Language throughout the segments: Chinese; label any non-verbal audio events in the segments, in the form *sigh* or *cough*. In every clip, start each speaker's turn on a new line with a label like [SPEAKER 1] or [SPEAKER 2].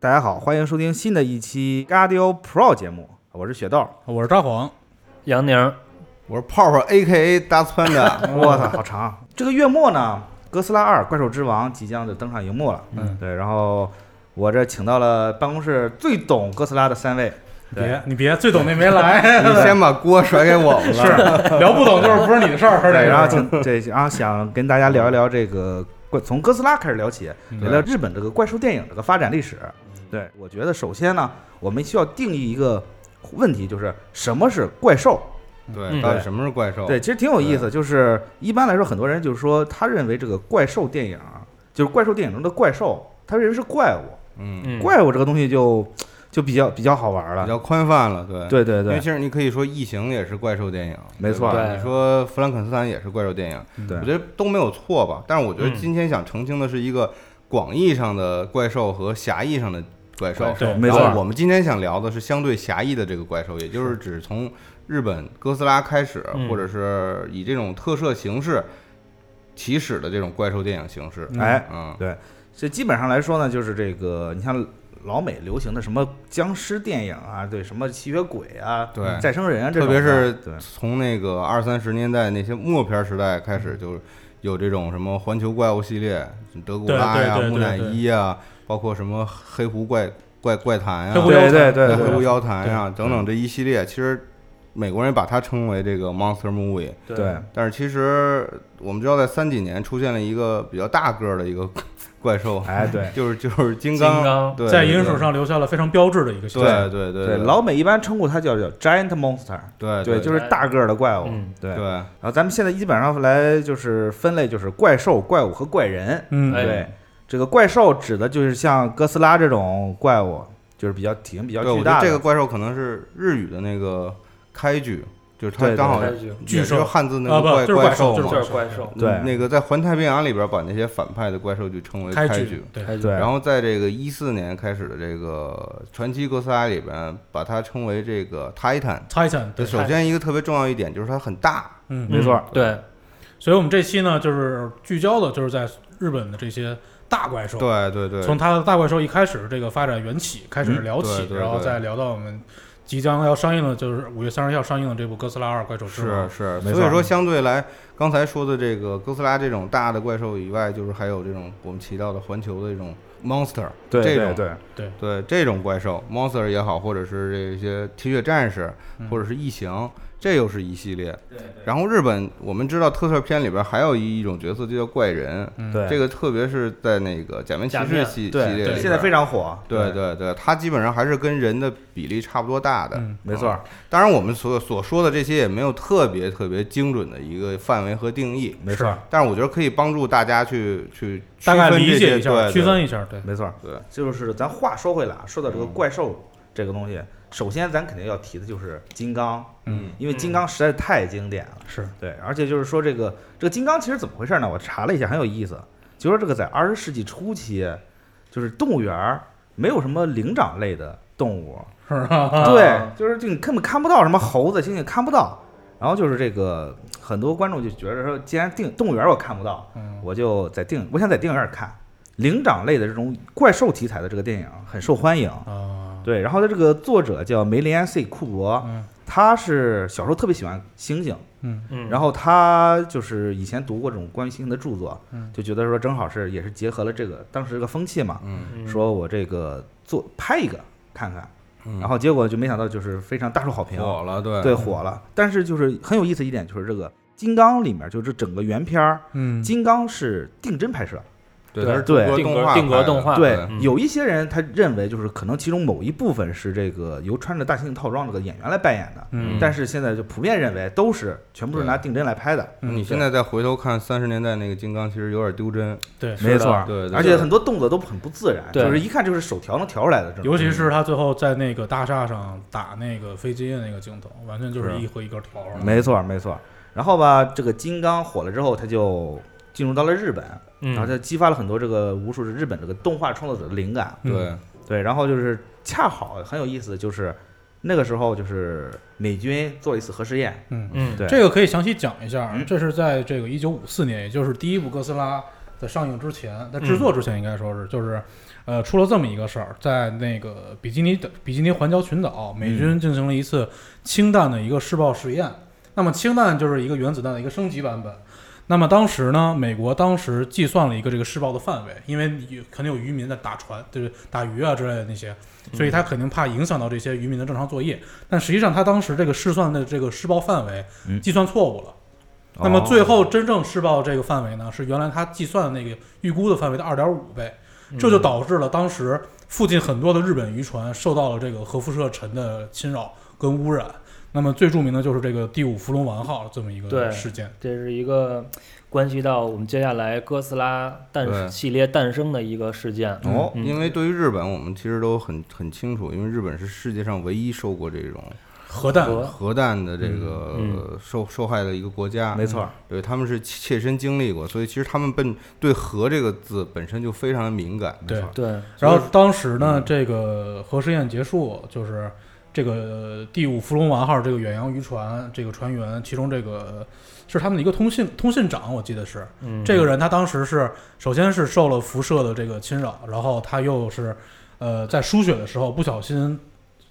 [SPEAKER 1] 大家好，欢迎收听新的一期 Gadio Pro 节目，我是雪豆，
[SPEAKER 2] 我是张黄，
[SPEAKER 3] 杨宁，
[SPEAKER 4] 我是泡泡 A K A 大川的，
[SPEAKER 1] *laughs* 我操，好长！这个月末呢，《哥斯拉二：怪兽之王》即将就登上荧幕了。
[SPEAKER 2] 嗯
[SPEAKER 1] 对，然后我这请到了办公室最懂哥斯拉的三位，
[SPEAKER 2] 别你别，最懂那没
[SPEAKER 4] *laughs*
[SPEAKER 2] 来，
[SPEAKER 4] 你先把锅甩给我们了。
[SPEAKER 2] 是聊不懂就是不是你的事儿，是
[SPEAKER 1] 对，然后
[SPEAKER 2] 吧？
[SPEAKER 1] 请这，然后想跟大家聊一聊这个怪，从哥斯拉开始聊起，啊
[SPEAKER 2] 嗯
[SPEAKER 1] 聊聊日本这个怪兽电影这个发展历史。对，我觉得首先呢，我们需要定义一个问题，就是什么是怪兽？
[SPEAKER 4] 对，
[SPEAKER 3] 嗯
[SPEAKER 4] 到底什么是怪兽？
[SPEAKER 1] 对，，其实挺有意思，就是一般来说，很多人就是说，他认为这个怪兽电影啊，就是怪兽电影中的怪兽，他认为是怪物，
[SPEAKER 4] 嗯，
[SPEAKER 3] 嗯，
[SPEAKER 1] 怪物这个东西就就比较比较好玩
[SPEAKER 4] 比
[SPEAKER 1] 了。
[SPEAKER 4] 较宽泛了，
[SPEAKER 1] 对
[SPEAKER 4] 对。
[SPEAKER 1] 对
[SPEAKER 4] 因为
[SPEAKER 1] 对
[SPEAKER 4] 其实你可以说《异形》也是怪兽电影，
[SPEAKER 1] 没错
[SPEAKER 4] 对吧
[SPEAKER 3] 对
[SPEAKER 4] 你说《弗兰肯斯坦》也是怪兽电影，我
[SPEAKER 1] 对，
[SPEAKER 4] 觉得都没有错吧？但是我觉得
[SPEAKER 3] 嗯
[SPEAKER 4] 今天想澄清的是一个广义上的怪兽和狭义上的怪兽。
[SPEAKER 2] 对
[SPEAKER 1] 没
[SPEAKER 4] 然后
[SPEAKER 1] 错，
[SPEAKER 4] 我们今天想聊的是相对狭义的这个怪兽，也就是只从日本哥斯拉开始，
[SPEAKER 3] 嗯
[SPEAKER 4] 或者是以这种特摄形式起始的这种怪兽电影形式。
[SPEAKER 1] 哎，
[SPEAKER 4] 嗯，
[SPEAKER 1] 这基本上来说呢，就是这个，你像老美流行的什么僵尸电影啊，对，什么吸血鬼啊，
[SPEAKER 4] 对
[SPEAKER 1] 再生人啊，这
[SPEAKER 4] 特
[SPEAKER 1] 种的
[SPEAKER 4] 别是
[SPEAKER 1] 对
[SPEAKER 4] 从那个二三十年代那些默片时代开始，就有这种什么环球怪物系列，德古拉呀、
[SPEAKER 2] 对对对对
[SPEAKER 4] 木乃伊呀，包括什么黑狐怪怪怪谈呀、
[SPEAKER 2] 黑狐
[SPEAKER 1] 对对对
[SPEAKER 4] 对
[SPEAKER 1] 对
[SPEAKER 4] 黑狐
[SPEAKER 1] 对
[SPEAKER 4] 妖谈呀等等这一系列，其实美国人把它称为这个 monster movie。
[SPEAKER 1] 对，
[SPEAKER 4] 但是其实我们知道，在三几年出现了一个比较大个儿的一个怪兽，
[SPEAKER 1] 哎对。
[SPEAKER 4] 就是就是金
[SPEAKER 3] 金
[SPEAKER 4] 刚，
[SPEAKER 3] 刚，
[SPEAKER 4] 对，
[SPEAKER 2] 在
[SPEAKER 4] 对
[SPEAKER 2] 银属，上留下了非常标志的一个形象。
[SPEAKER 4] 对对对啊
[SPEAKER 1] 对，老美一般称呼它叫叫 giant monster，
[SPEAKER 4] 对
[SPEAKER 1] 对，就是大个儿的怪物，
[SPEAKER 3] 嗯
[SPEAKER 1] 对。
[SPEAKER 4] 对
[SPEAKER 1] 然后咱们现在基本上来就是分类，就是怪兽、怪物和怪人。
[SPEAKER 2] 嗯，
[SPEAKER 3] 哎
[SPEAKER 1] 对，这个怪兽指的就是像哥斯拉这种怪物，就是比较体型比较
[SPEAKER 4] 对，我
[SPEAKER 1] 巨
[SPEAKER 4] 觉
[SPEAKER 1] 大
[SPEAKER 4] 得
[SPEAKER 1] 的。
[SPEAKER 4] 这个怪兽可能是日语的那个开局，就是它
[SPEAKER 1] 对
[SPEAKER 4] 刚好
[SPEAKER 3] 开局
[SPEAKER 4] 也
[SPEAKER 2] 巨
[SPEAKER 4] 是
[SPEAKER 2] 兽
[SPEAKER 4] 汉字那
[SPEAKER 2] 啊
[SPEAKER 4] 个
[SPEAKER 2] 不
[SPEAKER 4] 怪
[SPEAKER 2] 就是怪
[SPEAKER 4] 兽
[SPEAKER 2] 就是
[SPEAKER 4] 嘛。
[SPEAKER 3] 就是怪兽，
[SPEAKER 1] 对
[SPEAKER 4] 嗯那个在环太平洋里边把那些反派的怪兽就称为
[SPEAKER 2] 开
[SPEAKER 4] 局
[SPEAKER 2] 局。，对，
[SPEAKER 3] 开局
[SPEAKER 1] 对，
[SPEAKER 4] 然后在这个一四年开始的这个传奇哥斯拉里边，把它称为这个 Titan。
[SPEAKER 2] Titan，对，
[SPEAKER 4] 首先一个特别重要一点就是它很大，
[SPEAKER 2] 嗯，
[SPEAKER 1] 没错
[SPEAKER 3] 嗯对，
[SPEAKER 2] 所以我们这期呢，就是聚焦的就是在日本的这些大怪兽，
[SPEAKER 4] 对对对，
[SPEAKER 2] 从它的大怪兽一开始这个发展缘起开始
[SPEAKER 1] 嗯
[SPEAKER 2] 聊
[SPEAKER 4] 对
[SPEAKER 2] 起，
[SPEAKER 4] 对
[SPEAKER 2] 然后
[SPEAKER 4] 对
[SPEAKER 2] 再聊到我们即将要上映的，就是五月三十要上映的这部《哥斯拉二：怪兽之王
[SPEAKER 4] 是》。是，
[SPEAKER 1] 没
[SPEAKER 4] 所
[SPEAKER 1] 错嗯
[SPEAKER 4] 以说相对来刚才说的这个哥斯拉这种大的怪兽以外，就是还有这种我们提到的环球的这种 monster，
[SPEAKER 1] 对
[SPEAKER 4] 这
[SPEAKER 1] 对
[SPEAKER 4] 种
[SPEAKER 1] 对
[SPEAKER 4] 对这种怪兽 monster 也好，或者是这些铁血战士，
[SPEAKER 2] 嗯
[SPEAKER 4] 或者是异形，这又是一系列。然后日本我们知道特摄片里边还有一一种角色就叫怪人，
[SPEAKER 2] 嗯
[SPEAKER 1] 对，
[SPEAKER 4] 这
[SPEAKER 1] 个
[SPEAKER 4] 个特别是在那个假面骑
[SPEAKER 3] 假
[SPEAKER 4] 士
[SPEAKER 3] 面
[SPEAKER 4] 系系列里
[SPEAKER 1] 对
[SPEAKER 4] 边，
[SPEAKER 1] 现在非常火。
[SPEAKER 4] 对对对，它基本上还是跟人的比例差不多大的。
[SPEAKER 2] 嗯
[SPEAKER 1] 没错
[SPEAKER 4] 当然，我们所所说的这些也没有特别特别精准的一个范围和定义，
[SPEAKER 1] 没错
[SPEAKER 4] 但是我觉得可以帮助大家去去
[SPEAKER 2] 大概
[SPEAKER 4] 区分
[SPEAKER 2] 理
[SPEAKER 4] 这
[SPEAKER 2] 解
[SPEAKER 4] 些
[SPEAKER 2] 一下，
[SPEAKER 4] 对
[SPEAKER 2] 区
[SPEAKER 4] 对
[SPEAKER 2] 分一下，对，
[SPEAKER 1] 没错。
[SPEAKER 4] 对，
[SPEAKER 1] 这就是咱话说回来啊，说到这个
[SPEAKER 4] 嗯
[SPEAKER 1] 怪兽这个东西，首先咱肯定要提的就是金刚，
[SPEAKER 4] 嗯，
[SPEAKER 1] 因为金刚实在是太经典了。
[SPEAKER 2] 是
[SPEAKER 1] 对，而且就是说这个这个金刚其实怎么回事呢？我查了一下，很有意思，就说这个在二十世纪初期，就是动物园儿没有什么灵长类的动物，
[SPEAKER 2] 是吧？ *laughs*
[SPEAKER 1] 对，就是就你根本看不到什么猴子、猩猩，看不到。然后就是这个很多观众就觉得说，既然定动物园我看不到，
[SPEAKER 2] 嗯
[SPEAKER 1] 我就在电我想在电影院看灵长类的这种怪兽题材的这个电影很受欢迎。
[SPEAKER 2] 啊，
[SPEAKER 1] 对，然后它这个作者叫梅林安 ·C· 库珀，
[SPEAKER 2] 嗯
[SPEAKER 1] 他是小时候特别喜欢猩猩，
[SPEAKER 2] 嗯
[SPEAKER 5] 嗯，
[SPEAKER 1] 然后他就是以前读过这种关于猩猩的著作
[SPEAKER 2] 嗯，
[SPEAKER 1] 就觉得说正好是也是结合了这个当时这个风气嘛，
[SPEAKER 4] 嗯
[SPEAKER 5] 嗯
[SPEAKER 1] 说我这个做拍一个看看，
[SPEAKER 4] 嗯，
[SPEAKER 1] 然后结果就没想到就是非常大受好评，
[SPEAKER 4] 火了，对
[SPEAKER 1] 对，火了。但是就是很有意思一点就是这个《金刚》里面，就是整个原片儿，《
[SPEAKER 2] 嗯
[SPEAKER 1] 金刚》是定帧拍摄，
[SPEAKER 4] 对，它是
[SPEAKER 1] 对
[SPEAKER 5] 定
[SPEAKER 4] 中国动
[SPEAKER 5] 格
[SPEAKER 4] 画
[SPEAKER 5] 定格
[SPEAKER 4] 拍的
[SPEAKER 5] 动画，
[SPEAKER 1] 对，
[SPEAKER 5] 嗯
[SPEAKER 1] 有一些人他认为就是可能其中某一部分是这个由穿着大猩猩套装这个演员来扮演的，
[SPEAKER 2] 嗯
[SPEAKER 1] 但是现在就普遍认为都是全部是拿定帧来拍的，
[SPEAKER 2] 嗯
[SPEAKER 4] 你现在再回头看三十年代那个金刚，其实有点丢帧，
[SPEAKER 2] 对，
[SPEAKER 5] 是的
[SPEAKER 1] 没错儿，
[SPEAKER 4] 对对
[SPEAKER 1] 而且很多动作都很不自然，
[SPEAKER 5] 对
[SPEAKER 1] 就是一看就是手调能调出来的这种。
[SPEAKER 2] 尤其是他最后在那个大厦上打那个飞机的那个镜头，完全就是啊
[SPEAKER 1] 是
[SPEAKER 2] 一和一个调上来。
[SPEAKER 1] 没错儿，没错儿。然后吧，这个金刚火了之后，他就进入到了日本，
[SPEAKER 5] 嗯
[SPEAKER 1] 然后就激发了很多这个无数的日本这个动画创作者的灵感。
[SPEAKER 2] 嗯
[SPEAKER 4] 对，
[SPEAKER 1] 对，然后就是恰好很有意思，就是那个时候就是美军做了一次核试验，
[SPEAKER 2] 嗯，
[SPEAKER 5] 嗯
[SPEAKER 1] 对
[SPEAKER 2] 这个可以详细讲一下。
[SPEAKER 1] 嗯
[SPEAKER 2] 这是在这个一九五四年，也就是第一部哥斯拉在上映之前，在制作之前，应该说是就是。呃，出了这么一个事儿，在那个比基尼的比基尼环礁群岛，美
[SPEAKER 1] 嗯
[SPEAKER 2] 军进行了一次氢弹的一个试爆实验。那么氢弹就是一个原子弹的一个升级版本。那么当时呢，美国当时计算了一个这个试爆的范围，因为有肯定有渔民在打船，就是打鱼啊之类的那些，
[SPEAKER 1] 嗯
[SPEAKER 2] 所以他肯定怕影响到这些渔民的正常作业。但实际上，他当时这个试算的这个试爆范围
[SPEAKER 1] 嗯
[SPEAKER 2] 计算错误了。
[SPEAKER 3] 哦
[SPEAKER 2] 那
[SPEAKER 1] 哦
[SPEAKER 2] 么最后真正试爆这个范围呢，是原来他计算的那个预估的范围的二点五倍，
[SPEAKER 3] 嗯
[SPEAKER 2] 这就导致了当时附近很多的日本渔船受到了这个核辐射尘的侵扰跟污染。那么最著名的就是这个第五福龙丸号这么一
[SPEAKER 3] 对
[SPEAKER 2] 个事件。
[SPEAKER 3] 这是一个关系到我们接下来哥斯拉
[SPEAKER 4] 对
[SPEAKER 3] 诞系列诞生的一个事件。
[SPEAKER 1] 哦，
[SPEAKER 3] 嗯
[SPEAKER 4] 因为对于日本，我们其实都很很清楚，因为日本是世界上唯一受过这种
[SPEAKER 2] 核弹，
[SPEAKER 3] 核
[SPEAKER 4] 核弹的这个
[SPEAKER 3] 嗯
[SPEAKER 4] 呃受受害的一个国家，嗯
[SPEAKER 1] 没错儿，
[SPEAKER 4] 对，他们是切身经历过，所以其实他们本对“核”这个字本身就非常的敏感。
[SPEAKER 2] 对。
[SPEAKER 3] 对，
[SPEAKER 2] 然后当时呢，这个核试验结束，就是这个第五福龙丸号这个远洋渔船这个船员，其中这个呃是他们的一个通信通信长，我记得是
[SPEAKER 3] 嗯，
[SPEAKER 2] 这个人，他当时是首先是受了辐射的这个侵扰，然后他又是呃在输血的时候不小心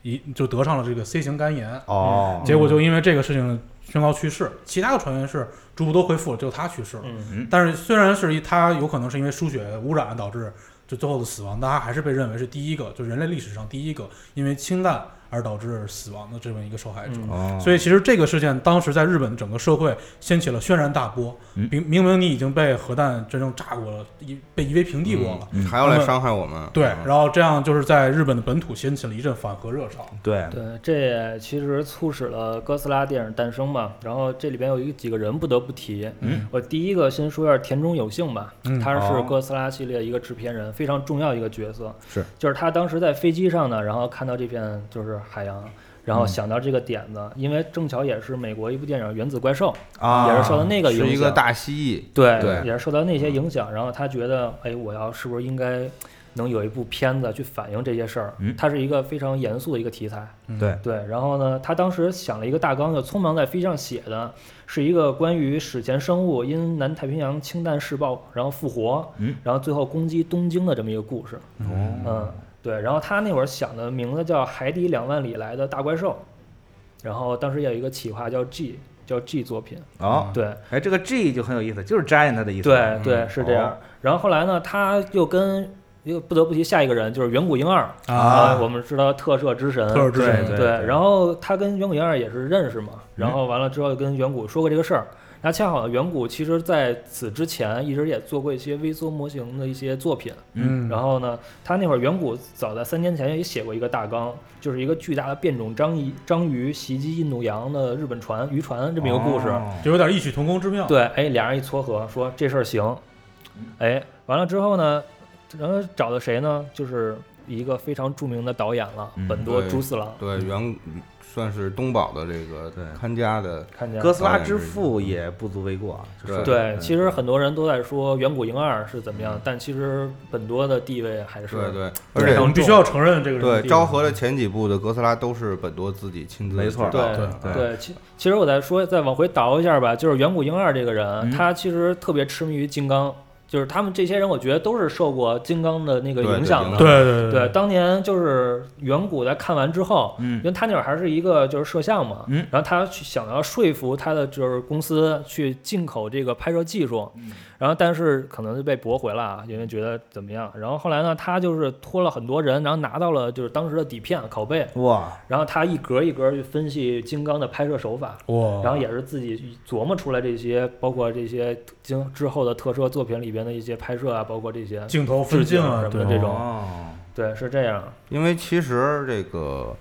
[SPEAKER 2] 一就得上了这个 C 型肝炎，
[SPEAKER 1] 哦，
[SPEAKER 2] 结嗯果就因为这个事情宣告去世，其他的船员是逐步都恢复了，只有他去世了。
[SPEAKER 3] 嗯
[SPEAKER 2] 但是虽然是一他有可能是因为输血污染导致就最后的死亡，但他还是被认为是第一个，就人类历史上第一个因为氢弹而导致死亡的这么一个受害者。
[SPEAKER 3] 嗯
[SPEAKER 1] 哦，
[SPEAKER 2] 所以其实这个事件当时在日本整个社会掀起了轩然大波，
[SPEAKER 1] 嗯
[SPEAKER 2] 明明明你已经被核弹真正炸过了，一被夷为平地过了，
[SPEAKER 1] 嗯
[SPEAKER 4] 还要来伤害我们。
[SPEAKER 2] 对，
[SPEAKER 4] 嗯
[SPEAKER 2] 然后这样就是在日本的本土掀起了一阵反核热潮。
[SPEAKER 1] 对，
[SPEAKER 3] 对，这也其实促使了哥斯拉电影诞生嘛。然后这里边有一几个人不得不提，
[SPEAKER 1] 嗯，
[SPEAKER 3] 我第一个先说一下田中有幸吧，
[SPEAKER 2] 嗯
[SPEAKER 3] 他是
[SPEAKER 1] 哦
[SPEAKER 3] 哥斯拉系列一个制片人，非常重要一个角色。
[SPEAKER 1] 是，
[SPEAKER 3] 就是他当时在飞机上呢，然后看到这片就是海洋，然后
[SPEAKER 1] 嗯
[SPEAKER 3] 想到这个点子，因为正巧也是美国一部电影《原子怪兽》，
[SPEAKER 1] 啊，
[SPEAKER 3] 也是受到那个影响。
[SPEAKER 4] 是一个大蜥蜴，
[SPEAKER 3] 对，
[SPEAKER 4] 对
[SPEAKER 3] 也是受到那些影响，然后他觉得，哎，我要是不是应该能有一部片子去反映这些事儿？
[SPEAKER 1] 嗯
[SPEAKER 3] 它是一个非常严肃的一个题材。
[SPEAKER 2] 嗯
[SPEAKER 1] 对
[SPEAKER 3] 对，然后呢，他当时想了一个大纲，就匆忙在飞机上写的，是一个关于史前生物因南太平洋氢弹试爆然后复活，
[SPEAKER 1] 嗯
[SPEAKER 3] 然后最后攻击东京的这么一个故事。
[SPEAKER 1] 哦，
[SPEAKER 3] 嗯，对。然后他那会儿想的名字叫《海底两万里来的大怪兽》，然后当时也有一个企划叫 G，叫 G 作品。
[SPEAKER 2] 嗯
[SPEAKER 1] 哦，
[SPEAKER 3] 对，
[SPEAKER 1] 哎，这个 G 就很有意思，就是 giant 的意思，
[SPEAKER 3] 对对，是这样。
[SPEAKER 1] 哦
[SPEAKER 3] 然后后来呢，他又跟又不得不提下一个人，就是远古婴儿
[SPEAKER 1] 啊
[SPEAKER 3] 我们知道特摄之神，
[SPEAKER 2] 特尔之
[SPEAKER 1] 对
[SPEAKER 2] 神
[SPEAKER 1] 对嗯
[SPEAKER 3] 然后他跟远古婴儿也是认识嘛，然后完了之后跟远古说过这个事儿。那恰好远古其实在此之前一直也做过一些微缩模型的一些作品，
[SPEAKER 2] 嗯，
[SPEAKER 3] 然后呢，他那会儿远古早在三年前也写过一个大纲，就是一个巨大的变种章鱼章鱼袭击印度洋的日本船渔船这么一个故事。
[SPEAKER 1] 哦
[SPEAKER 2] 就有点异曲同工之妙。
[SPEAKER 3] 对，哎，俩人一撮合，说这事儿行。哎，完了之后呢，然后找的谁呢？就是一个非常著名的导演了，
[SPEAKER 1] 嗯
[SPEAKER 3] 本多
[SPEAKER 4] 对
[SPEAKER 3] 朱四郎。
[SPEAKER 4] 对，原算是东宝的这个
[SPEAKER 1] 对
[SPEAKER 4] 看家的，
[SPEAKER 3] 看见了
[SPEAKER 1] 哥斯拉之父也不足为过啊。就是
[SPEAKER 3] 对，
[SPEAKER 4] 嗯
[SPEAKER 3] 其实很多人都在说远古银二是怎么样，但其实本多的地位还是
[SPEAKER 4] 对对，
[SPEAKER 3] 对
[SPEAKER 2] 我
[SPEAKER 4] 而且
[SPEAKER 2] 们必须要承认这个人的
[SPEAKER 4] 对
[SPEAKER 2] 地位
[SPEAKER 4] 昭和的前几部的哥斯拉都是本多自己亲自
[SPEAKER 1] 没错
[SPEAKER 4] 制造的
[SPEAKER 2] 对
[SPEAKER 4] 啊
[SPEAKER 3] 对，其其实我再说，再往回倒一下吧，就是远古婴二这个人，
[SPEAKER 1] 嗯
[SPEAKER 3] 他其实特别痴迷于金刚，就是他们这些人，我觉得都是受过金刚的那个
[SPEAKER 4] 对
[SPEAKER 3] 影响的。
[SPEAKER 4] 对
[SPEAKER 2] 对对
[SPEAKER 3] 对，当年就是远古在看完之后，
[SPEAKER 1] 嗯
[SPEAKER 3] 因为他那会儿还是一个就是摄像嘛，
[SPEAKER 1] 嗯
[SPEAKER 3] 然后他去想要说服他的就是公司去进口这个拍摄技术，然后但是可能就被驳回了啊，因为觉得怎么样。然后后来呢，他就是托了很多人，然后拿到了就是当时的底片拷贝，
[SPEAKER 1] 哇，
[SPEAKER 3] 然后他一格一格去分析金刚的拍摄手法，
[SPEAKER 2] 哇，
[SPEAKER 3] 然后也是自己琢磨出来这些，包括这些经之后的特摄作品里边的一些拍摄啊，包括这些，
[SPEAKER 2] 镜头分镜啊
[SPEAKER 3] 致敬什么
[SPEAKER 2] 对
[SPEAKER 3] 的这种
[SPEAKER 1] 哦，
[SPEAKER 3] 对，是这样。
[SPEAKER 4] 因为其实这个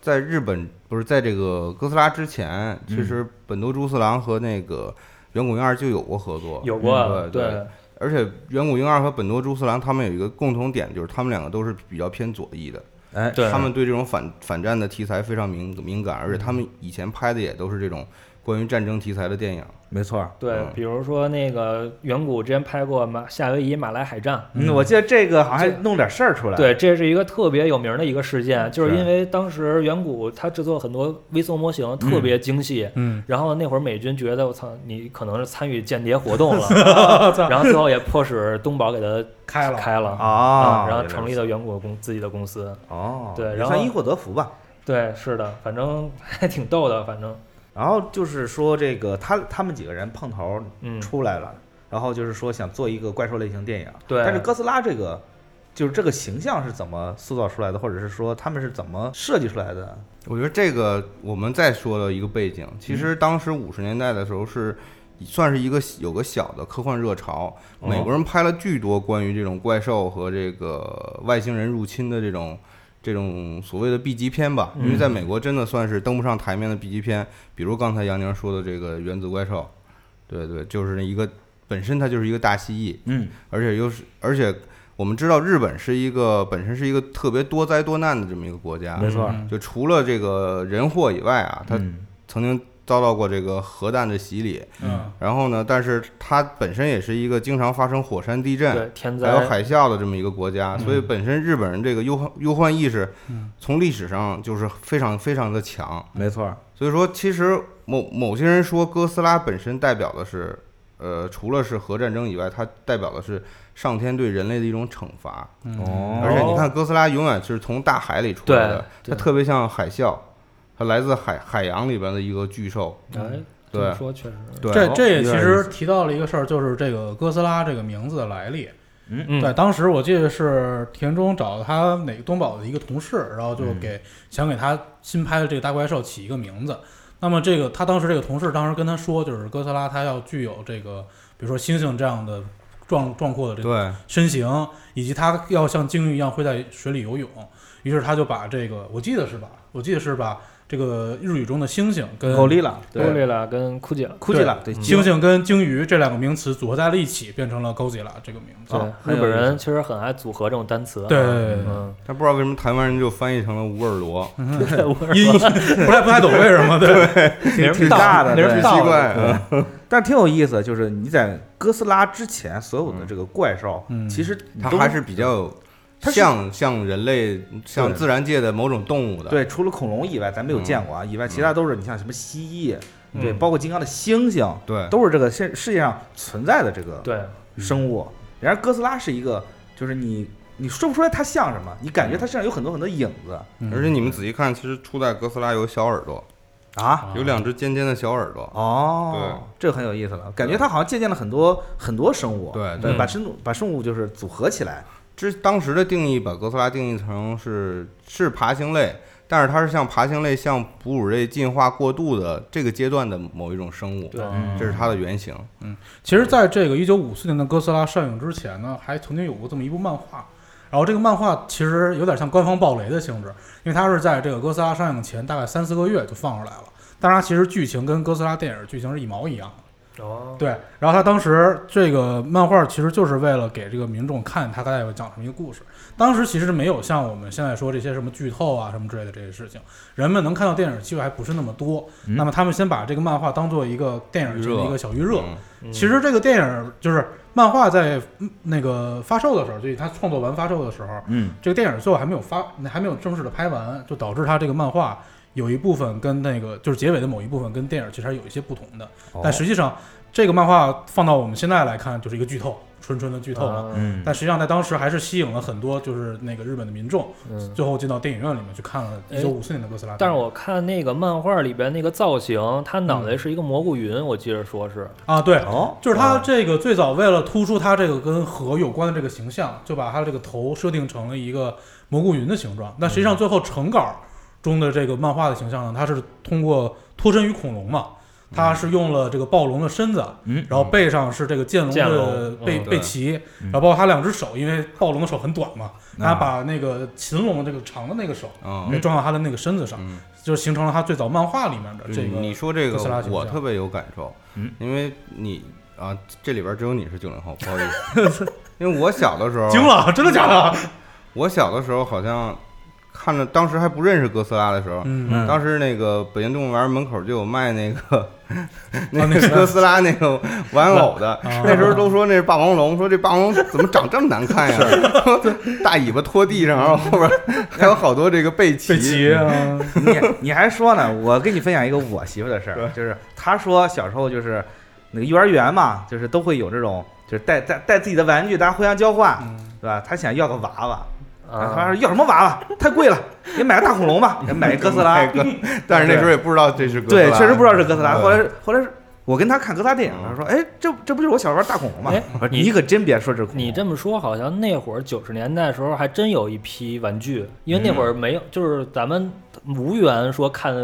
[SPEAKER 4] 在日本不是在这个哥斯拉之前，其实本多猪四郎和那个远古婴二就有过合作，
[SPEAKER 3] 有过，
[SPEAKER 4] 嗯对对而且远古婴二和本多猪四郎他们有一个共同点，就是他们两个都是比较偏左翼的，
[SPEAKER 1] 哎，
[SPEAKER 3] 对
[SPEAKER 4] 他们对这种反反战的题材非常敏敏感，而且他们以前拍的也都是这种关于战争题材的电影。
[SPEAKER 1] 没错儿。
[SPEAKER 3] 对
[SPEAKER 4] 嗯，
[SPEAKER 3] 比如说那个远古之前拍过马夏威夷马来海战，
[SPEAKER 1] 嗯，我记得这个好像还弄点事儿出来。
[SPEAKER 3] 对，这是一个特别有名的一个事件，就是
[SPEAKER 1] 是
[SPEAKER 3] 因为当时远古他制作很多微缩模型特别精细。
[SPEAKER 2] 嗯，
[SPEAKER 3] 然后那会儿美军觉得我操，你可能是参与间谍活动了，然后最后也迫使东宝给他
[SPEAKER 2] 开了
[SPEAKER 3] 开了嗯
[SPEAKER 1] 啊，
[SPEAKER 3] 然后成立了远古公自己的公司。
[SPEAKER 1] 哦，
[SPEAKER 3] 对
[SPEAKER 1] 也
[SPEAKER 3] 然后
[SPEAKER 1] 算因祸得福吧。
[SPEAKER 3] 对，是的，反正还挺逗的，反正
[SPEAKER 1] 然后就是说这个他他们几个人碰头
[SPEAKER 3] 嗯，
[SPEAKER 1] 出来了，然后就是说想做一个怪兽类型电影。
[SPEAKER 3] 对
[SPEAKER 1] 但是哥斯拉这个就是这个形象是怎么塑造出来的，或者是说他们是怎么设计出来的？
[SPEAKER 4] 我觉得这个我们再说了一个背景，其
[SPEAKER 1] 嗯
[SPEAKER 4] 实当时五十年代的时候是。算是一个有个小的科幻热潮，
[SPEAKER 1] 哦
[SPEAKER 4] 美国人拍了巨多关于这种怪兽和这个外星人入侵的这种这种所谓的 B 级片吧，因为
[SPEAKER 1] 嗯
[SPEAKER 4] 在美国真的算是登不上台面的 B 级片，比如刚才杨宁说的这个《原子怪兽》，对对，就是一个本身它就是一个大蜥蜴，
[SPEAKER 1] 嗯，
[SPEAKER 4] 而且又是而且我们知道日本是一个本身是一个特别多灾多难的这么一个国家，
[SPEAKER 1] 没错儿，
[SPEAKER 2] 嗯
[SPEAKER 4] 就除了这个人祸以外啊，他
[SPEAKER 1] 嗯
[SPEAKER 4] 曾经遭到过这个核弹的洗礼，
[SPEAKER 2] 嗯
[SPEAKER 4] 然后呢，但是它本身也是一个经常发生火山、地震。
[SPEAKER 3] 对天
[SPEAKER 4] 还有
[SPEAKER 3] 灾，
[SPEAKER 4] 海啸的这么一个国家，所以本身日本人这个忧患忧患意识，从历史上就是非常非常的强。
[SPEAKER 1] 没错儿，
[SPEAKER 4] 所以说，其实某某些人说哥斯拉本身代表的是，呃，除了是核战争以外，它代表的是上天对人类的一种惩罚。
[SPEAKER 1] 哦
[SPEAKER 4] 而且你看，哥斯拉永远是从大海里出来的，它
[SPEAKER 3] 对对
[SPEAKER 4] 特别像海啸，它来自海海洋里边的一个巨兽。
[SPEAKER 3] 哎，这
[SPEAKER 4] 对
[SPEAKER 3] 么说确实，
[SPEAKER 4] 对，
[SPEAKER 2] 这这也
[SPEAKER 4] 有
[SPEAKER 2] 其
[SPEAKER 4] 点意
[SPEAKER 2] 实
[SPEAKER 4] 思
[SPEAKER 2] 提到了一个事儿，就是这个哥斯拉这个名字的来历。
[SPEAKER 3] 嗯
[SPEAKER 2] 对，，当时我记得是田中找他哪个东宝的一个同事，然后就给、想给他新拍的这个大怪兽起一个名字。那么这个他当时这个同事当时跟他说，就是哥斯拉它要具有这个，比如说猩猩这样的壮壮阔的这个
[SPEAKER 4] 对
[SPEAKER 2] 身形，以及它要像鲸鱼一样会在水里游泳。于是他就把这个，我记得是吧？我记得是把这个日语中的猩猩跟
[SPEAKER 1] 够力了，
[SPEAKER 3] 多利拉跟库吉拉，
[SPEAKER 1] 哭泣了，对，
[SPEAKER 2] 猩猩跟鲸鱼这两个名词组合在了一起，变成了高吉拉这个名
[SPEAKER 1] *laughs*
[SPEAKER 2] 字。
[SPEAKER 3] 对
[SPEAKER 1] 哦，很
[SPEAKER 3] 日
[SPEAKER 1] 有
[SPEAKER 3] 本
[SPEAKER 1] 意思
[SPEAKER 3] 人其实很爱组合这种单词，
[SPEAKER 2] 对对对
[SPEAKER 3] 嗯，
[SPEAKER 4] 但不知道为什么台湾人就翻译成了无耳罗，
[SPEAKER 1] 嗯
[SPEAKER 3] 对我是
[SPEAKER 2] 音 *laughs* 不太不太懂为什么，对，
[SPEAKER 1] 挺挺大的，
[SPEAKER 3] 没人
[SPEAKER 1] 对
[SPEAKER 4] 很
[SPEAKER 3] 道
[SPEAKER 4] 奇
[SPEAKER 3] 理
[SPEAKER 4] 怪。嗯
[SPEAKER 1] *laughs* 但挺有意思，就是你在哥斯拉之前所有的这个怪兽，
[SPEAKER 2] 嗯
[SPEAKER 1] 其实
[SPEAKER 4] 它
[SPEAKER 1] 都
[SPEAKER 4] 还是比较有
[SPEAKER 1] 它是
[SPEAKER 4] 像像人类、像
[SPEAKER 1] 对
[SPEAKER 4] 自然界的某种动物的。
[SPEAKER 1] 对，除了恐龙以外，咱没有见过啊，以外其他都是你像什么蜥蜴，
[SPEAKER 3] 嗯
[SPEAKER 1] 对，包括金刚的猩猩，
[SPEAKER 4] 对
[SPEAKER 1] 都是这个世世界上存在的这个
[SPEAKER 3] 对，
[SPEAKER 1] 生物。然而哥斯拉是一个，就是你你说不出来它像什么，你感觉它身上有很多很多影子
[SPEAKER 4] 而且你们仔细看，其实初代哥斯拉有小耳朵，
[SPEAKER 1] 啊。
[SPEAKER 4] 有两只尖尖的小耳朵。
[SPEAKER 1] 哦，这很有意思了，感觉它好像借鉴了很多很多生物，
[SPEAKER 4] 对
[SPEAKER 1] 对，
[SPEAKER 3] 嗯
[SPEAKER 1] 把生物把生物就是组合起来，
[SPEAKER 4] 这当时的定义把哥斯拉定义成是是爬行类，但是它是向爬行类向哺乳类进化过渡的这个阶段的某一种生物，
[SPEAKER 3] 对
[SPEAKER 4] 这是它的原型。
[SPEAKER 2] 嗯其实，在这个一九五四年的哥斯拉上映之前呢，还曾经有过这么一部漫画。然后这个漫画其实有点像官方暴雷的性质，因为它是在这个哥斯拉上映前大概三四个月就放出来了，但是它其实剧情跟哥斯拉电影剧情是一毛一样的，
[SPEAKER 3] 哦，
[SPEAKER 2] 对，然后他当时这个漫画其实就是为了给这个民众看他大概要讲什么一个故事。当时其实没有像我们现在说这些什么剧透啊什么之类的这些事情，人们能看到电影机会还不是那么多。
[SPEAKER 1] 嗯
[SPEAKER 2] 那么他们先把这个漫画当做一个电影节的一个小预热。
[SPEAKER 4] 嗯
[SPEAKER 3] 嗯
[SPEAKER 2] 其实这个电影就是漫画在嗯那个发售的时候，就是它创作完发售的时候，
[SPEAKER 1] 嗯
[SPEAKER 2] 这个电影最后还没有发，还没有正式的拍完，就导致它这个漫画有一部分跟那个就是结尾的某一部分跟电影其实还有一些不同的。
[SPEAKER 3] 哦
[SPEAKER 1] 哦
[SPEAKER 2] 但实际上，这个漫画放到我们现在来看，就是一个剧透，纯纯的剧透了。
[SPEAKER 3] 啊
[SPEAKER 1] 嗯，
[SPEAKER 2] 但实际上，在当时还是吸引了很多就是那个日本的民众，
[SPEAKER 3] 嗯哎
[SPEAKER 2] 最后进到电影院里面去看了一九五四年的哥斯
[SPEAKER 4] 啊
[SPEAKER 2] 拉。
[SPEAKER 3] 但是我看那个漫画里边那个造型，他脑袋是一个蘑菇云，
[SPEAKER 4] 嗯
[SPEAKER 3] 我记着说是，
[SPEAKER 2] 啊，对，
[SPEAKER 1] 哦，
[SPEAKER 2] 就是他这个最早为了突出他这个跟河有关的这个形象，就把他这个头设定成了一个蘑菇云的形状。那实际上最后成稿中的这个漫画的形象呢，它是通过脱身于恐龙嘛，它是用了这个暴龙的身子，
[SPEAKER 1] 嗯
[SPEAKER 2] 然后背上是这个剑龙
[SPEAKER 3] 剑
[SPEAKER 2] 的
[SPEAKER 3] 龙
[SPEAKER 2] 背
[SPEAKER 4] 对
[SPEAKER 3] 嗯
[SPEAKER 2] 背鳍，
[SPEAKER 1] 嗯
[SPEAKER 2] 然后包括他两只手，因为暴龙的手很短嘛，
[SPEAKER 1] 啊
[SPEAKER 2] 他把那个禽龙的这个长的那个手给
[SPEAKER 4] 嗯
[SPEAKER 2] 装到他的那个身子上，
[SPEAKER 4] 嗯，
[SPEAKER 2] 就形成了他最早漫画里面的这个
[SPEAKER 4] 你说这个
[SPEAKER 2] 哥斯拉形
[SPEAKER 4] 我
[SPEAKER 2] 象
[SPEAKER 4] 特别有感受，
[SPEAKER 1] 嗯
[SPEAKER 4] 因为你啊，这里边只有你是九零后，不好意思，
[SPEAKER 2] *laughs*
[SPEAKER 4] 因为我小的时候，
[SPEAKER 2] 惊了，真的假的？
[SPEAKER 4] 我小的时候好像看着当时还不认识哥斯拉的时候，
[SPEAKER 2] 嗯
[SPEAKER 1] 嗯
[SPEAKER 4] 当时那个北京动物园门口就有卖
[SPEAKER 1] *laughs*
[SPEAKER 4] 那个
[SPEAKER 1] 哦
[SPEAKER 4] 那
[SPEAKER 2] 那
[SPEAKER 4] 个
[SPEAKER 2] 是
[SPEAKER 4] 哥斯拉那个玩偶的，
[SPEAKER 1] 啊
[SPEAKER 4] 那时候都说那是霸王龙，说这霸王龙怎么长这么难看呀？ *laughs* 大尾巴拖地上，然后后边还有好多这个哎背
[SPEAKER 2] 背
[SPEAKER 4] 鳍
[SPEAKER 2] 鳍
[SPEAKER 4] *laughs*
[SPEAKER 2] 啊，
[SPEAKER 1] 你你还说呢？ *laughs* 我跟你分享一个我媳妇的事儿，就是她说小时候就是那个幼儿园嘛，就是都会有这种，就是带带带自己的玩具，大家互相交换，
[SPEAKER 2] 嗯
[SPEAKER 1] 对吧？她想要个娃娃，然后她
[SPEAKER 3] 啊
[SPEAKER 1] 说，要什么娃娃？太贵了，给买个大恐龙吧，给买个哥斯拉
[SPEAKER 4] 那。个但是那时候也不知道这是哥斯
[SPEAKER 1] 对，
[SPEAKER 4] 拉，嗯
[SPEAKER 1] 确实不知道是哥斯拉。
[SPEAKER 4] 对
[SPEAKER 1] 后来是后来是我跟她看哥斯拉电影，她说：“哎，这这不就是我小时候玩大恐龙吗
[SPEAKER 3] 哎？”
[SPEAKER 1] 我说：“
[SPEAKER 3] 你
[SPEAKER 1] 你可真别说这是恐龙
[SPEAKER 3] 你这么说，好像那会儿九十年代的时候还真有一批玩具，因为那
[SPEAKER 4] 嗯
[SPEAKER 3] 会儿没有，就是咱们无缘说看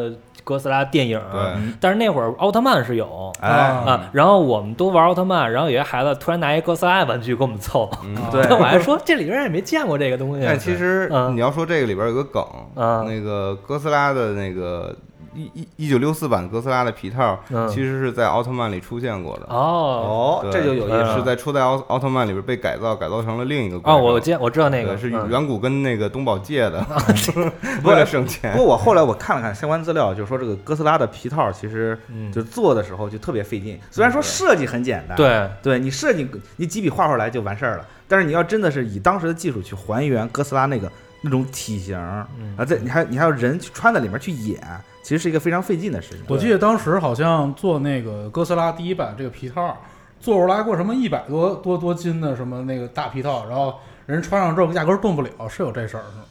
[SPEAKER 3] 哥斯拉电影，
[SPEAKER 4] 对
[SPEAKER 1] 嗯
[SPEAKER 3] 但是那会儿奥特曼是有。
[SPEAKER 1] 哎，
[SPEAKER 2] 啊
[SPEAKER 4] 嗯
[SPEAKER 3] 啊，然后我们都玩奥特曼，然后有些孩子突然拿一哥斯拉玩具给我们
[SPEAKER 4] *laughs*
[SPEAKER 3] 凑，
[SPEAKER 4] 嗯
[SPEAKER 3] *laughs*
[SPEAKER 1] 对
[SPEAKER 3] 我还说这里边也没见过这个东西。
[SPEAKER 4] 但哎其实
[SPEAKER 3] 嗯
[SPEAKER 4] 你要说这个里边有个梗，
[SPEAKER 3] 嗯
[SPEAKER 4] 那个哥斯拉的那个一一一九六四版哥斯拉的皮套，
[SPEAKER 3] 嗯
[SPEAKER 4] 其实是在奥特曼里出现过的。
[SPEAKER 1] 哦，
[SPEAKER 3] 哦
[SPEAKER 4] 对
[SPEAKER 1] 这就有意
[SPEAKER 3] 嗯
[SPEAKER 1] 思。
[SPEAKER 4] 是在初代奥奥特曼里边被改造，改造成了另一个怪
[SPEAKER 3] 哦，
[SPEAKER 4] 兽。
[SPEAKER 3] 我见我知道那
[SPEAKER 4] 对
[SPEAKER 3] 个
[SPEAKER 4] 是
[SPEAKER 3] 嗯
[SPEAKER 4] 远古跟那个东宝借的，
[SPEAKER 3] *laughs*
[SPEAKER 1] 不
[SPEAKER 4] 为
[SPEAKER 1] 过
[SPEAKER 4] 了省
[SPEAKER 1] 不
[SPEAKER 4] 钱。
[SPEAKER 1] 过我后来我看了看相关资料，就说这个哥斯拉的皮套其实
[SPEAKER 3] 嗯
[SPEAKER 1] 就做的时候就特别费劲。虽
[SPEAKER 4] 嗯
[SPEAKER 1] 然说设计很简单，
[SPEAKER 3] 对
[SPEAKER 1] 对你设计你几笔画出来就完事儿了，但是你要真的是以当时的技术去还原哥斯拉那个那种体型儿
[SPEAKER 3] 嗯
[SPEAKER 1] 啊，这你还你还要人去穿在里面去演，其实是一个非常费劲的事情。
[SPEAKER 2] 我记得当时好像做那个哥斯拉第一版这个皮套，做出来过什么一百多多多斤的什么那个大皮套，然后人穿上之后压根儿动不了，是有这事儿是吗？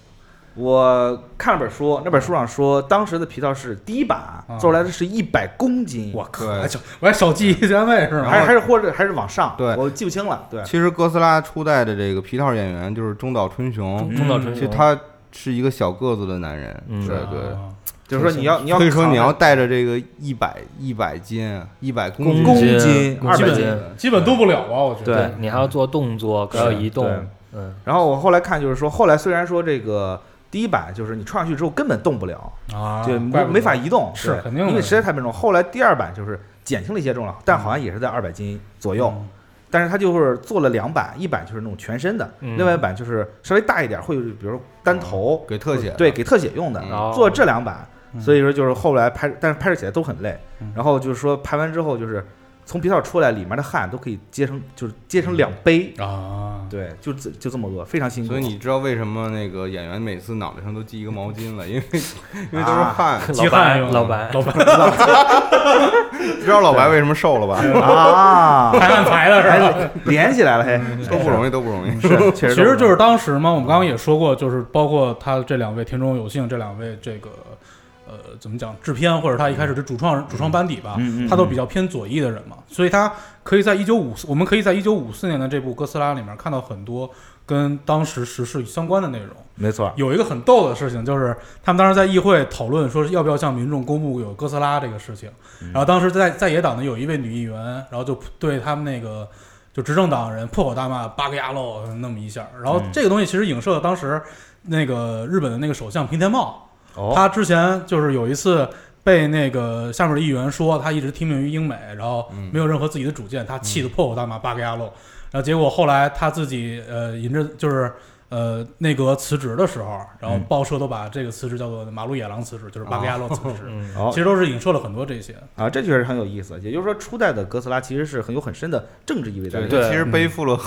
[SPEAKER 1] 我看了本书，那本书上说当时的皮套是第一版
[SPEAKER 2] 啊
[SPEAKER 1] 做出来的是一百公斤，
[SPEAKER 2] 我靠，
[SPEAKER 4] 对
[SPEAKER 2] 还小我还小记忆单位是吗？
[SPEAKER 1] 嗯还是还是或者还是往上，
[SPEAKER 4] 对
[SPEAKER 1] 我记不清了，对，
[SPEAKER 4] 其实哥斯拉初代的这个皮套演员就是中岛春雄，
[SPEAKER 3] 中中岛春
[SPEAKER 4] 其实
[SPEAKER 3] 雄，
[SPEAKER 4] 他是一个小个子的男人，
[SPEAKER 3] 嗯
[SPEAKER 4] 对
[SPEAKER 2] 啊
[SPEAKER 4] 对。
[SPEAKER 1] 就是说你要你要
[SPEAKER 4] 所以说
[SPEAKER 1] 扛
[SPEAKER 4] 你要带着这个一百一百斤、一百公
[SPEAKER 1] 嗯
[SPEAKER 4] 斤
[SPEAKER 1] 公
[SPEAKER 3] 斤
[SPEAKER 1] 斤
[SPEAKER 3] 公
[SPEAKER 1] 二
[SPEAKER 2] 基
[SPEAKER 1] 百
[SPEAKER 2] 本
[SPEAKER 1] 斤。
[SPEAKER 2] 基本动不了啊，我觉
[SPEAKER 1] 对
[SPEAKER 2] 得。
[SPEAKER 3] 你还要做动作，还要移动
[SPEAKER 1] 对，
[SPEAKER 3] 嗯
[SPEAKER 1] 然后我后来看就是说，后来虽然说这个第一版就是你穿上去之后根本动不了，
[SPEAKER 2] 啊，
[SPEAKER 1] 就
[SPEAKER 2] 怪
[SPEAKER 1] 没
[SPEAKER 2] 不得
[SPEAKER 1] 没法移动，
[SPEAKER 2] 是
[SPEAKER 1] 对
[SPEAKER 2] 肯定的
[SPEAKER 1] 因为实在太笨重。后来第二版就是减轻了一些重量，但好像也是在二百斤左右。
[SPEAKER 2] 嗯
[SPEAKER 1] 但是它就是做了两版，一版就是那种全身的，
[SPEAKER 3] 嗯
[SPEAKER 1] 另外一版就是稍微大一点，会有比如单
[SPEAKER 2] 啊
[SPEAKER 1] 头，
[SPEAKER 4] 给特写的，
[SPEAKER 1] 对，给特写用的。
[SPEAKER 3] 哦
[SPEAKER 1] 做这两版，
[SPEAKER 2] 嗯
[SPEAKER 1] 所以说就是后来拍，但是拍摄起来都很累
[SPEAKER 2] 嗯。
[SPEAKER 1] 然后就是说拍完之后，就是从皮套出来，里面的汗都可以结成，就是结成两杯。
[SPEAKER 2] 啊，
[SPEAKER 1] 对，就这就这么多，非常辛苦。
[SPEAKER 4] 所以你知道为什么那个演员每次脑袋上都系一个毛巾了？因为 *laughs* 因为都是汗。
[SPEAKER 3] 老
[SPEAKER 2] 饥
[SPEAKER 3] 白
[SPEAKER 2] 寒用
[SPEAKER 3] 老白
[SPEAKER 2] 老白
[SPEAKER 4] 知道老白为什么瘦了吧？
[SPEAKER 2] *laughs*
[SPEAKER 1] 啊，
[SPEAKER 2] 排烂排的是吧？
[SPEAKER 1] 还连起来了，嘿，
[SPEAKER 4] 都不容易，都不容易。
[SPEAKER 3] 嗯
[SPEAKER 1] 是，确实，
[SPEAKER 2] 其实嗯就是当时嘛，我们刚刚也说过，就是包括他这两位田中有幸这两位这个呃怎么讲制片或者他一开始的主创主创班底吧，
[SPEAKER 1] 嗯嗯嗯
[SPEAKER 2] 他都比较偏左翼的人嘛，所以他可以在一九五四，我们可以在一九五四年的这部哥斯拉里面看到很多跟当时时事相关的内容。
[SPEAKER 1] 嗯没错，
[SPEAKER 2] 有一个很逗的事情，就是他们当时在议会讨论说要不要向民众公布有哥斯拉这个事情，然后当时在在野党的有一位女议员，然后就对他们那个就执政党人破口大骂“八个牙喽”那么一下，然后这个东西其实影射了当时那个日本的那个首相平田茂，
[SPEAKER 1] 哦，
[SPEAKER 2] 他之前就是有一次被那个下面的议员说他一直听命于英美，然后
[SPEAKER 1] 嗯
[SPEAKER 2] 没有任何自己的主见，他气得破口大骂巴格亚洛。然后结果后来他自己呃引着就是呃内阁辞职的时候，然后
[SPEAKER 1] 嗯
[SPEAKER 2] 报社都把这个辞职叫做马路野狼辞职，就是巴格亚洛辞职。
[SPEAKER 3] 嗯
[SPEAKER 1] 哦
[SPEAKER 2] 其实都是影射了很多这些，
[SPEAKER 1] 啊，这确实很有意思。也就是说，初代的哥斯拉其实是很有很深的政治意味在里面，
[SPEAKER 3] 对
[SPEAKER 4] 其实背负了
[SPEAKER 2] 嗯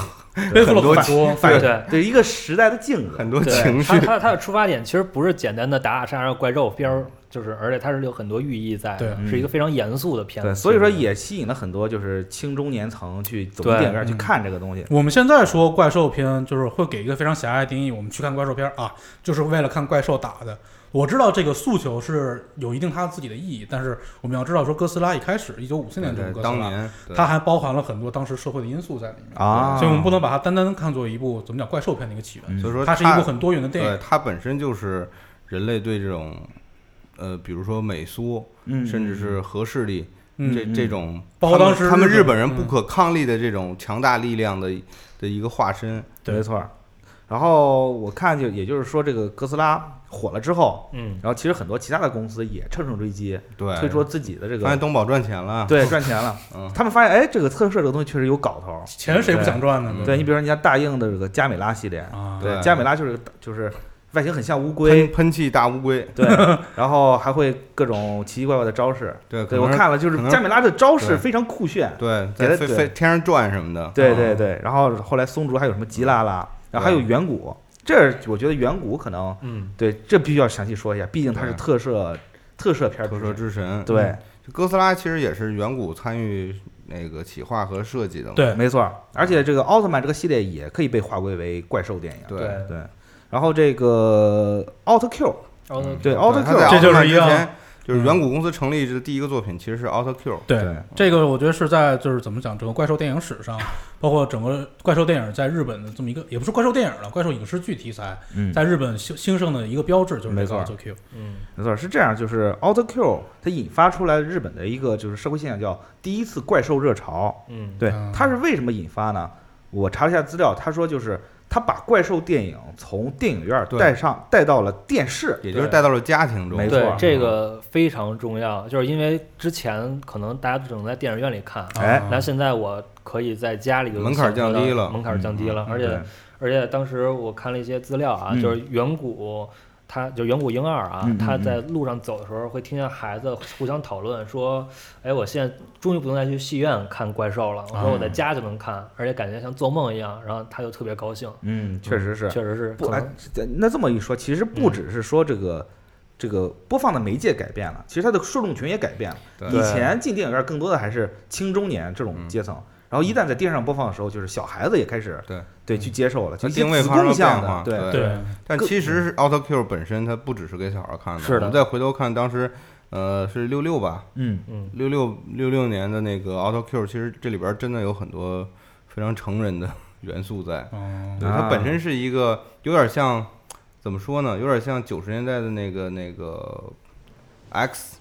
[SPEAKER 2] 背负了
[SPEAKER 4] 多
[SPEAKER 2] 很多
[SPEAKER 4] 对
[SPEAKER 3] 对对。
[SPEAKER 1] 对一个时代的镜子。
[SPEAKER 4] 很多
[SPEAKER 3] 对
[SPEAKER 4] *laughs* 情绪
[SPEAKER 3] 他。他他的出发点其实不是简单的打打杀杀怪肉边儿，就是而且它是有很多寓意在的，
[SPEAKER 1] 对
[SPEAKER 3] 是一个非常严肃的片
[SPEAKER 1] 对，
[SPEAKER 3] 子。
[SPEAKER 1] 所以说也吸引了很多就是青中年层去走进
[SPEAKER 3] 对
[SPEAKER 1] 电影院去
[SPEAKER 2] 嗯
[SPEAKER 1] 看这个东西。
[SPEAKER 2] 我们现在说怪兽片，就是会给一个非常狭隘的定义，我们去看怪兽片啊，就是为了看怪兽打的。我知道这个诉求是有一定它自己的意义，但是我们要知道说哥斯拉一开始一九五四年这部哥
[SPEAKER 4] 对，
[SPEAKER 2] 斯
[SPEAKER 4] 当
[SPEAKER 2] 拉，
[SPEAKER 4] 年对
[SPEAKER 2] 它还包含了很多当时社会的因素在里面
[SPEAKER 1] 啊
[SPEAKER 2] 所以我们不能把它单单看作一部怎么讲怪兽片的一个起
[SPEAKER 1] 嗯
[SPEAKER 2] 源，
[SPEAKER 4] 所以说
[SPEAKER 2] 它是一部很多元的电
[SPEAKER 4] 对
[SPEAKER 2] 影。
[SPEAKER 4] 它本身就是人类对这种呃，比如说美苏，
[SPEAKER 1] 嗯
[SPEAKER 4] 甚至是核势力这
[SPEAKER 2] 嗯，
[SPEAKER 4] 这种，
[SPEAKER 2] 包括
[SPEAKER 4] 他们
[SPEAKER 2] 当时
[SPEAKER 4] 他们
[SPEAKER 2] 日
[SPEAKER 4] 日
[SPEAKER 2] 本
[SPEAKER 4] 本人
[SPEAKER 2] 嗯
[SPEAKER 4] 不可抗力的这种强大力量的的一个化身。
[SPEAKER 1] 没错儿。然后我看就也就是说，这个哥斯拉火了之后，
[SPEAKER 3] 嗯，
[SPEAKER 1] 然后其实很多其他的公司也乘胜追击，
[SPEAKER 4] 对，
[SPEAKER 1] 推出了自己的这
[SPEAKER 4] 发现
[SPEAKER 1] 个
[SPEAKER 4] 东宝赚钱了，
[SPEAKER 1] 对赚钱了。
[SPEAKER 4] 哎嗯，
[SPEAKER 1] 他们发现哎，这个特摄这个东西确实有搞头。
[SPEAKER 2] 钱谁不想赚呢？
[SPEAKER 4] 嗯
[SPEAKER 1] 对你比如说，人家大映的这个加美拉系列，
[SPEAKER 2] 啊，
[SPEAKER 4] 对
[SPEAKER 1] 加美拉就是就是外形很像乌龟
[SPEAKER 4] 喷，喷气大乌龟，
[SPEAKER 1] 对，然后还会各种奇奇怪怪的招式。
[SPEAKER 4] 对，可
[SPEAKER 1] 对我
[SPEAKER 4] 能是
[SPEAKER 1] 看了，就是
[SPEAKER 4] 可能
[SPEAKER 1] 加美拉的招式
[SPEAKER 4] 对
[SPEAKER 1] 非常酷炫。
[SPEAKER 4] 对，
[SPEAKER 1] 给
[SPEAKER 4] 在
[SPEAKER 1] 它
[SPEAKER 4] 飞
[SPEAKER 1] 对
[SPEAKER 4] 飞天上转什么的，
[SPEAKER 1] 对对对，然后后来松竹还有什么吉拉拉，然后还有
[SPEAKER 4] 啊对
[SPEAKER 1] 远古，这儿我觉得远古可能
[SPEAKER 3] 嗯，
[SPEAKER 1] 对这必须要详细说一下，毕竟它是
[SPEAKER 4] 对
[SPEAKER 1] 特摄特摄片儿出
[SPEAKER 4] 特摄
[SPEAKER 1] 身，
[SPEAKER 4] 之神，
[SPEAKER 1] 对，
[SPEAKER 4] 哥斯拉其实也是远古参与那个企划和设计的嘛，
[SPEAKER 2] 对，
[SPEAKER 1] 没错儿。而且这个奥特曼这个系列也可以被划归为怪兽电影，
[SPEAKER 4] 对
[SPEAKER 2] 嗯
[SPEAKER 3] 对
[SPEAKER 1] 对。然后这个奥特 Q，
[SPEAKER 3] 然后呢
[SPEAKER 1] 对奥特
[SPEAKER 4] 他在
[SPEAKER 1] Q，
[SPEAKER 2] 这就是
[SPEAKER 4] 奥特曼
[SPEAKER 2] 一个
[SPEAKER 4] 之前就是
[SPEAKER 2] 嗯
[SPEAKER 4] 远古公司成立的第一个作品，其实是 Auto Q，
[SPEAKER 2] 对，这个我觉得是在就是怎么讲，整个怪兽电影史上，包括整个怪兽电影在日本的这么一个，也不是怪兽电影了，怪兽影视剧题材
[SPEAKER 1] 嗯，
[SPEAKER 2] 在日本兴兴盛的一个标志就是
[SPEAKER 1] 没
[SPEAKER 2] 这
[SPEAKER 1] 错
[SPEAKER 2] 个 Auto Q，
[SPEAKER 3] 嗯
[SPEAKER 1] 没错，是这样，就是奥特 Q 它引发出来日本的一个就是社会现象叫第一次怪兽热潮，
[SPEAKER 3] 嗯
[SPEAKER 1] 对
[SPEAKER 2] 嗯，
[SPEAKER 1] 它是为什么引发呢？我查了一下资料，他说就是他把怪兽电影从电影院
[SPEAKER 4] 对
[SPEAKER 1] 带上带到了电视，
[SPEAKER 4] 也就是带到了家庭中，
[SPEAKER 1] 没错啊
[SPEAKER 3] 对，这个非常重要，就是因为之前可能大家只能在电影院里看，
[SPEAKER 1] 哎
[SPEAKER 2] 啊
[SPEAKER 4] 嗯
[SPEAKER 3] 那现在我可以在家里就
[SPEAKER 4] 门槛儿降低了
[SPEAKER 3] 门槛儿降低了，而
[SPEAKER 1] 嗯对
[SPEAKER 3] 且而且当时我看了一些资料啊，
[SPEAKER 1] 嗯
[SPEAKER 3] 就是远古。他就远古婴儿啊，
[SPEAKER 1] 嗯嗯
[SPEAKER 3] 他
[SPEAKER 1] 嗯
[SPEAKER 3] 在路上走的时候会听见孩子互相讨论说：“哎，我现在终于不用再去戏院看怪兽了，我说
[SPEAKER 1] 啊
[SPEAKER 3] 我在家就能看，而且感觉像做梦一样。”然后他就特别高兴，
[SPEAKER 1] 嗯，确实是。
[SPEAKER 3] 确实是
[SPEAKER 1] 不，
[SPEAKER 3] 可
[SPEAKER 1] 哎
[SPEAKER 3] 能，
[SPEAKER 1] 这那这么一说，其实
[SPEAKER 4] 嗯
[SPEAKER 1] 不只是说这个、这个播放的媒介改变了，其实它的受众群也改变了。
[SPEAKER 4] 对嗯
[SPEAKER 1] 以前进电影院更多的还是青中年这种阶层，然后一旦在电视上播放的时候，就是小孩子也开始
[SPEAKER 4] 对
[SPEAKER 1] 对去接受了，就一些
[SPEAKER 4] 定位
[SPEAKER 1] 子
[SPEAKER 4] 发生
[SPEAKER 1] 贡
[SPEAKER 4] 了变
[SPEAKER 1] 向
[SPEAKER 4] 化，
[SPEAKER 1] 的，对，
[SPEAKER 2] 对，
[SPEAKER 4] 但其实是 Auto Q 本身它不只是给小孩看的，
[SPEAKER 3] 是的
[SPEAKER 4] 我们再回头看当时，呃，是六六吧，
[SPEAKER 1] 嗯，
[SPEAKER 3] 嗯，
[SPEAKER 4] 六六六六年的那个 Auto Q，其实这里边真的有很多非常成人的 *laughs* 元素在，
[SPEAKER 2] 嗯，
[SPEAKER 4] 对，
[SPEAKER 1] 啊
[SPEAKER 4] 它本身是一个有点像，怎么说呢，有点像九十年代的那个那个 X。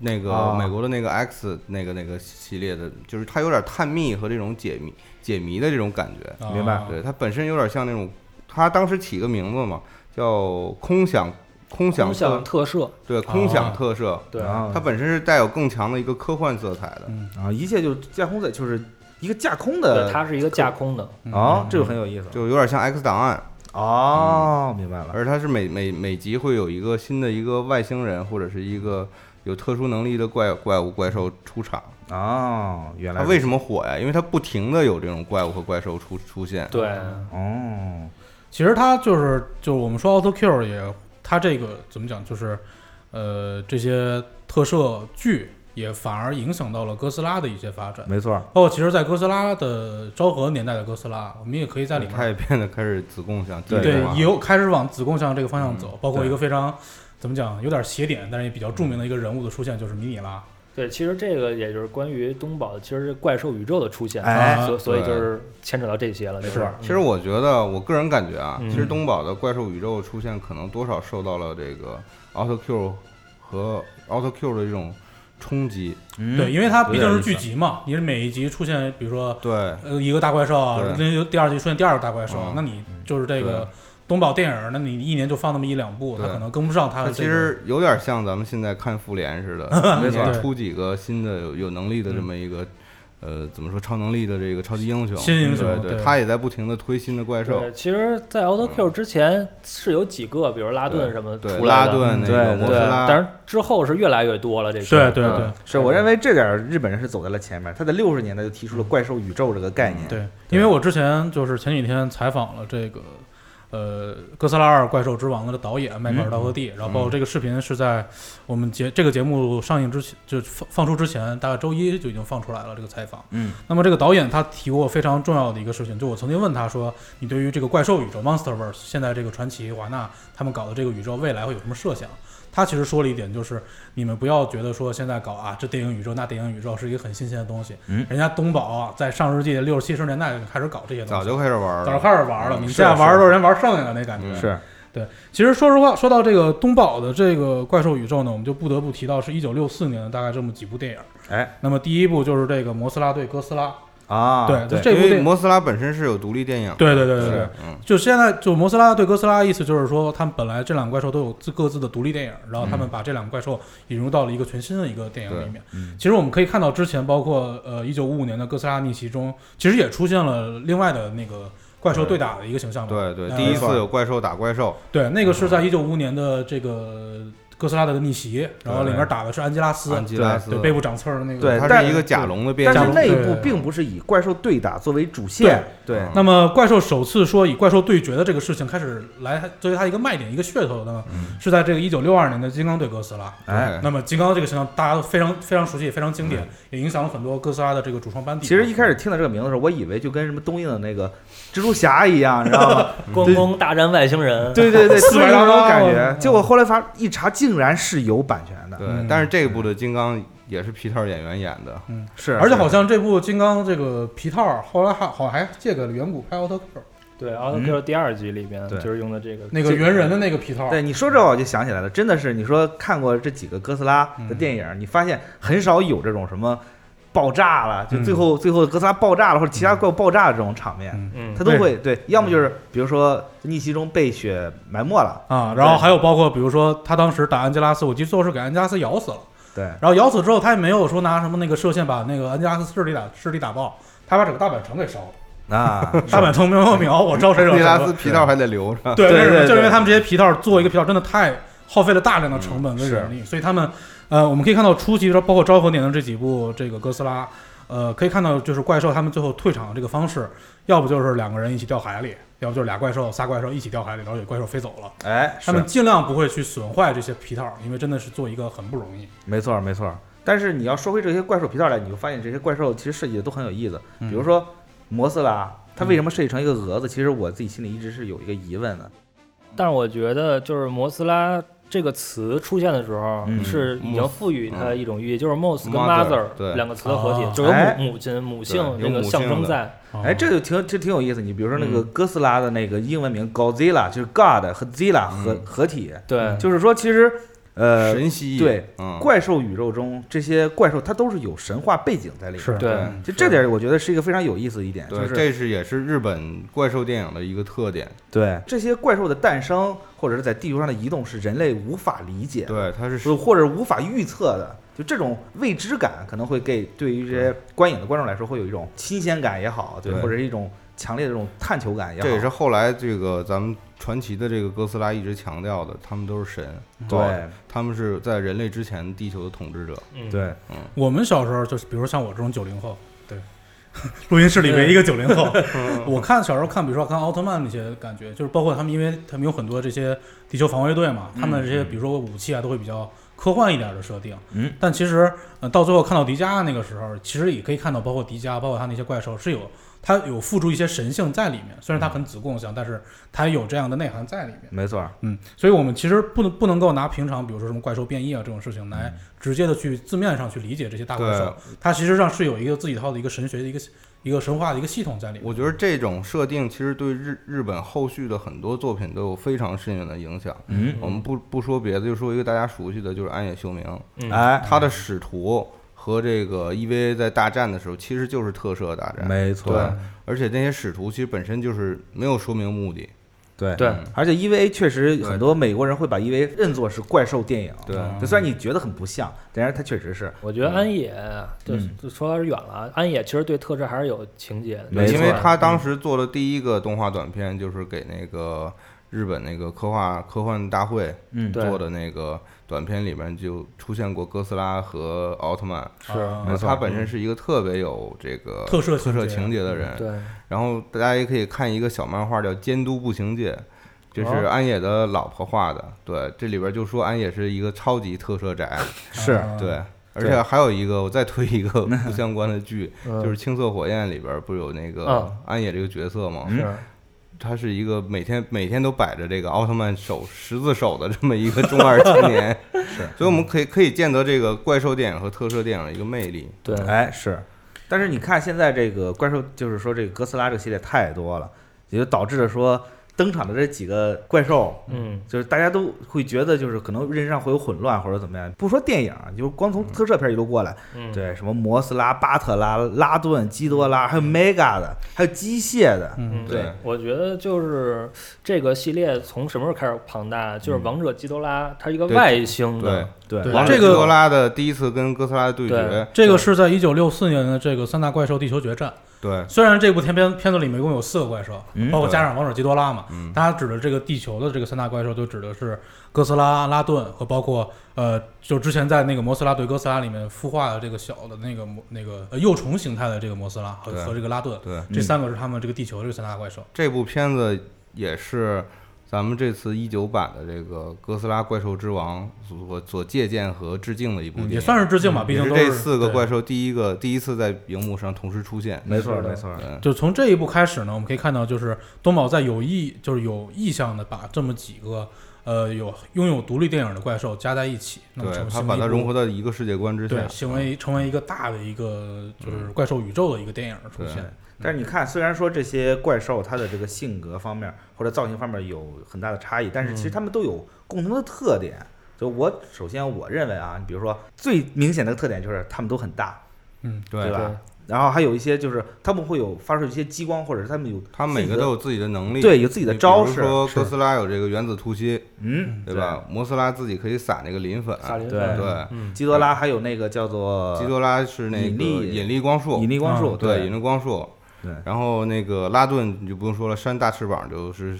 [SPEAKER 4] 那个
[SPEAKER 1] 啊
[SPEAKER 4] 美国的那个 X 那个那个系列的，就是它有点探秘和这种解谜解谜的这种感觉，
[SPEAKER 2] 啊
[SPEAKER 1] 明白
[SPEAKER 4] 对，它本身有点像那种，它当时起个名字嘛，叫空想空想特
[SPEAKER 3] 空想特摄，
[SPEAKER 4] 对空想特摄，
[SPEAKER 3] 对，
[SPEAKER 1] 然后
[SPEAKER 4] 它本身是带有更强的一个科幻色彩的。
[SPEAKER 2] 嗯，
[SPEAKER 1] 啊，一切就架空在就是一个架空
[SPEAKER 3] 对，
[SPEAKER 1] 的
[SPEAKER 3] 它是一个架空的，
[SPEAKER 2] 嗯
[SPEAKER 1] 哦，
[SPEAKER 2] 嗯
[SPEAKER 1] 这就很有意思
[SPEAKER 4] 就嗯有点像 X 档案，
[SPEAKER 1] 哦，明白了，
[SPEAKER 4] 而它是每每每集会有一个新的一个外星人或者是一个有特殊能力的怪怪物怪兽出场。
[SPEAKER 1] 哦，原来
[SPEAKER 4] 它为
[SPEAKER 1] 么
[SPEAKER 4] 什么火呀？因为它不停的有这种怪物和怪兽出出现。
[SPEAKER 3] 对，
[SPEAKER 1] 哦，
[SPEAKER 2] 其实它就是就是我们说 Auto Q 也，它这个怎么讲就是，呃，这些特摄剧也反而影响到了哥斯拉的一些发展。
[SPEAKER 1] 没错儿，
[SPEAKER 2] 包括其实，在哥斯拉的昭和年代的哥斯拉，我们也可以
[SPEAKER 1] 嗯
[SPEAKER 2] 在里面
[SPEAKER 4] 它也变得开始子贡向
[SPEAKER 1] 对
[SPEAKER 4] 地理
[SPEAKER 2] 对
[SPEAKER 4] 化，
[SPEAKER 2] 也有开始往子贡向这个方
[SPEAKER 4] 嗯
[SPEAKER 2] 向走，包括
[SPEAKER 1] 对
[SPEAKER 2] 一个非常怎么讲，有点邪典，但是也比较著名的一个人物的出现，就是米米拉。
[SPEAKER 3] 对，其实这个也就是关于东宝，其实是怪兽宇宙的出现，啊
[SPEAKER 1] 哎
[SPEAKER 3] 所所以
[SPEAKER 4] 对
[SPEAKER 3] 就是牵扯到这些了，就是
[SPEAKER 1] 没错
[SPEAKER 3] 嗯
[SPEAKER 4] 其实我觉得，我个人感觉啊，
[SPEAKER 3] 嗯
[SPEAKER 4] 其实东宝的怪兽宇宙出现，可能多少受到了这个 Auto Q 和 Auto Q 的这种冲击。
[SPEAKER 2] 对，
[SPEAKER 1] 嗯，
[SPEAKER 2] 因为它
[SPEAKER 4] 有
[SPEAKER 2] 毕
[SPEAKER 4] 点
[SPEAKER 2] 竟是剧
[SPEAKER 4] 意思
[SPEAKER 2] 集嘛，你是每一集出现，比如说
[SPEAKER 4] 对，
[SPEAKER 2] 呃一个大怪兽，
[SPEAKER 4] 对
[SPEAKER 2] 那就第二集出现第二个大怪兽，
[SPEAKER 4] 嗯
[SPEAKER 2] 那你就是这个东宝电影，那你一年就放那么一两部，它
[SPEAKER 4] 对
[SPEAKER 2] 可能跟不上它
[SPEAKER 4] 它
[SPEAKER 2] 的这个。
[SPEAKER 4] 啊其实有点像咱们现在看复
[SPEAKER 2] *laughs*
[SPEAKER 4] 联似的，
[SPEAKER 1] 没
[SPEAKER 4] 一
[SPEAKER 1] 错
[SPEAKER 4] 年出几个新的有有能
[SPEAKER 2] 嗯
[SPEAKER 4] 力的这么一个，呃，怎么说超能力的这个超级英雄，
[SPEAKER 2] 新英雄
[SPEAKER 4] 对
[SPEAKER 2] 对
[SPEAKER 4] 他也在不停的推新的怪兽，
[SPEAKER 3] 对，其实，在 Auto Q 之前是有几个，比如拉顿
[SPEAKER 4] 对
[SPEAKER 3] 什么
[SPEAKER 4] 嗯对
[SPEAKER 3] 出来
[SPEAKER 4] 拉
[SPEAKER 3] 的
[SPEAKER 4] 顿那个
[SPEAKER 1] 对
[SPEAKER 4] 摩斯
[SPEAKER 3] 对，但
[SPEAKER 4] 拉，
[SPEAKER 3] 是之后是越来越多了。这个
[SPEAKER 2] 对对对
[SPEAKER 4] 嗯
[SPEAKER 1] 是我认为这点儿日本人是走在了前面，他在六十年代就提出了怪兽宇宙这个概念。
[SPEAKER 2] 对，因为我之前就是前几天采访了这个。呃，《哥斯拉二：怪兽之王》的导演迈克尔·道格蒂，然后包括这个视频是在我们节这个节目上映之前，就放放出之前，大概周一就已经放出来了这个采访。
[SPEAKER 1] 嗯，
[SPEAKER 2] 那么这个导演他提过非常重要的一个事情，就我曾经问他说，你对于这个怪兽宇宙 MonsterVerse 现在这个传奇华纳他们搞的这个宇宙未来会有什么设想？他其实说了一点，就是你们不要觉得说现在搞啊，这电影宇宙那电影宇宙是一个很新鲜的东西。
[SPEAKER 1] 嗯
[SPEAKER 2] 人家东宝啊在上世纪六七十年代就开始搞这些东
[SPEAKER 4] 早
[SPEAKER 2] 西，
[SPEAKER 4] 就开始玩
[SPEAKER 2] 早就
[SPEAKER 4] 了，
[SPEAKER 2] 开始玩了。
[SPEAKER 4] 嗯
[SPEAKER 2] 你
[SPEAKER 4] 是
[SPEAKER 2] 现在玩的时候，
[SPEAKER 4] 是
[SPEAKER 2] 人玩剩下的那感觉。
[SPEAKER 4] 嗯
[SPEAKER 1] 是
[SPEAKER 2] 其实说实话，说到这个东宝的这个怪兽宇宙呢，我们就不得不提到是一九六四年的大概这么几部电影。
[SPEAKER 1] 哎，
[SPEAKER 2] 那么第一部就是这个摩斯拉对哥斯拉，
[SPEAKER 1] 啊，
[SPEAKER 2] 对，就这
[SPEAKER 4] 因
[SPEAKER 2] 部电
[SPEAKER 4] 为
[SPEAKER 2] 影。
[SPEAKER 4] 摩斯拉本身是有独立电影，
[SPEAKER 2] 对对对对
[SPEAKER 4] 是
[SPEAKER 2] 对，
[SPEAKER 4] 嗯，
[SPEAKER 2] 就现在就摩斯拉对哥斯拉，意思就是说，他们本来这两个怪兽都有自各自的独立电影，然后他们把这两个怪兽引入到了一个全新的一个电影里面。
[SPEAKER 1] 嗯
[SPEAKER 2] 其实我们可以看到，之前包括呃一九五五年的哥斯拉逆袭中，其实也出现了另外的那个怪兽对打的一个形象嘛。
[SPEAKER 4] 对嗯对，
[SPEAKER 2] 嗯
[SPEAKER 4] 第一次有怪兽打怪兽，
[SPEAKER 2] 对，那个是在一九五五年的这个哥斯拉的逆袭，然后里面打的是安吉拉斯，
[SPEAKER 4] 安吉拉斯
[SPEAKER 2] 对，背部长刺儿的那个。
[SPEAKER 1] 对
[SPEAKER 4] 它
[SPEAKER 1] 但
[SPEAKER 4] 是一个甲龙的变
[SPEAKER 1] 但是
[SPEAKER 4] 形，
[SPEAKER 1] 那一
[SPEAKER 2] 对
[SPEAKER 1] 部并不是以怪兽对打作为主线，对
[SPEAKER 4] 嗯
[SPEAKER 2] 那么怪兽首次说以怪兽对决的这个事情开始来作为它一个卖点、一个噱头的呢，
[SPEAKER 4] 嗯
[SPEAKER 2] 是在这个一九六二年的《金刚对哥斯拉》。
[SPEAKER 1] 哎，嗯
[SPEAKER 4] 对
[SPEAKER 2] 那么金刚这个形象大家都非常非常熟悉，也非常经典，也影响了很多哥斯拉的这个主创班底。
[SPEAKER 1] 其实一开始听到这个名字的时候，我以为就跟什么东映的那个蜘蛛侠一样，你知道吗？
[SPEAKER 3] 光光大战外星人，
[SPEAKER 1] 对对对，
[SPEAKER 2] 四
[SPEAKER 1] 就是那
[SPEAKER 2] 百大
[SPEAKER 1] 种
[SPEAKER 2] 盗
[SPEAKER 1] 感觉。
[SPEAKER 2] 嗯
[SPEAKER 1] 结果后来发一查，竟然是有版权的，
[SPEAKER 4] 对，但是这一
[SPEAKER 2] 嗯
[SPEAKER 4] 部的金刚也是皮特演员演的，
[SPEAKER 1] 是，啊
[SPEAKER 2] 而且好像这部金刚这个皮套儿后来还好像还借给了远古拍奥特 Q
[SPEAKER 3] 对 Auto Q 第二集里面
[SPEAKER 1] 对
[SPEAKER 3] 就是用的这个
[SPEAKER 2] 嗯那个猿人的那个皮套儿。
[SPEAKER 1] 对你说这我就想起来了，真的是你说看过这几个哥斯拉的电影，你发现很少有这种什么爆炸了，
[SPEAKER 2] 嗯
[SPEAKER 1] 就最后、最后哥斯拉爆炸了或者其他怪物爆炸的这种场面，
[SPEAKER 2] 嗯
[SPEAKER 3] 嗯
[SPEAKER 1] 它都会对，要么就是比如说逆袭中被雪埋没了，
[SPEAKER 2] 啊，然后还有包括比如说他当时打安吉拉斯，我记得最后是给安吉拉斯咬死了，
[SPEAKER 1] 对，
[SPEAKER 2] 然后咬死之后他也没有说拿什么那个射线把那个安吉拉斯势力打势力打爆，他把整个大阪城给烧了， *laughs*
[SPEAKER 1] 啊，
[SPEAKER 2] 大阪城苗苗苗，我招谁惹
[SPEAKER 4] 皮
[SPEAKER 2] 谁
[SPEAKER 4] 拉斯
[SPEAKER 2] 了？
[SPEAKER 4] 皮套还得留
[SPEAKER 1] *laughs*
[SPEAKER 4] 着，
[SPEAKER 2] 对，
[SPEAKER 1] 对
[SPEAKER 2] 为什么？
[SPEAKER 1] 对
[SPEAKER 2] 就因为
[SPEAKER 1] 对
[SPEAKER 2] 他们这些皮套做一个皮套真的太耗费了大量的成本跟
[SPEAKER 1] 是
[SPEAKER 2] 人力，所以他们呃，我们可以看到初期的时候包括昭和年的这几部这个哥斯拉，呃，可以看到就是怪兽他们最后退场的这个方式，要不就是两个人一起掉海里，要不就是俩怪兽仨怪兽一起掉海里，然后有怪兽飞走了。
[SPEAKER 1] 哎，
[SPEAKER 2] 他
[SPEAKER 1] 是
[SPEAKER 2] 们尽量不会去损坏这些皮套，因为真的是做一个很不容易。
[SPEAKER 1] 没错儿没错儿。但是你要说回这些怪兽皮套来，你就发现这些怪兽其实设计的都很有意思。
[SPEAKER 2] 嗯
[SPEAKER 1] 比如说摩斯拉，它为什么设计成一个蛾子？其实我自己心里一直是有一个疑问的。
[SPEAKER 3] 但是我觉得就是摩斯拉这个词出现的时候，
[SPEAKER 1] 嗯
[SPEAKER 3] 是已经赋予它一种寓意，就是 mos 跟
[SPEAKER 4] 嗯 Mother，
[SPEAKER 3] mother
[SPEAKER 4] 对
[SPEAKER 3] 两个词的合体
[SPEAKER 2] 哦，
[SPEAKER 3] 就有
[SPEAKER 1] 哎
[SPEAKER 3] 母母亲母性
[SPEAKER 4] 对
[SPEAKER 3] 这
[SPEAKER 4] 有母
[SPEAKER 3] 个
[SPEAKER 4] 性
[SPEAKER 3] 象征在。
[SPEAKER 1] 哎，这
[SPEAKER 2] 哦
[SPEAKER 1] 就挺这挺有意思。你比如说那
[SPEAKER 4] 嗯
[SPEAKER 1] 个哥斯拉的那个英文名 Godzilla，就是 God 和 Zilla 合
[SPEAKER 4] 嗯
[SPEAKER 1] 合体，
[SPEAKER 3] 对，
[SPEAKER 1] 就是说其实呃，
[SPEAKER 4] 神蜥蜴，
[SPEAKER 1] 对
[SPEAKER 4] 嗯，
[SPEAKER 1] 怪兽宇宙中这些怪兽它都是有神话背景在里面。
[SPEAKER 2] 是
[SPEAKER 3] 对
[SPEAKER 4] 嗯
[SPEAKER 1] 就这点儿我觉得是一个非常有意思的一点，就
[SPEAKER 4] 对，
[SPEAKER 1] 是
[SPEAKER 4] 这是也是日本怪兽电影的一个特点，
[SPEAKER 1] 对这些怪兽的诞生或者是在地球上的移动是人类无法理解的。
[SPEAKER 4] 对，它是
[SPEAKER 1] 是或者无法预测的，就这种未知感可能会给对于这些观影的观众来说，会有一种新鲜感也好，对，
[SPEAKER 4] 对
[SPEAKER 1] 或者是一种强烈的这种探求感也好，
[SPEAKER 4] 这也是后来这个咱们传奇的这个哥斯拉一直强调的，他们都是神，
[SPEAKER 1] 对
[SPEAKER 4] 他们是在人类之前地球的统治者，
[SPEAKER 3] 嗯，
[SPEAKER 1] 对，
[SPEAKER 2] 我们小时候就是，比如像我这种九零后，对， *laughs* 录音室里唯一一个九零后。 *laughs* 我看小时候看，比如说看奥特曼那些感觉，就是包括他们，因为他们有很多这些地球防卫队嘛，他们这些比如说武器啊，都会比较科幻一点的设定。
[SPEAKER 1] 嗯，
[SPEAKER 2] 但其实呃，到最后看到迪迦那个时候，其实也可以看到，包括迪迦，包括他那些怪兽是有。他有附注一些神性在里面，虽然他很子贡像，但是他有这样的内涵在里面。
[SPEAKER 1] 没错儿，
[SPEAKER 2] 嗯，所以我们其实不能不能够拿平常，比如说什么怪兽变异啊这种事情来直接的去字面上去理解这些大怪兽
[SPEAKER 4] 对，
[SPEAKER 2] 它其实上是有一个自己套的一个神学的一个一个神话的一个系统在里面。
[SPEAKER 4] 我觉得这种设定其实对日日本后续的很多作品都有非常深远的影响。
[SPEAKER 1] 嗯，
[SPEAKER 4] 我们不不说别的，就说一个大家熟悉的，就是安野秀明，
[SPEAKER 3] 嗯
[SPEAKER 1] 哎，
[SPEAKER 4] 他的使徒和这个 EVA 在大战的时候，其实就是特摄大战，
[SPEAKER 1] 没
[SPEAKER 4] 对，而且那些使徒其实本身就是没有说明目的，
[SPEAKER 1] 对
[SPEAKER 3] 对
[SPEAKER 1] 而且 EVA 确实
[SPEAKER 4] 对
[SPEAKER 1] 很多美国人会把 EVA 认作是怪兽电影，
[SPEAKER 4] 对
[SPEAKER 1] 就虽然你觉得很不像，但是它确实是，
[SPEAKER 3] 我
[SPEAKER 4] 嗯
[SPEAKER 3] 觉得安野就
[SPEAKER 1] 嗯
[SPEAKER 3] 就说有点远了，安野其实对特摄还是有情节的，
[SPEAKER 1] 没
[SPEAKER 4] 对，因为
[SPEAKER 1] 错
[SPEAKER 4] 他当时做的第一个动画短片就是给那个日本那个科幻科幻大会
[SPEAKER 1] 嗯
[SPEAKER 3] 对
[SPEAKER 4] 做的那个短片里面就出现过哥斯拉和奥特曼，
[SPEAKER 2] 啊
[SPEAKER 4] 呃他本身是一个特别有这个
[SPEAKER 2] 特摄
[SPEAKER 4] 特摄
[SPEAKER 2] 情节
[SPEAKER 4] 情节的人，
[SPEAKER 3] 对，
[SPEAKER 4] 然后大家也可以看一个小漫画叫《监督步行界》，这是
[SPEAKER 3] 哦
[SPEAKER 4] 安野的老婆画的。对，这里边就说安野是一个超级特摄宅。
[SPEAKER 1] 是
[SPEAKER 2] 啊
[SPEAKER 4] 对，而
[SPEAKER 1] 对
[SPEAKER 4] 且还有一个，我再推一个 *laughs* 不相关的剧，
[SPEAKER 3] 嗯
[SPEAKER 4] 就是《青色火焰》里边不是有那个
[SPEAKER 3] 啊
[SPEAKER 4] 安野这个角色吗？
[SPEAKER 1] 嗯
[SPEAKER 3] 是
[SPEAKER 4] 他是一个每天每天都摆着这个奥特曼手十字手的这么一个中二青年。是，所以我们可以可以见得这个怪兽电影和特摄电影的一个魅力。
[SPEAKER 3] 对，
[SPEAKER 1] 哎是，但是你看现在这个怪兽，就是说这个哥斯拉这个系列太多了，也就导致了说登场的这几个怪兽，
[SPEAKER 3] 嗯，
[SPEAKER 1] 就是大家都会觉得就是可能认知上会有混乱或者怎么样，不说电影，就是光从特摄片一路过来，
[SPEAKER 3] 嗯
[SPEAKER 1] 对什么摩斯拉、巴特拉、拉顿、基多拉，还有
[SPEAKER 4] 嗯
[SPEAKER 1] Mega 的，还有机械的，
[SPEAKER 2] 嗯，
[SPEAKER 4] 对
[SPEAKER 1] 对
[SPEAKER 3] 我觉得就是这个系列从什么时候开始庞大？就是《王者基多拉》，它是一个
[SPEAKER 4] 对
[SPEAKER 3] 外星
[SPEAKER 4] 对
[SPEAKER 3] 的，，
[SPEAKER 1] 对
[SPEAKER 2] 对
[SPEAKER 4] 王者
[SPEAKER 2] 这
[SPEAKER 4] 基
[SPEAKER 2] 个
[SPEAKER 4] 多拉的第一次跟哥斯拉的对
[SPEAKER 3] 对
[SPEAKER 4] 决，
[SPEAKER 2] 这个是在一九六四年的这个三大怪兽地球决战。
[SPEAKER 4] 对，
[SPEAKER 2] 虽然这部片片片子里面一共有四个怪兽，
[SPEAKER 1] 嗯
[SPEAKER 2] 包括加上王者基多拉嘛，
[SPEAKER 4] 嗯
[SPEAKER 2] 它指的这个地球的这个三大怪兽，就指的是哥斯拉、拉顿和包括呃，就之前在那个摩斯拉对哥斯拉里面孵化的这个小的那个摩那个呃幼虫形态的这个摩斯拉和
[SPEAKER 4] 对嗯
[SPEAKER 2] 和这个拉顿，
[SPEAKER 4] 对，
[SPEAKER 2] 这三个是他们这个地球这个三大怪兽。
[SPEAKER 4] 这部片子也是咱们这次一九版的这个《哥斯拉怪兽之王》所所借鉴和致敬的一部电影，
[SPEAKER 2] 嗯也算是致敬吧，毕
[SPEAKER 4] 也
[SPEAKER 2] 竟
[SPEAKER 4] 是
[SPEAKER 2] 都
[SPEAKER 4] 这四个
[SPEAKER 2] 对
[SPEAKER 4] 怪兽第一个第一次在荧幕上同时出现。嗯
[SPEAKER 1] 没错没错，
[SPEAKER 4] 对
[SPEAKER 2] 就从这一步开始呢，我们可以看到，就是东宝在有意，就是有意向的把这么几个呃有拥有独立电影的怪兽加在一起，那么
[SPEAKER 4] 对，
[SPEAKER 2] 成
[SPEAKER 4] 他
[SPEAKER 2] 形
[SPEAKER 4] 把
[SPEAKER 2] 为一
[SPEAKER 4] 它
[SPEAKER 2] 部
[SPEAKER 4] 融合到一个世界观之下啊
[SPEAKER 2] 对，，
[SPEAKER 4] 嗯
[SPEAKER 2] 行为成为一个大的一个就是怪兽宇宙的一个电影出
[SPEAKER 4] 对
[SPEAKER 2] 现。
[SPEAKER 1] 但是你看，虽然说这些怪兽它的这个性格方面或者造型方面有很大的差异，但是其
[SPEAKER 4] 嗯
[SPEAKER 1] 实它们都有共同的特点。就我首先我认为啊，你比如说最明显的特点就是它们都很大，
[SPEAKER 2] 嗯，
[SPEAKER 4] 对
[SPEAKER 1] 吧？然后还有一些就是它们会有发出一些激光，或者是它们有
[SPEAKER 4] 他
[SPEAKER 1] 自
[SPEAKER 4] 每
[SPEAKER 1] 己
[SPEAKER 4] 个
[SPEAKER 1] 的
[SPEAKER 4] 都有自己的能力，
[SPEAKER 1] 对有自己的
[SPEAKER 4] 你比
[SPEAKER 1] 招
[SPEAKER 4] 如
[SPEAKER 1] 式
[SPEAKER 4] 说
[SPEAKER 1] 是
[SPEAKER 4] 哥斯拉有这个原子突袭，
[SPEAKER 1] 嗯，
[SPEAKER 4] 对吧？摩斯拉自己可以撒那个磷粉，
[SPEAKER 3] 萨林
[SPEAKER 1] 对
[SPEAKER 3] 粉
[SPEAKER 4] 对
[SPEAKER 3] 嗯，
[SPEAKER 1] 基多拉还有那个叫做
[SPEAKER 4] 基多拉是那个
[SPEAKER 1] 引力
[SPEAKER 4] 引力光束
[SPEAKER 1] 引，力光束，
[SPEAKER 2] 嗯
[SPEAKER 4] 哦对，引力光束。
[SPEAKER 1] 对
[SPEAKER 4] 然后那个拉顿你就不用说了，扇大翅膀就是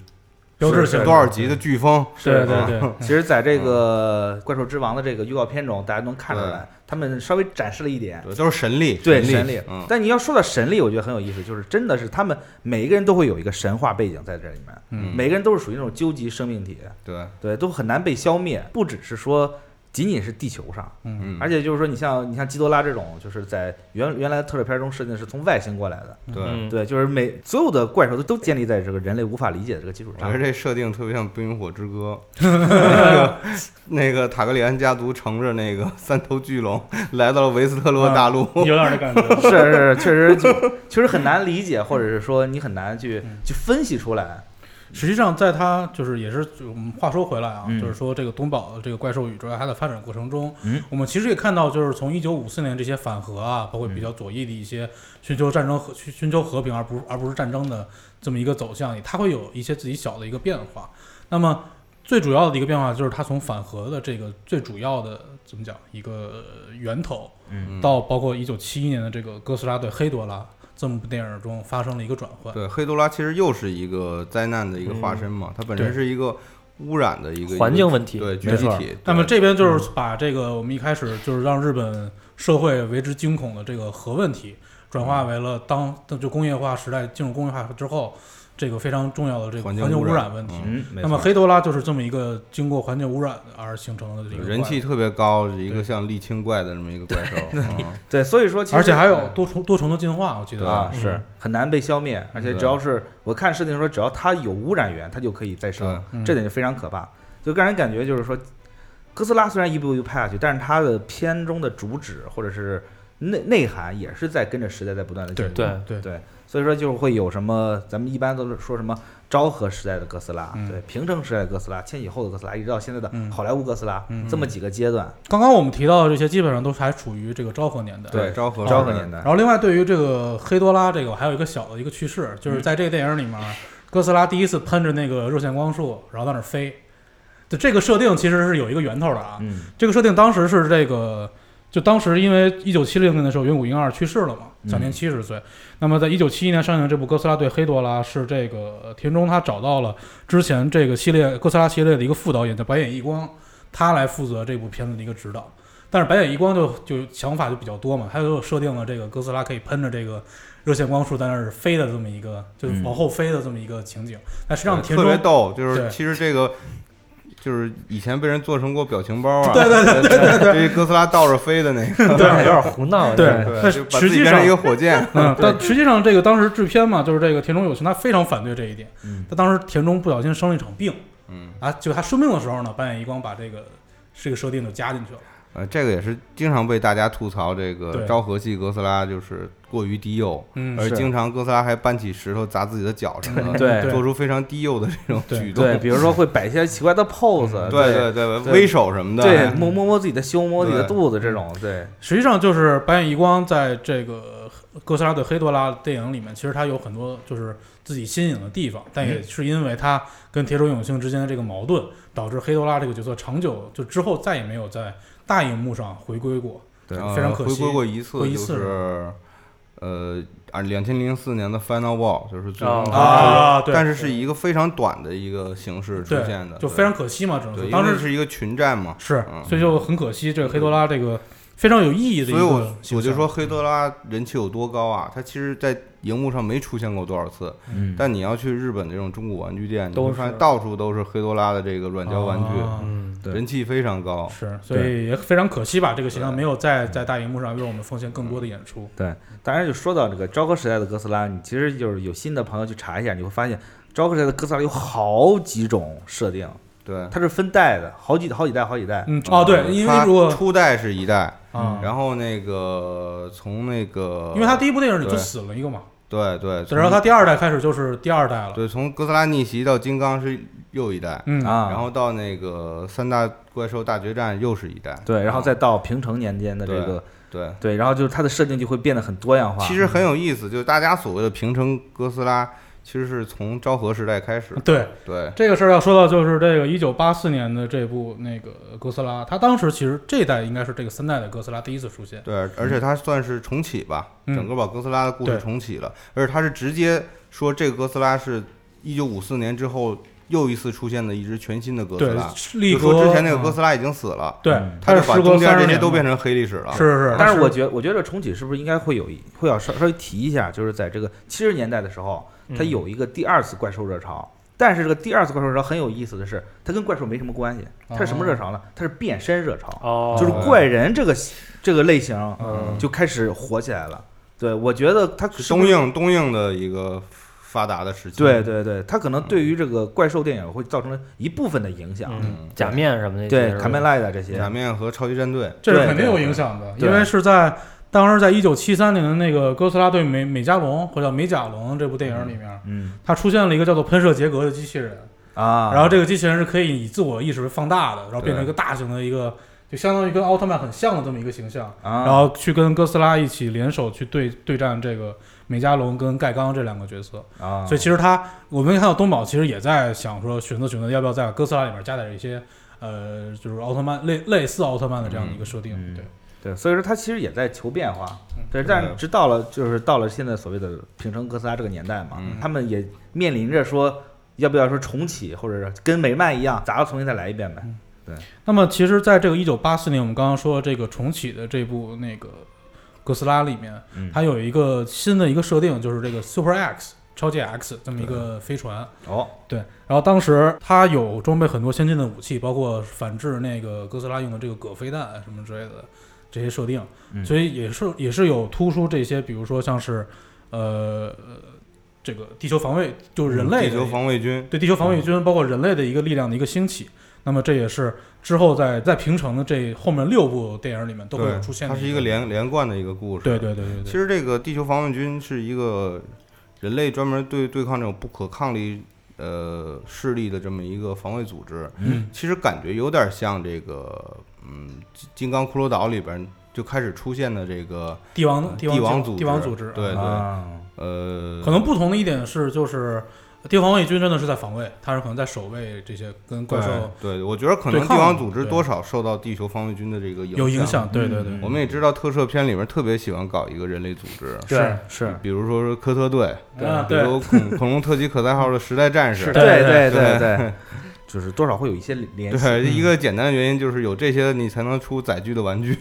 [SPEAKER 2] 标志
[SPEAKER 4] 是
[SPEAKER 2] 性
[SPEAKER 4] 多少级的啊飓风，
[SPEAKER 2] 对对对，
[SPEAKER 1] 其实，在这个《怪兽之王》的这个预告片中，大家能看出来，他们稍微展示了一点
[SPEAKER 4] 对，都是神力，
[SPEAKER 1] 对
[SPEAKER 4] 神
[SPEAKER 1] 神力
[SPEAKER 4] 嗯，
[SPEAKER 1] 但你要说到神力，我觉得很有意思，就是真的是他们每一个人都会有一个神话背景在这里面，
[SPEAKER 4] 嗯
[SPEAKER 1] 每个人都是属于那种究极生命体，
[SPEAKER 4] 对，
[SPEAKER 1] 对，都很难被消灭，不只是说仅仅是地球上，
[SPEAKER 2] 嗯，
[SPEAKER 4] 嗯，
[SPEAKER 1] 而且就是说，你像你像基多拉这种，就是在原原来的特摄片中设定是从外星过来的，
[SPEAKER 4] 对，
[SPEAKER 3] 嗯
[SPEAKER 1] 对，就是每所有的怪兽都都建立在这个人类无法理解的这个基础
[SPEAKER 4] 我觉
[SPEAKER 1] 上
[SPEAKER 4] 得，这设定特别像《冰与火之歌》那个，那个塔格里安家族乘着那个三头巨龙 *laughs* 来到了维斯特洛大陆，
[SPEAKER 2] 有点这感觉。
[SPEAKER 1] 是是，是确实就确实很难理解，或者是说你很难去
[SPEAKER 2] 嗯
[SPEAKER 1] 去分析出来，
[SPEAKER 2] 实际上，在它就是也是我们话说回来啊，
[SPEAKER 1] 嗯
[SPEAKER 2] 就是说这个东宝的这个怪兽宇宙在啊它的发展过程中，
[SPEAKER 1] 嗯
[SPEAKER 2] 我们其实也看到，就是从一九五四年这些反核啊，包括比较左翼的一些寻求战争和
[SPEAKER 1] 嗯
[SPEAKER 2] 寻寻求和平而不是而不是战争的这么一个走向里，它会有一些自己小的一个变化。那么最主要的一个变化就是它从反核的这个最主要的怎么讲一个呃源头，
[SPEAKER 4] 嗯
[SPEAKER 2] 到包括一九七一年的这个哥斯拉对黑多拉这么部电影中发生了一个转换。
[SPEAKER 4] *laughs* 对，黑多拉其实又是一个灾难的一个化身嘛，它本身
[SPEAKER 2] 对
[SPEAKER 4] 是一个污染的一个
[SPEAKER 3] 环境问题，
[SPEAKER 4] 对聚
[SPEAKER 1] 没
[SPEAKER 4] 集
[SPEAKER 1] 错
[SPEAKER 4] 体。
[SPEAKER 2] 那么
[SPEAKER 4] 对嗯
[SPEAKER 2] 这边就是把这个我们一开始就是让日本社会为之惊恐的这个核问题，转化
[SPEAKER 4] 嗯
[SPEAKER 2] 为了当就工业化时代进入工业化之后，这个非常重要的这个环
[SPEAKER 4] 环境
[SPEAKER 2] 境
[SPEAKER 4] 污
[SPEAKER 2] 污
[SPEAKER 4] 染
[SPEAKER 2] 染问题。
[SPEAKER 1] 嗯，没
[SPEAKER 2] 那么
[SPEAKER 1] 错
[SPEAKER 2] 黑多拉就是这么一个经过环境污染而形成的一个
[SPEAKER 4] 人气
[SPEAKER 2] 怪
[SPEAKER 4] 特别高，是一
[SPEAKER 2] 对
[SPEAKER 4] 个像沥青怪的这么一个怪兽，嗯
[SPEAKER 1] 对，所以说其
[SPEAKER 2] 物，
[SPEAKER 1] 实嗯
[SPEAKER 2] 而且还有多重多重的进化，我记得
[SPEAKER 1] 啊，
[SPEAKER 2] 嗯
[SPEAKER 1] 是很难被消灭，而且
[SPEAKER 4] 对
[SPEAKER 1] 只要是我看设定说，只要它有污染源，它就可以再生，
[SPEAKER 2] 嗯
[SPEAKER 1] 这点就非常可怕。就让人感觉就是说，哥斯拉虽然一步一步拍下去，但是它的片中的主旨或者是内内涵也是在跟着时代在不断的进
[SPEAKER 2] 对
[SPEAKER 1] 步。
[SPEAKER 3] 对
[SPEAKER 2] 对
[SPEAKER 1] 对，所以说就是会有什么，咱们一般都是说什么昭和时代的哥斯拉，
[SPEAKER 2] 嗯
[SPEAKER 1] 对平成时代的哥斯拉，千禧后的哥斯拉，一直到现在的
[SPEAKER 2] 嗯
[SPEAKER 1] 好莱坞哥斯拉，
[SPEAKER 2] 嗯
[SPEAKER 1] 这么几个阶段。
[SPEAKER 2] 刚刚我们提到的这些基本上都是还处于这个昭和年代。
[SPEAKER 1] 对
[SPEAKER 4] 昭和
[SPEAKER 1] 昭和
[SPEAKER 4] 时代
[SPEAKER 1] 年代
[SPEAKER 2] 然后另外对于这个黑多拉这个，我还有一个小的一个趣事，就是在这个电影里面，哥斯拉第一次喷着那个热线光束，然后在那儿飞。就这个设定其实是有一个源头的啊，
[SPEAKER 1] 嗯
[SPEAKER 2] 这个设定当时是这个，就当时因为一九七零年的时候，远古婴二去世了嘛，享
[SPEAKER 4] 嗯
[SPEAKER 2] 年七十岁。那么在一九七一年上映的这部《哥斯拉对黑多拉》是这个田中他找到了之前这个系列哥斯拉系列的一个副导演叫白野义光，他来负责这部片子的一个指导。但是白野义光就就想法就比较多嘛，他就设定了这个哥斯拉可以喷着这个热线光束在那儿飞的这么一个，就是
[SPEAKER 1] 嗯
[SPEAKER 2] 往后飞的这么一个情景。但实际上田
[SPEAKER 4] 特
[SPEAKER 2] 中
[SPEAKER 4] 别逗，就是
[SPEAKER 2] 对
[SPEAKER 4] 其实这个。就是以前被人做成过表情包啊，
[SPEAKER 2] 对
[SPEAKER 4] 对对对 *laughs* 对，这哥斯拉倒着飞的那
[SPEAKER 1] *laughs*
[SPEAKER 4] 个，
[SPEAKER 1] 嗯
[SPEAKER 3] 有点有点胡闹。
[SPEAKER 2] 对
[SPEAKER 4] 对，
[SPEAKER 2] 但
[SPEAKER 4] 就把自
[SPEAKER 2] 实
[SPEAKER 4] 己
[SPEAKER 2] 际
[SPEAKER 4] 变成
[SPEAKER 2] 上
[SPEAKER 4] 一个火箭，
[SPEAKER 2] 嗯，但实际上这个当时制片嘛，就是这个田中友情，他非常反对这一点。
[SPEAKER 1] 嗯
[SPEAKER 2] 他当时田中不小心生了一场病
[SPEAKER 4] 嗯，
[SPEAKER 2] 啊，就他生病的时候呢，半野一光把这个这个设定就加进去了。
[SPEAKER 4] 呃，这个也是经常被大家吐槽，这个
[SPEAKER 2] 对
[SPEAKER 4] 昭和系哥斯拉就是过于低幼，
[SPEAKER 2] 嗯，
[SPEAKER 4] 而
[SPEAKER 1] 是
[SPEAKER 4] 经常哥斯拉还搬起石头砸自己的脚什么的，
[SPEAKER 1] 对
[SPEAKER 2] 对
[SPEAKER 4] 做出非常低幼的这种
[SPEAKER 2] 对
[SPEAKER 4] 举动，
[SPEAKER 1] 对，比如说会摆一些奇怪的 pose，
[SPEAKER 4] 对对对，
[SPEAKER 1] 嗯对
[SPEAKER 4] 微手什么的，啊
[SPEAKER 1] 对，摸摸摸自己的胸，摸自己的
[SPEAKER 4] 对
[SPEAKER 1] 肚子，这种对，
[SPEAKER 2] 实际上就是白野一光在这个哥斯拉对黑多拉电影里面，其实他有很多就是自己新颖的地方，
[SPEAKER 4] 嗯
[SPEAKER 2] 但也是因为他跟铁中永幸之间的这个矛盾，导致黑多拉这个角色长久就之后再也没有在大荧幕上回归过。
[SPEAKER 4] 对，
[SPEAKER 1] 嗯
[SPEAKER 2] 非常可惜
[SPEAKER 4] 啊回归过一次，
[SPEAKER 2] 过一
[SPEAKER 4] 就
[SPEAKER 2] 次
[SPEAKER 4] 是呃啊，两千零四年的 Final Wall，就是最终
[SPEAKER 3] 哦
[SPEAKER 2] 啊对
[SPEAKER 4] 但是是一个非常短的一个形式出
[SPEAKER 2] 对
[SPEAKER 4] 现的，
[SPEAKER 2] 就
[SPEAKER 4] 对
[SPEAKER 2] 非常可惜嘛，只能
[SPEAKER 4] 对，
[SPEAKER 2] 说
[SPEAKER 4] 因
[SPEAKER 2] 当
[SPEAKER 4] 为
[SPEAKER 2] 时
[SPEAKER 4] 是一个群战嘛，
[SPEAKER 2] 是
[SPEAKER 4] 嗯，
[SPEAKER 2] 所以就很可惜，这个黑多拉这个非常有意义的一
[SPEAKER 4] 所
[SPEAKER 2] 个
[SPEAKER 4] 以我
[SPEAKER 2] 形
[SPEAKER 4] 我就
[SPEAKER 2] 象嗯
[SPEAKER 4] 说黑多拉人气有多高啊！它其实，在荧幕上没出现过多少次，
[SPEAKER 1] 嗯
[SPEAKER 4] 但你要去日本这种中古玩具店，你
[SPEAKER 3] 都
[SPEAKER 4] 会发
[SPEAKER 3] 是
[SPEAKER 4] 现到处都是黑多拉的这个软胶玩具，
[SPEAKER 2] 啊
[SPEAKER 3] 嗯，
[SPEAKER 1] 对
[SPEAKER 4] 人气非常高。
[SPEAKER 2] 是，所以也非常可惜吧，这个形象没有在
[SPEAKER 4] 嗯
[SPEAKER 2] 在大荧幕上为我们奉献更多的演出。
[SPEAKER 1] 当然，就说到这个昭和时代的哥斯拉，你其实就是有新的朋友去查一下，你会发现昭和时代的哥斯拉有好几种设定，
[SPEAKER 4] 对，
[SPEAKER 1] 它是分代的，好几好几代好几代。
[SPEAKER 2] 嗯，哦，对，因为如果
[SPEAKER 4] 它初代是一代，
[SPEAKER 2] 啊，
[SPEAKER 4] 然后那个从那个，
[SPEAKER 2] 因为他第一部电影里就
[SPEAKER 4] 嗯对
[SPEAKER 2] 死了一个嘛，
[SPEAKER 4] 对对，
[SPEAKER 2] 然后
[SPEAKER 4] 从
[SPEAKER 2] 他第二代开始就是第二代了。
[SPEAKER 4] 对从哥斯拉逆袭到金刚是又一代，
[SPEAKER 2] 嗯，
[SPEAKER 1] 啊，
[SPEAKER 4] 然后到那个三大怪兽大决战又是一代，啊
[SPEAKER 1] 对，然后再到平成年间的这个
[SPEAKER 4] 对，
[SPEAKER 1] 对，然后就是它的设定就会变得很多样化。
[SPEAKER 2] 嗯
[SPEAKER 4] 其实很有意思，就是大家所谓的平成哥斯拉，其实是从昭和时代开始。
[SPEAKER 2] 对
[SPEAKER 4] 对，
[SPEAKER 2] 这个事儿要说到就是这个一九八四年的这部那个哥斯拉，他当时其实这代应该是这个三代的哥斯拉第一次出现。
[SPEAKER 4] 对，而且它算是重启吧，
[SPEAKER 2] 嗯
[SPEAKER 4] 整个把哥斯拉的故事
[SPEAKER 2] 对
[SPEAKER 4] 重启了，而且它是直接说这个哥斯拉是一九五四年之后又一次出现的一只全新的哥斯
[SPEAKER 2] 对
[SPEAKER 4] 拉，，
[SPEAKER 2] 力
[SPEAKER 4] 就
[SPEAKER 2] 哥
[SPEAKER 4] 说之前那个哥
[SPEAKER 2] 嗯
[SPEAKER 4] 斯拉已经死了，
[SPEAKER 2] 对
[SPEAKER 1] 嗯，
[SPEAKER 4] 他
[SPEAKER 2] 他
[SPEAKER 4] 就是把
[SPEAKER 2] 时隔
[SPEAKER 4] 中间
[SPEAKER 2] 三十
[SPEAKER 4] 这些
[SPEAKER 2] 年
[SPEAKER 4] 都
[SPEAKER 2] 嘛
[SPEAKER 4] 变成黑历史了。
[SPEAKER 2] 是是，
[SPEAKER 1] 但是我
[SPEAKER 2] 觉
[SPEAKER 1] 觉我觉得这重启是不是应该会有一会要稍稍微提一下，就是在这个七十年代的时候，它有一个第二次怪兽热潮。但是这个第二次怪兽热潮很有意思的是，它跟怪兽没什么关系。它是什么热潮呢？它是变身热潮，
[SPEAKER 3] 哦，
[SPEAKER 1] 就是怪人这个这个类型
[SPEAKER 3] 嗯
[SPEAKER 1] 就开始火起来了。对，我觉得它是不
[SPEAKER 4] 东
[SPEAKER 1] 是
[SPEAKER 4] 映东映的一个发达的时期。
[SPEAKER 1] 对对对，它可能对于这个怪兽电影会造成了一部分的影响。
[SPEAKER 3] 嗯，假面什么的，
[SPEAKER 1] 对，卡梅
[SPEAKER 3] 拉，
[SPEAKER 1] 拉的这些，
[SPEAKER 4] 嗯假面和超级战队，
[SPEAKER 2] 这是
[SPEAKER 1] 对
[SPEAKER 2] 肯定有
[SPEAKER 4] 对
[SPEAKER 2] 影响的，
[SPEAKER 1] 对
[SPEAKER 2] 因为是在当时在一九七三年的那个哥斯拉对美美加龙或者叫美甲龙这部电影里面，
[SPEAKER 1] 嗯
[SPEAKER 2] 它出现了一个叫做喷射杰格的机器人，
[SPEAKER 1] 啊，
[SPEAKER 2] 然后这个机器人是可以以自我意识为放大的，然后变成一个
[SPEAKER 4] 对
[SPEAKER 2] 大型的一个，就相当于跟奥特曼很像的这么一个形象，
[SPEAKER 1] 啊，
[SPEAKER 2] 然后去跟哥斯拉一起联手去对对战这个美加龙跟盖刚这两个角色。
[SPEAKER 1] 啊，
[SPEAKER 2] 所以其实他，我们看到东宝其实也在想说，寻思寻思要不要在哥斯拉里面加点一些，呃，就是奥特曼类类似奥特曼的这样的一个设定。
[SPEAKER 1] 嗯嗯
[SPEAKER 2] 对，
[SPEAKER 1] 对，所以说它其实也在求变化，
[SPEAKER 2] 嗯
[SPEAKER 1] 对，但是直到了就是到了现在所谓的平成哥斯拉这个年代嘛，
[SPEAKER 4] 嗯
[SPEAKER 1] 他们也面临着说要不要说重启，或者是跟美漫一样砸了重新再来一遍呗。
[SPEAKER 2] 嗯那么其实，在这个一九八四年，我们刚刚说这个重启的这部那个哥斯拉里面，
[SPEAKER 1] 嗯
[SPEAKER 2] 它有一个新的一个设定，就是这个 Super X 超级 X 这么一个飞船。
[SPEAKER 1] 哦，
[SPEAKER 2] 对，然后当时它有装备很多先进的武器，包括反制那个哥斯拉用的这个葛飞弹啊什么之类的这些设定，
[SPEAKER 1] 嗯
[SPEAKER 2] 所以也是也是有突出这些，比如说像是呃这个地球防卫，就是人类
[SPEAKER 4] 地
[SPEAKER 2] 的
[SPEAKER 4] 球防卫军，
[SPEAKER 2] 对地球防卫军，包括人类的一个力量的一个兴起。那么这也是之后在在平成的这后面六部电影里面都会有
[SPEAKER 4] 对
[SPEAKER 2] 出现的，
[SPEAKER 4] 它是一个连连贯的一个故事。
[SPEAKER 2] 对对对对
[SPEAKER 4] 其
[SPEAKER 2] 对，
[SPEAKER 4] 实这个地球防卫军是一个人类专门对对抗这种不可抗力呃势力的这么一个防卫组织。
[SPEAKER 2] 嗯，
[SPEAKER 4] 其实感觉有点像这个嗯《金金刚骷髅岛》里边就开始出现的这个
[SPEAKER 2] 帝王帝
[SPEAKER 4] 嗯帝
[SPEAKER 2] 王
[SPEAKER 4] 组
[SPEAKER 2] 帝王组织，
[SPEAKER 4] 对对，
[SPEAKER 1] 啊
[SPEAKER 4] 呃，
[SPEAKER 2] 可能不同的一点是，就是地方防卫军真的是在防卫，他是可能在守卫这些跟怪兽
[SPEAKER 4] 对，我觉得可
[SPEAKER 2] 对
[SPEAKER 4] 能地
[SPEAKER 2] 抗
[SPEAKER 4] 方组织
[SPEAKER 2] 对
[SPEAKER 4] 多少受到地球防卫军的这个
[SPEAKER 2] 有影响。对对对，
[SPEAKER 4] 我们也知道，特摄片里面特别喜欢搞一个人类组织，
[SPEAKER 3] 对
[SPEAKER 1] 是，
[SPEAKER 4] 比如说是科特队，
[SPEAKER 2] 啊
[SPEAKER 4] 比
[SPEAKER 2] 对
[SPEAKER 4] 如恐
[SPEAKER 2] *laughs*
[SPEAKER 4] 恐龙特级可赛号的时代战
[SPEAKER 2] 对
[SPEAKER 4] 士，
[SPEAKER 1] 对
[SPEAKER 2] 对
[SPEAKER 1] 对对，就是多少会有一些联系。
[SPEAKER 4] 对，一个简单的原因就是有这些，你才能出载具的玩具。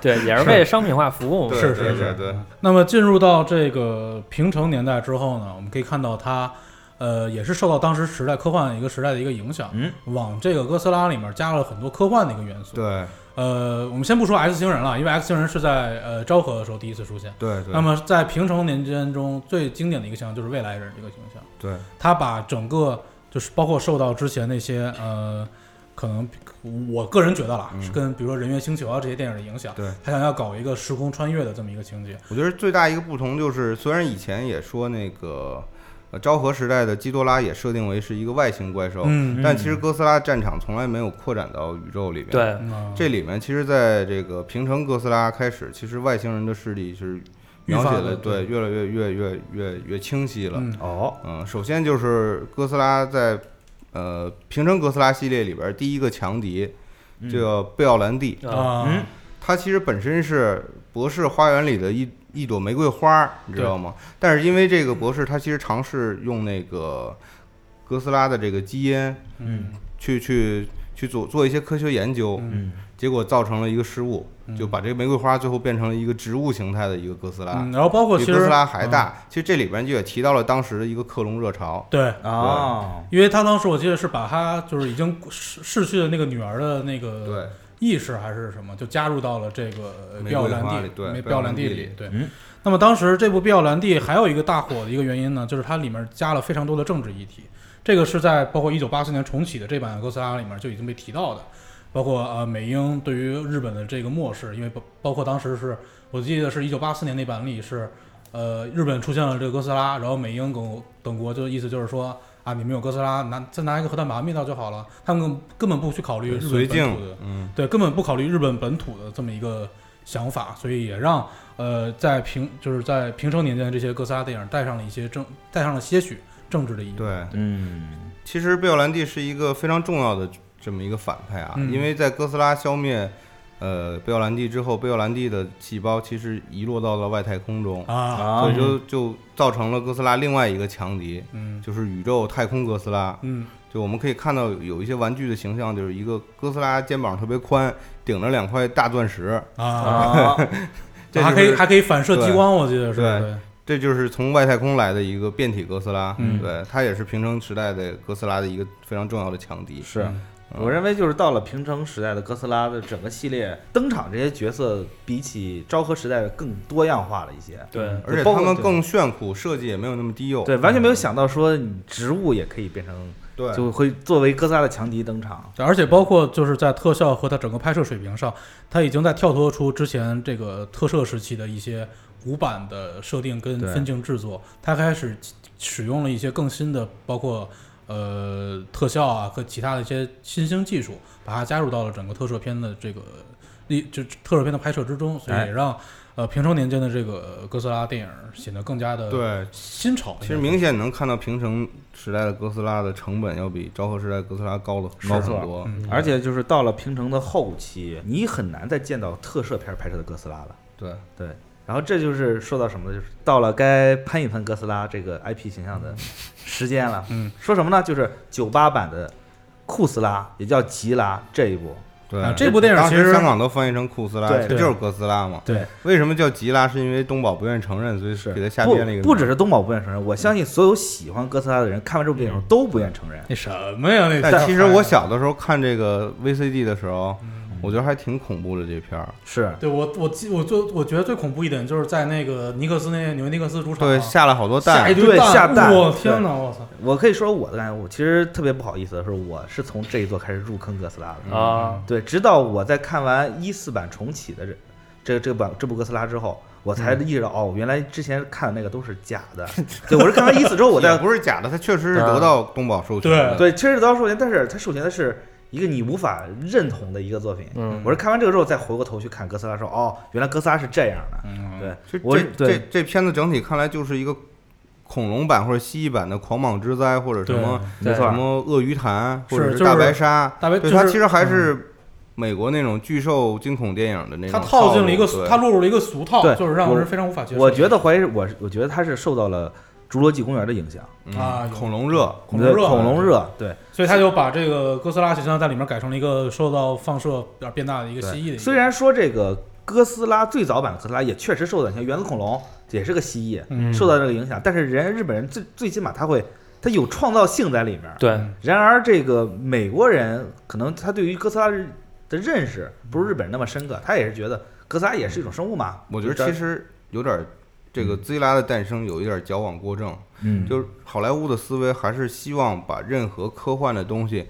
[SPEAKER 3] 对，也是为商品化服务嘛。
[SPEAKER 4] 对
[SPEAKER 2] 是
[SPEAKER 4] 对
[SPEAKER 2] 是
[SPEAKER 4] 对
[SPEAKER 2] 是
[SPEAKER 4] 对。
[SPEAKER 2] 那么进入到这个平成年代之后呢，我们可以看到它，呃，也是受到当时时代科幻一个时代的一个影响，
[SPEAKER 1] 嗯，
[SPEAKER 2] 往这个哥斯拉里面加了很多科幻的一个元素。
[SPEAKER 4] 对
[SPEAKER 2] 呃，我们先不说 X 星人了，因为 X 星人是在呃昭和的时候第一次出现。
[SPEAKER 4] 对对，
[SPEAKER 2] 那么在平成年间中最经典的一个形象就是未来人这个形象，
[SPEAKER 4] 对
[SPEAKER 2] 他把整个就是包括受到之前那些呃，可能我个人觉得啦，
[SPEAKER 4] 嗯
[SPEAKER 2] 是跟比如说《人猿星球》啊这些电影的影响，
[SPEAKER 4] 对，
[SPEAKER 2] 他想要搞一个时空穿越的这么一个情节。
[SPEAKER 4] 我觉得最大一个不同就是，虽然以前也说那个呃昭和时代的基多拉也设定为是一个外星怪兽，
[SPEAKER 2] 嗯，
[SPEAKER 4] 但其实哥斯拉战场从来没有扩展到宇宙里边。。
[SPEAKER 3] 对，
[SPEAKER 2] 嗯
[SPEAKER 4] 这里面其实，在这个平成哥斯拉开始，其实外星人的势力是
[SPEAKER 2] 愈
[SPEAKER 4] 描
[SPEAKER 2] 发
[SPEAKER 4] 写
[SPEAKER 2] 的
[SPEAKER 4] 的对越来越越越越越清晰了。
[SPEAKER 2] 嗯
[SPEAKER 1] 哦，
[SPEAKER 4] 嗯，首先就是哥斯拉在呃平成哥斯拉系列里边儿第一个强敌
[SPEAKER 2] 嗯
[SPEAKER 4] 叫贝奥兰蒂，
[SPEAKER 3] 啊，
[SPEAKER 2] 啊，
[SPEAKER 1] 嗯
[SPEAKER 4] 它其实本身是博士花园里的一一朵玫瑰花儿，你知道吗？但是因为这个博士他其实尝试用那个哥斯拉的这个基因
[SPEAKER 2] 嗯
[SPEAKER 4] 去去去做做一些科学研究，
[SPEAKER 2] 嗯
[SPEAKER 1] 嗯，
[SPEAKER 4] 结果造成了一个失误，
[SPEAKER 2] 嗯
[SPEAKER 4] 就把这个玫瑰花最后变成了一个植物形态的一个哥斯拉，
[SPEAKER 2] 嗯，然后包括
[SPEAKER 4] 比
[SPEAKER 2] 其
[SPEAKER 4] 哥
[SPEAKER 2] 实嗯
[SPEAKER 4] 斯拉还大。其实这里边就也提到了当时的一个克隆热潮。
[SPEAKER 2] 对，
[SPEAKER 1] 哦，
[SPEAKER 2] 因为他当时我记得是把他就是已经逝逝去的那个女儿的那个
[SPEAKER 4] 对，
[SPEAKER 2] 意识还是什么，就加入到了这个呃
[SPEAKER 4] 玫瑰
[SPEAKER 2] 标兰
[SPEAKER 4] 花
[SPEAKER 2] 地
[SPEAKER 4] 里对
[SPEAKER 2] 没
[SPEAKER 4] 标
[SPEAKER 2] 标
[SPEAKER 4] 兰
[SPEAKER 2] 兰
[SPEAKER 4] 地
[SPEAKER 2] 地
[SPEAKER 4] 里
[SPEAKER 2] 里对。
[SPEAKER 1] 嗯
[SPEAKER 2] 那么当时这部《标兰地》还有一个大火的一个原因呢，就是它里面加了非常多的政治议题，这个是在包括一九八四年重启的这版哥斯拉里面就已经被提到的，包括呃美英对于日本的这个漠视，因为包包括当时是我记得是一九八四年那版里是呃日本出现了这个哥斯拉，然后美英等等国就意思就是说。啊，你们有哥斯拉，拿再拿一个核弹把它灭掉就好了。他们根本不去考虑日本
[SPEAKER 4] 绥
[SPEAKER 2] 本
[SPEAKER 4] 靖
[SPEAKER 2] 土的，
[SPEAKER 4] 嗯，
[SPEAKER 2] 对，根本不考虑日本本土的这么一个想法，所以也让呃在平就是在平成年间的这些哥斯拉电影带上了一些政，带上了些许政治的意义。
[SPEAKER 4] 对，
[SPEAKER 1] 嗯，
[SPEAKER 4] 其实贝奥兰蒂是一个非常重要的这么一个反派啊，
[SPEAKER 2] 嗯
[SPEAKER 4] 因为在哥斯拉消灭呃贝奥兰蒂之后，贝奥兰蒂的细胞其实遗落到了外太空中，
[SPEAKER 2] 啊，
[SPEAKER 1] 啊
[SPEAKER 4] 所以就就造成了哥斯拉另外一个强敌，
[SPEAKER 2] 嗯
[SPEAKER 4] 就是宇宙太空哥斯拉。
[SPEAKER 2] 嗯
[SPEAKER 4] 就我们可以看到有一些玩具的形象，就是一个哥斯拉肩膀特别宽，顶着两块大钻石，
[SPEAKER 2] 啊，
[SPEAKER 1] 啊，
[SPEAKER 4] 这
[SPEAKER 2] 还可以
[SPEAKER 4] 就是
[SPEAKER 2] 还可以反射激光，我记得是
[SPEAKER 4] 对
[SPEAKER 2] 对，
[SPEAKER 4] 这就是从外太空来的一个变体哥斯拉。
[SPEAKER 2] 嗯
[SPEAKER 4] 对，它也是平成时代的哥斯拉的一个非常重要的强敌。
[SPEAKER 1] 是
[SPEAKER 2] 嗯
[SPEAKER 1] 我认为就是到了平成时代的哥斯拉的整个系列登场，这些角色比起昭和时代更多样化了一些。
[SPEAKER 3] 对，
[SPEAKER 4] 而且
[SPEAKER 1] 包
[SPEAKER 4] 他
[SPEAKER 1] 括
[SPEAKER 4] 们更炫酷，设计也没有那么低
[SPEAKER 2] 哦
[SPEAKER 4] 幼。
[SPEAKER 1] 对，完
[SPEAKER 2] 嗯
[SPEAKER 1] 全没有想到说你植物也可以变成，
[SPEAKER 4] 对，
[SPEAKER 1] 就会作为哥斯拉的强敌登场。
[SPEAKER 2] 而且包括就是在特效和它整个拍摄水平上，它已经在跳脱出之前这个特摄时期的一些古板的设定跟
[SPEAKER 1] 对
[SPEAKER 2] 分镜制作，它开始使用了一些更新的，包括呃特效啊和其他的一些新兴技术，把它加入到了整个特摄片的这个历就特摄片的拍摄之中，所以
[SPEAKER 1] 哎
[SPEAKER 2] 也让呃平成年间的这个哥斯拉电影显得更加的
[SPEAKER 1] 呃
[SPEAKER 4] 对，
[SPEAKER 2] 新潮。
[SPEAKER 4] 其实明显能看到平成时代的哥斯拉的成本要比昭和时代哥斯拉高了
[SPEAKER 1] 是
[SPEAKER 4] 高很多。
[SPEAKER 2] 嗯
[SPEAKER 1] 而且就是到了平成的后期，你很难再见到特摄片拍摄的哥斯拉了。
[SPEAKER 4] 对，
[SPEAKER 1] 对，然后这就是说到什么呢？就是到了该喷一喷哥斯拉这个 IP 形象的时间了。
[SPEAKER 2] 嗯，
[SPEAKER 1] 说什么呢？就是九八版的库斯拉，也叫吉拉这一部。
[SPEAKER 4] 对，
[SPEAKER 2] 啊这部电影
[SPEAKER 4] 当
[SPEAKER 2] 其
[SPEAKER 4] 时
[SPEAKER 2] 实
[SPEAKER 4] 香港都翻译成库斯拉，
[SPEAKER 1] 对
[SPEAKER 4] 这就是哥斯拉嘛。
[SPEAKER 2] 对，
[SPEAKER 4] 为什么叫吉拉？是因为东宝不愿意承认，所以
[SPEAKER 1] 是
[SPEAKER 4] 给他瞎编了一个
[SPEAKER 1] 不不只
[SPEAKER 4] 名儿。
[SPEAKER 1] 是东宝不愿承认，我相信所有喜欢哥斯拉的人看完这部电
[SPEAKER 4] 嗯
[SPEAKER 1] 影都不愿承认。
[SPEAKER 2] 那什么呀，那
[SPEAKER 4] 但其实我小的时候看这个 VCD 的时候，
[SPEAKER 1] 嗯
[SPEAKER 4] 我觉得还挺恐怖的这片儿。
[SPEAKER 1] 是，
[SPEAKER 2] 对我，我记我最我觉得最恐怖一点就是在那个尼克斯那纽约尼克斯主场啊、
[SPEAKER 4] 对，下了好多
[SPEAKER 2] 下
[SPEAKER 4] 蛋
[SPEAKER 2] 一。堆
[SPEAKER 1] 对下蛋
[SPEAKER 2] 我
[SPEAKER 1] 对
[SPEAKER 2] 天哪，我操！
[SPEAKER 1] 我可以说我的感觉，我其实特别不好意思的是，我是从这一座开始入坑哥斯拉的。
[SPEAKER 4] 嗯
[SPEAKER 3] 啊，
[SPEAKER 1] 对，直到我在看完一四版重启的这这这版这部哥斯拉之后，我才
[SPEAKER 4] 嗯
[SPEAKER 1] 意识到、哦，原来之前看的那个都是假
[SPEAKER 4] *laughs*
[SPEAKER 1] 的。对，我是看完一四之后，我
[SPEAKER 4] 也
[SPEAKER 1] 再
[SPEAKER 4] 不是假的，它确
[SPEAKER 2] 啊
[SPEAKER 4] 实是得到东宝授权的。
[SPEAKER 1] 对，其实得到授权，但是它授权的是一个你无法认同的一个作品。
[SPEAKER 3] 嗯，
[SPEAKER 1] 我是看完这个之后，再回过头去看哥斯拉，说哦，原来哥斯拉是这样的。
[SPEAKER 2] 嗯，
[SPEAKER 1] 对，
[SPEAKER 4] 这
[SPEAKER 1] 我
[SPEAKER 4] 这这
[SPEAKER 1] 对
[SPEAKER 4] 这片子整体看来就是一个恐龙版或者蜥蜴版的《狂蟒之灾》或者什么
[SPEAKER 1] 没
[SPEAKER 4] 什
[SPEAKER 1] 错，
[SPEAKER 4] 么鳄鱼潭或者
[SPEAKER 2] 是就是
[SPEAKER 4] 大白鲨，
[SPEAKER 2] 大白就
[SPEAKER 4] 对
[SPEAKER 2] 是嗯
[SPEAKER 4] 它其实还是美国那种巨兽惊恐电影的那种
[SPEAKER 2] 他
[SPEAKER 4] 套路，
[SPEAKER 2] 套进了一个
[SPEAKER 4] 对
[SPEAKER 2] 他落入了一个俗套，
[SPEAKER 1] 对
[SPEAKER 2] 就是让
[SPEAKER 1] 我
[SPEAKER 2] 人非常无法接受。
[SPEAKER 1] 我觉得怀疑是我是我觉得他是受到了《侏罗纪公园》的影响，
[SPEAKER 4] 嗯
[SPEAKER 2] 啊有
[SPEAKER 4] 恐龙热，
[SPEAKER 2] 恐龙热
[SPEAKER 1] 对恐龙热，对，
[SPEAKER 2] 所以他就把这个哥斯拉形象在里面改成了一个受到放射有点变大的一个
[SPEAKER 1] 对
[SPEAKER 2] 蜥蜴的一个。
[SPEAKER 1] 虽然说这个哥斯拉最早版的哥斯拉也确实受到影响，原子恐龙也是个蜥蜴，
[SPEAKER 2] 嗯
[SPEAKER 1] 受到这个影响，但是人家日本人最最起码他会他有创造性在里面。
[SPEAKER 3] 对
[SPEAKER 2] 嗯
[SPEAKER 1] 然而这个美国人可能他对于哥斯拉的认识不是日本人那么深刻，他也是觉得哥斯拉也是一种生物嘛。
[SPEAKER 4] 我觉得其实有点儿这
[SPEAKER 2] 嗯
[SPEAKER 4] 个兹拉的诞生有一点儿矫枉过正，
[SPEAKER 1] 嗯
[SPEAKER 4] 就是好莱坞的思维还是希望把任何科幻的东西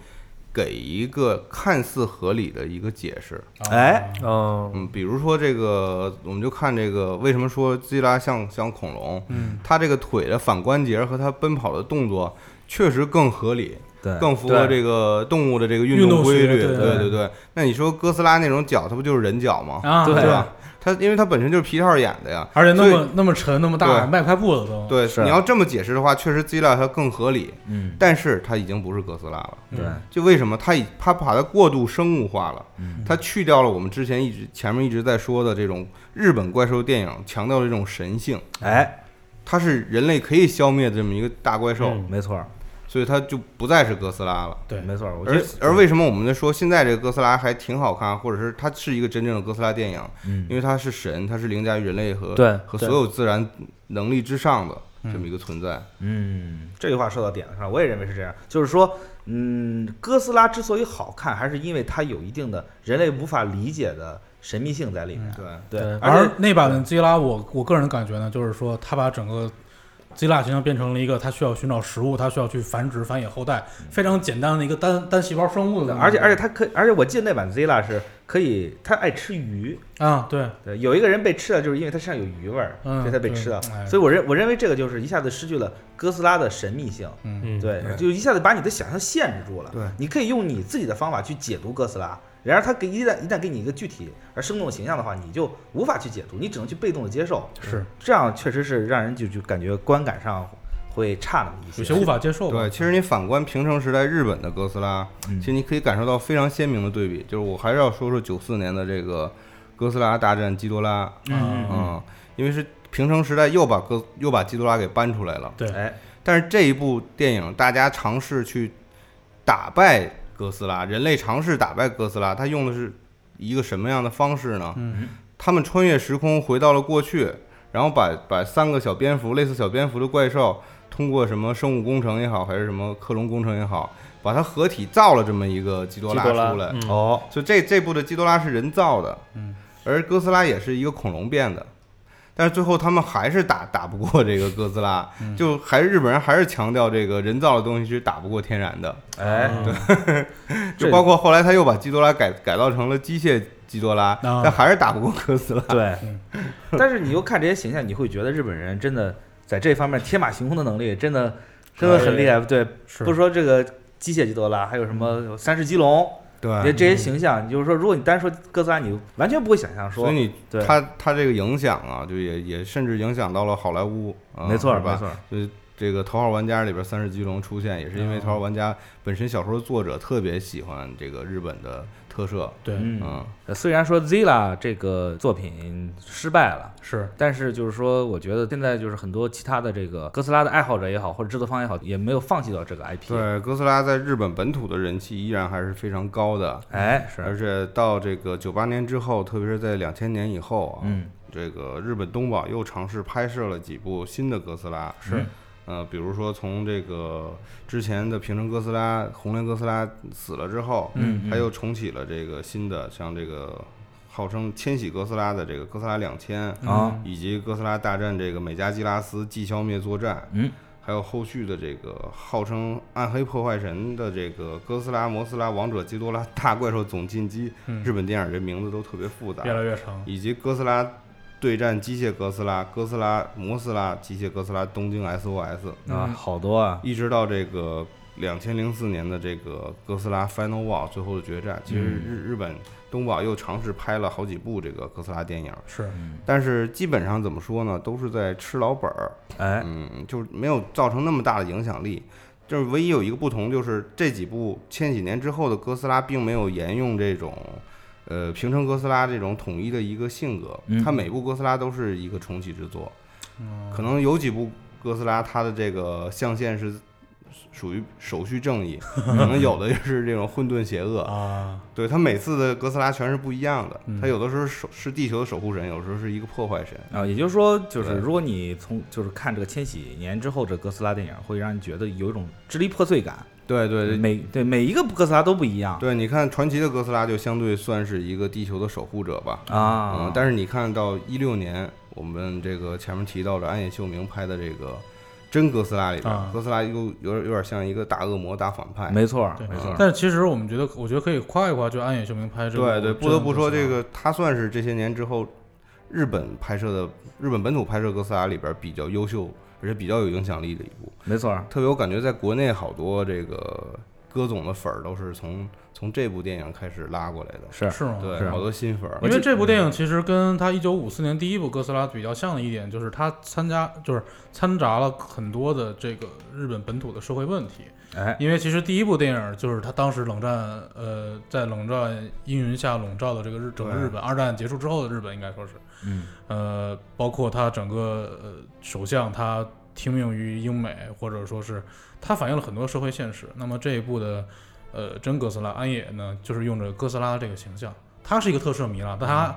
[SPEAKER 4] 给一个看似合理的一个解释。
[SPEAKER 2] 啊
[SPEAKER 1] 哎，
[SPEAKER 3] 嗯
[SPEAKER 4] 嗯，比如说这个，我们就看这个为什么说基拉像像恐龙，
[SPEAKER 2] 嗯，
[SPEAKER 4] 它这个腿的反关节和它奔跑的动作确实更合理，
[SPEAKER 1] 对
[SPEAKER 4] 更符合
[SPEAKER 3] 对
[SPEAKER 4] 这个动物的这个运
[SPEAKER 2] 运
[SPEAKER 4] 动
[SPEAKER 2] 动
[SPEAKER 4] 规
[SPEAKER 2] 学
[SPEAKER 4] 律。
[SPEAKER 2] 对
[SPEAKER 4] 对
[SPEAKER 2] 对
[SPEAKER 4] 对，那你说哥斯拉那种脚，它不就是人脚吗？
[SPEAKER 2] 啊，
[SPEAKER 1] 对
[SPEAKER 4] 对
[SPEAKER 2] 啊，
[SPEAKER 4] 吧？它因为它本身就是皮套演的呀，
[SPEAKER 2] 而且那
[SPEAKER 4] 所以
[SPEAKER 2] 么那么沉那么大，
[SPEAKER 4] 对
[SPEAKER 2] 迈不开步子都。
[SPEAKER 4] 对，
[SPEAKER 1] 是
[SPEAKER 4] 你要这么解释的话，确实基拉它更合理，
[SPEAKER 1] 嗯，
[SPEAKER 4] 但是它已经不是哥斯拉了。
[SPEAKER 1] 对，
[SPEAKER 4] 就为什么它已它把它过度生物化了
[SPEAKER 1] 嗯，
[SPEAKER 4] 它去掉了我们之前一直前面一直在说的这种日本怪兽电影强调的这种神性，
[SPEAKER 1] 哎，
[SPEAKER 4] 它是人类可以消灭的这么一个大怪兽，
[SPEAKER 3] 嗯
[SPEAKER 1] 没错儿，
[SPEAKER 4] 所以它就不再是哥斯拉了。
[SPEAKER 2] 对
[SPEAKER 1] 没错儿，我觉
[SPEAKER 4] 而
[SPEAKER 1] 得，嗯
[SPEAKER 4] 而为什么我们在说现在这个哥斯拉还挺好看，或者是它是一个真正的哥斯拉电影？
[SPEAKER 1] 嗯
[SPEAKER 4] 因为它是神，它是凌驾于人类和
[SPEAKER 3] 对
[SPEAKER 4] 和
[SPEAKER 3] 对
[SPEAKER 4] 所有自然能力之上的这么一个存在。
[SPEAKER 1] 嗯，这句话说到点子上，我也认为是这样。就是说，嗯，哥斯拉之所以好看，还是因为它有一定的人类无法理解的神秘性在里面。
[SPEAKER 4] 对，
[SPEAKER 2] 嗯
[SPEAKER 1] 对
[SPEAKER 3] 对，
[SPEAKER 1] 而
[SPEAKER 2] 而
[SPEAKER 1] 且
[SPEAKER 2] 那版的基拉，我我个人的感觉呢，就是说他把整个基拉形象变成了一个他需要寻找食物，他需要去繁殖繁衍后代，非常简单的一个单单细胞生物的那种。
[SPEAKER 1] 而且而且它可以，而且我记得那版 Zilla 是可以，它爱吃鱼。
[SPEAKER 2] 啊，对，
[SPEAKER 1] 对，有一个人被吃掉，就是因为它身上有鱼味儿，
[SPEAKER 2] 嗯
[SPEAKER 1] 所以他被吃掉。
[SPEAKER 2] 对哎
[SPEAKER 1] 所以我认我认为这个就是一下子失去了哥斯拉的神秘性，
[SPEAKER 2] 嗯，
[SPEAKER 3] 嗯，
[SPEAKER 1] 对，
[SPEAKER 4] 对
[SPEAKER 1] 就一下子把你的想象限制住了。
[SPEAKER 4] 对，
[SPEAKER 1] 你可以用你自己的方法去解读哥斯拉。然而，它给一旦一旦给你一个具体而生动的形象的话，你就无法去解读，你只能去被动的接受。嗯
[SPEAKER 2] 是
[SPEAKER 1] 这样确实是让人就就感觉观感上会差那么一些。
[SPEAKER 2] 有些无法接受吧。
[SPEAKER 4] 对，其实你反观平成时代日本的哥斯拉，
[SPEAKER 1] 嗯
[SPEAKER 4] 其实你可以感受到非常鲜明的对比。就是我还是要说说九四年的这个哥斯拉大战基多拉，
[SPEAKER 2] 嗯
[SPEAKER 1] 嗯
[SPEAKER 4] 嗯，因为是平成时代又把哥又把基多拉给搬出来了。
[SPEAKER 2] 对
[SPEAKER 1] 哎，
[SPEAKER 4] 但是这一部电影，大家尝试去打败哥斯拉，人类尝试打败哥斯拉，他用的是一个什么样的方式呢？
[SPEAKER 2] 嗯，
[SPEAKER 4] 他们穿越时空回到了过去，然后把把三个小蝙蝠，类似小蝙蝠的怪兽，通过什么生物工程也好，还是什么克隆工程也好，把它合体造了这么一个基多
[SPEAKER 3] 基
[SPEAKER 4] 拉
[SPEAKER 3] 多拉
[SPEAKER 4] 出来。
[SPEAKER 3] 嗯
[SPEAKER 1] 哦，
[SPEAKER 4] 所以这这部的基多拉是人造的，
[SPEAKER 2] 嗯，
[SPEAKER 4] 而哥斯拉也是一个恐龙变的，但是最后他们还是打打不过这个哥斯拉，
[SPEAKER 1] 嗯
[SPEAKER 4] 就还是日本人还是强调这个人造的东西是打不过天然的，
[SPEAKER 1] 哎，
[SPEAKER 2] 嗯
[SPEAKER 1] 这
[SPEAKER 2] *laughs*
[SPEAKER 1] *laughs*
[SPEAKER 4] 就包括后来他又把基多拉改改造成了机械基多拉，
[SPEAKER 2] 啊
[SPEAKER 4] 但还是打不过哥
[SPEAKER 1] *laughs*
[SPEAKER 4] 斯拉。
[SPEAKER 1] 对，
[SPEAKER 2] 嗯
[SPEAKER 1] 但是你又看这些形象，你会觉得日本人真的在这方面天马行空的能力真的真的很厉害。对，
[SPEAKER 2] 是嗯
[SPEAKER 1] 不说这个机械基多拉，还有什么三世基龙，这
[SPEAKER 4] 对，
[SPEAKER 1] 这些形象，你就是说，如果你单说哥斯拉，你完全不会想象
[SPEAKER 4] 所
[SPEAKER 1] 说
[SPEAKER 4] 以，你
[SPEAKER 1] 对
[SPEAKER 4] 他他这个影响啊，就也也甚至影响到了好莱坞，啊
[SPEAKER 1] 没错
[SPEAKER 4] 是
[SPEAKER 1] 儿没
[SPEAKER 4] 吧？
[SPEAKER 1] 错儿，
[SPEAKER 4] 呃，这个《头号玩家》里边三世巨龙出现，也是因为《头号玩家》本身小说作者特别喜欢这个日本的特摄，
[SPEAKER 2] 对，
[SPEAKER 1] 嗯
[SPEAKER 4] 嗯。
[SPEAKER 1] 呃虽然说 Zilla 这个作品失败了，
[SPEAKER 2] 是
[SPEAKER 1] 但是就是说，我觉得现在就是很多其他的这个哥斯拉的爱好者也好，或者制作方也好，也没有放弃到这个 IP。，
[SPEAKER 4] 对，哥斯拉在日本本土的人气依然还是非常高的，
[SPEAKER 1] 哎，
[SPEAKER 4] 而
[SPEAKER 1] 是，
[SPEAKER 4] 且到这个九八年之后，特别是在两千年以后啊，
[SPEAKER 1] 嗯，
[SPEAKER 4] 这个日本东宝又尝试拍摄了几部新的哥斯拉，
[SPEAKER 2] 嗯
[SPEAKER 1] 是，
[SPEAKER 4] 呃，比如说从这个之前的平成哥斯拉、红莲哥斯拉死了之后，
[SPEAKER 1] 嗯
[SPEAKER 4] 他又重启了这个新的，像这个号称千禧哥斯拉的这个哥斯拉两千，
[SPEAKER 1] 啊，
[SPEAKER 4] 以及哥斯拉大战这个美加基拉斯即消灭作战，
[SPEAKER 1] 嗯，
[SPEAKER 4] 还有后续的这个号称暗黑破坏神的这个哥斯拉、摩斯拉、王者基多拉、大怪兽总进击，
[SPEAKER 2] 嗯
[SPEAKER 4] 日本电影这名字都特别复杂，
[SPEAKER 2] 越来越长。
[SPEAKER 4] 以及哥斯拉对战机械哥斯拉、哥斯拉、摩斯拉、机械哥斯拉、东京 SOS，
[SPEAKER 1] 嗯啊，好多啊，
[SPEAKER 4] 一直到这个。两千零四年的这个哥斯拉 Final War 最后的决战，其实日日本东宝又尝试拍了好几部这个哥斯拉电影，
[SPEAKER 2] 是
[SPEAKER 4] 但是基本上怎么说呢，都是在吃老本儿，
[SPEAKER 1] 哎，
[SPEAKER 4] 嗯，就是没有造成那么大的影响力。就是唯一有一个不同，就是这几部千禧年之后的哥斯拉并没有沿用这种，呃，平成哥斯拉这种统一的一个性格
[SPEAKER 1] 嗯，
[SPEAKER 4] 它每部哥斯拉都是一个重启之作，可能有几部哥斯拉它的这个象限是属于手续正义，可能有的就是这种混沌邪恶，
[SPEAKER 2] 啊，
[SPEAKER 4] 对他每次的哥斯拉全是不一样的
[SPEAKER 2] 嗯，
[SPEAKER 4] 他有的时候是守是地球的守护神，有时候是一个破坏神。
[SPEAKER 1] 啊，也就是说，就是
[SPEAKER 4] 对
[SPEAKER 1] 如果你从就是看这个千禧年之后这哥斯拉电影，会让你觉得有一种支离破碎感。
[SPEAKER 4] 对对对
[SPEAKER 1] 每对每一个哥斯拉都不一样
[SPEAKER 4] 对，你看传奇的哥斯拉就相对算是一个地球的守护者吧。
[SPEAKER 1] 啊
[SPEAKER 4] 嗯，，但是你看到一六年，我们这个前面提到的安野秀明拍的这个真哥斯拉里边，
[SPEAKER 2] 啊
[SPEAKER 4] 哥斯拉又有点有点像一个大恶魔、大反派。
[SPEAKER 1] 没错儿，
[SPEAKER 2] 对
[SPEAKER 1] 没错儿，
[SPEAKER 2] 但是其实我们觉得，我觉得可以夸一夸，就安野秀明拍这个，
[SPEAKER 4] 对对，不得不说，这个他算是这些年之后日本拍摄的日本本土拍摄哥斯拉里边比较优秀，而且比较有影响力的一部。
[SPEAKER 1] 没错儿，
[SPEAKER 4] 特别我感觉在国内好多这个歌总的粉儿都是从从这部电影开始拉过来的，
[SPEAKER 1] 是
[SPEAKER 2] 啊
[SPEAKER 1] 啊
[SPEAKER 2] 是吗？
[SPEAKER 4] 对，
[SPEAKER 1] 是
[SPEAKER 4] 好多新粉儿
[SPEAKER 1] 我
[SPEAKER 2] 因
[SPEAKER 1] 记
[SPEAKER 2] 为这部电影其实跟他一九五四年第一部哥斯拉比较像的一点，就是他参加就是掺杂了很多的这个日本本土的社会问题。
[SPEAKER 1] 哎，
[SPEAKER 2] 因为其实第一部电影就是他当时冷战，呃，在冷战阴云下笼罩的这个日整个
[SPEAKER 4] 对
[SPEAKER 2] 日本，二战结束之后的日本应该说是，
[SPEAKER 1] 嗯，
[SPEAKER 2] 呃，包括他整个呃首相他听命于英美，或者说是他反映了很多社会现实。那么这一部的呃真哥斯拉安野呢，就是用着哥斯拉这个形象，他是一个特摄迷了，但
[SPEAKER 4] 嗯
[SPEAKER 2] 他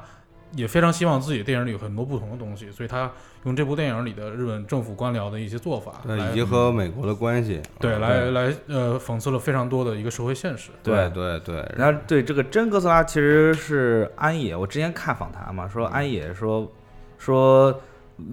[SPEAKER 2] 也非常希望自己电影里有很多不同的东西，所以他用这部电影里的日本政府官僚的一些做法来
[SPEAKER 4] 对，
[SPEAKER 1] 嗯
[SPEAKER 4] 以及和美国的关系，
[SPEAKER 2] 对，
[SPEAKER 4] 嗯
[SPEAKER 2] 来来，呃，讽刺了非常多的一个社会现实。
[SPEAKER 4] 对对对，
[SPEAKER 1] 然后对这个真哥斯拉其实是安野，我之前看访谈嘛，
[SPEAKER 4] 嗯
[SPEAKER 1] 说安野说说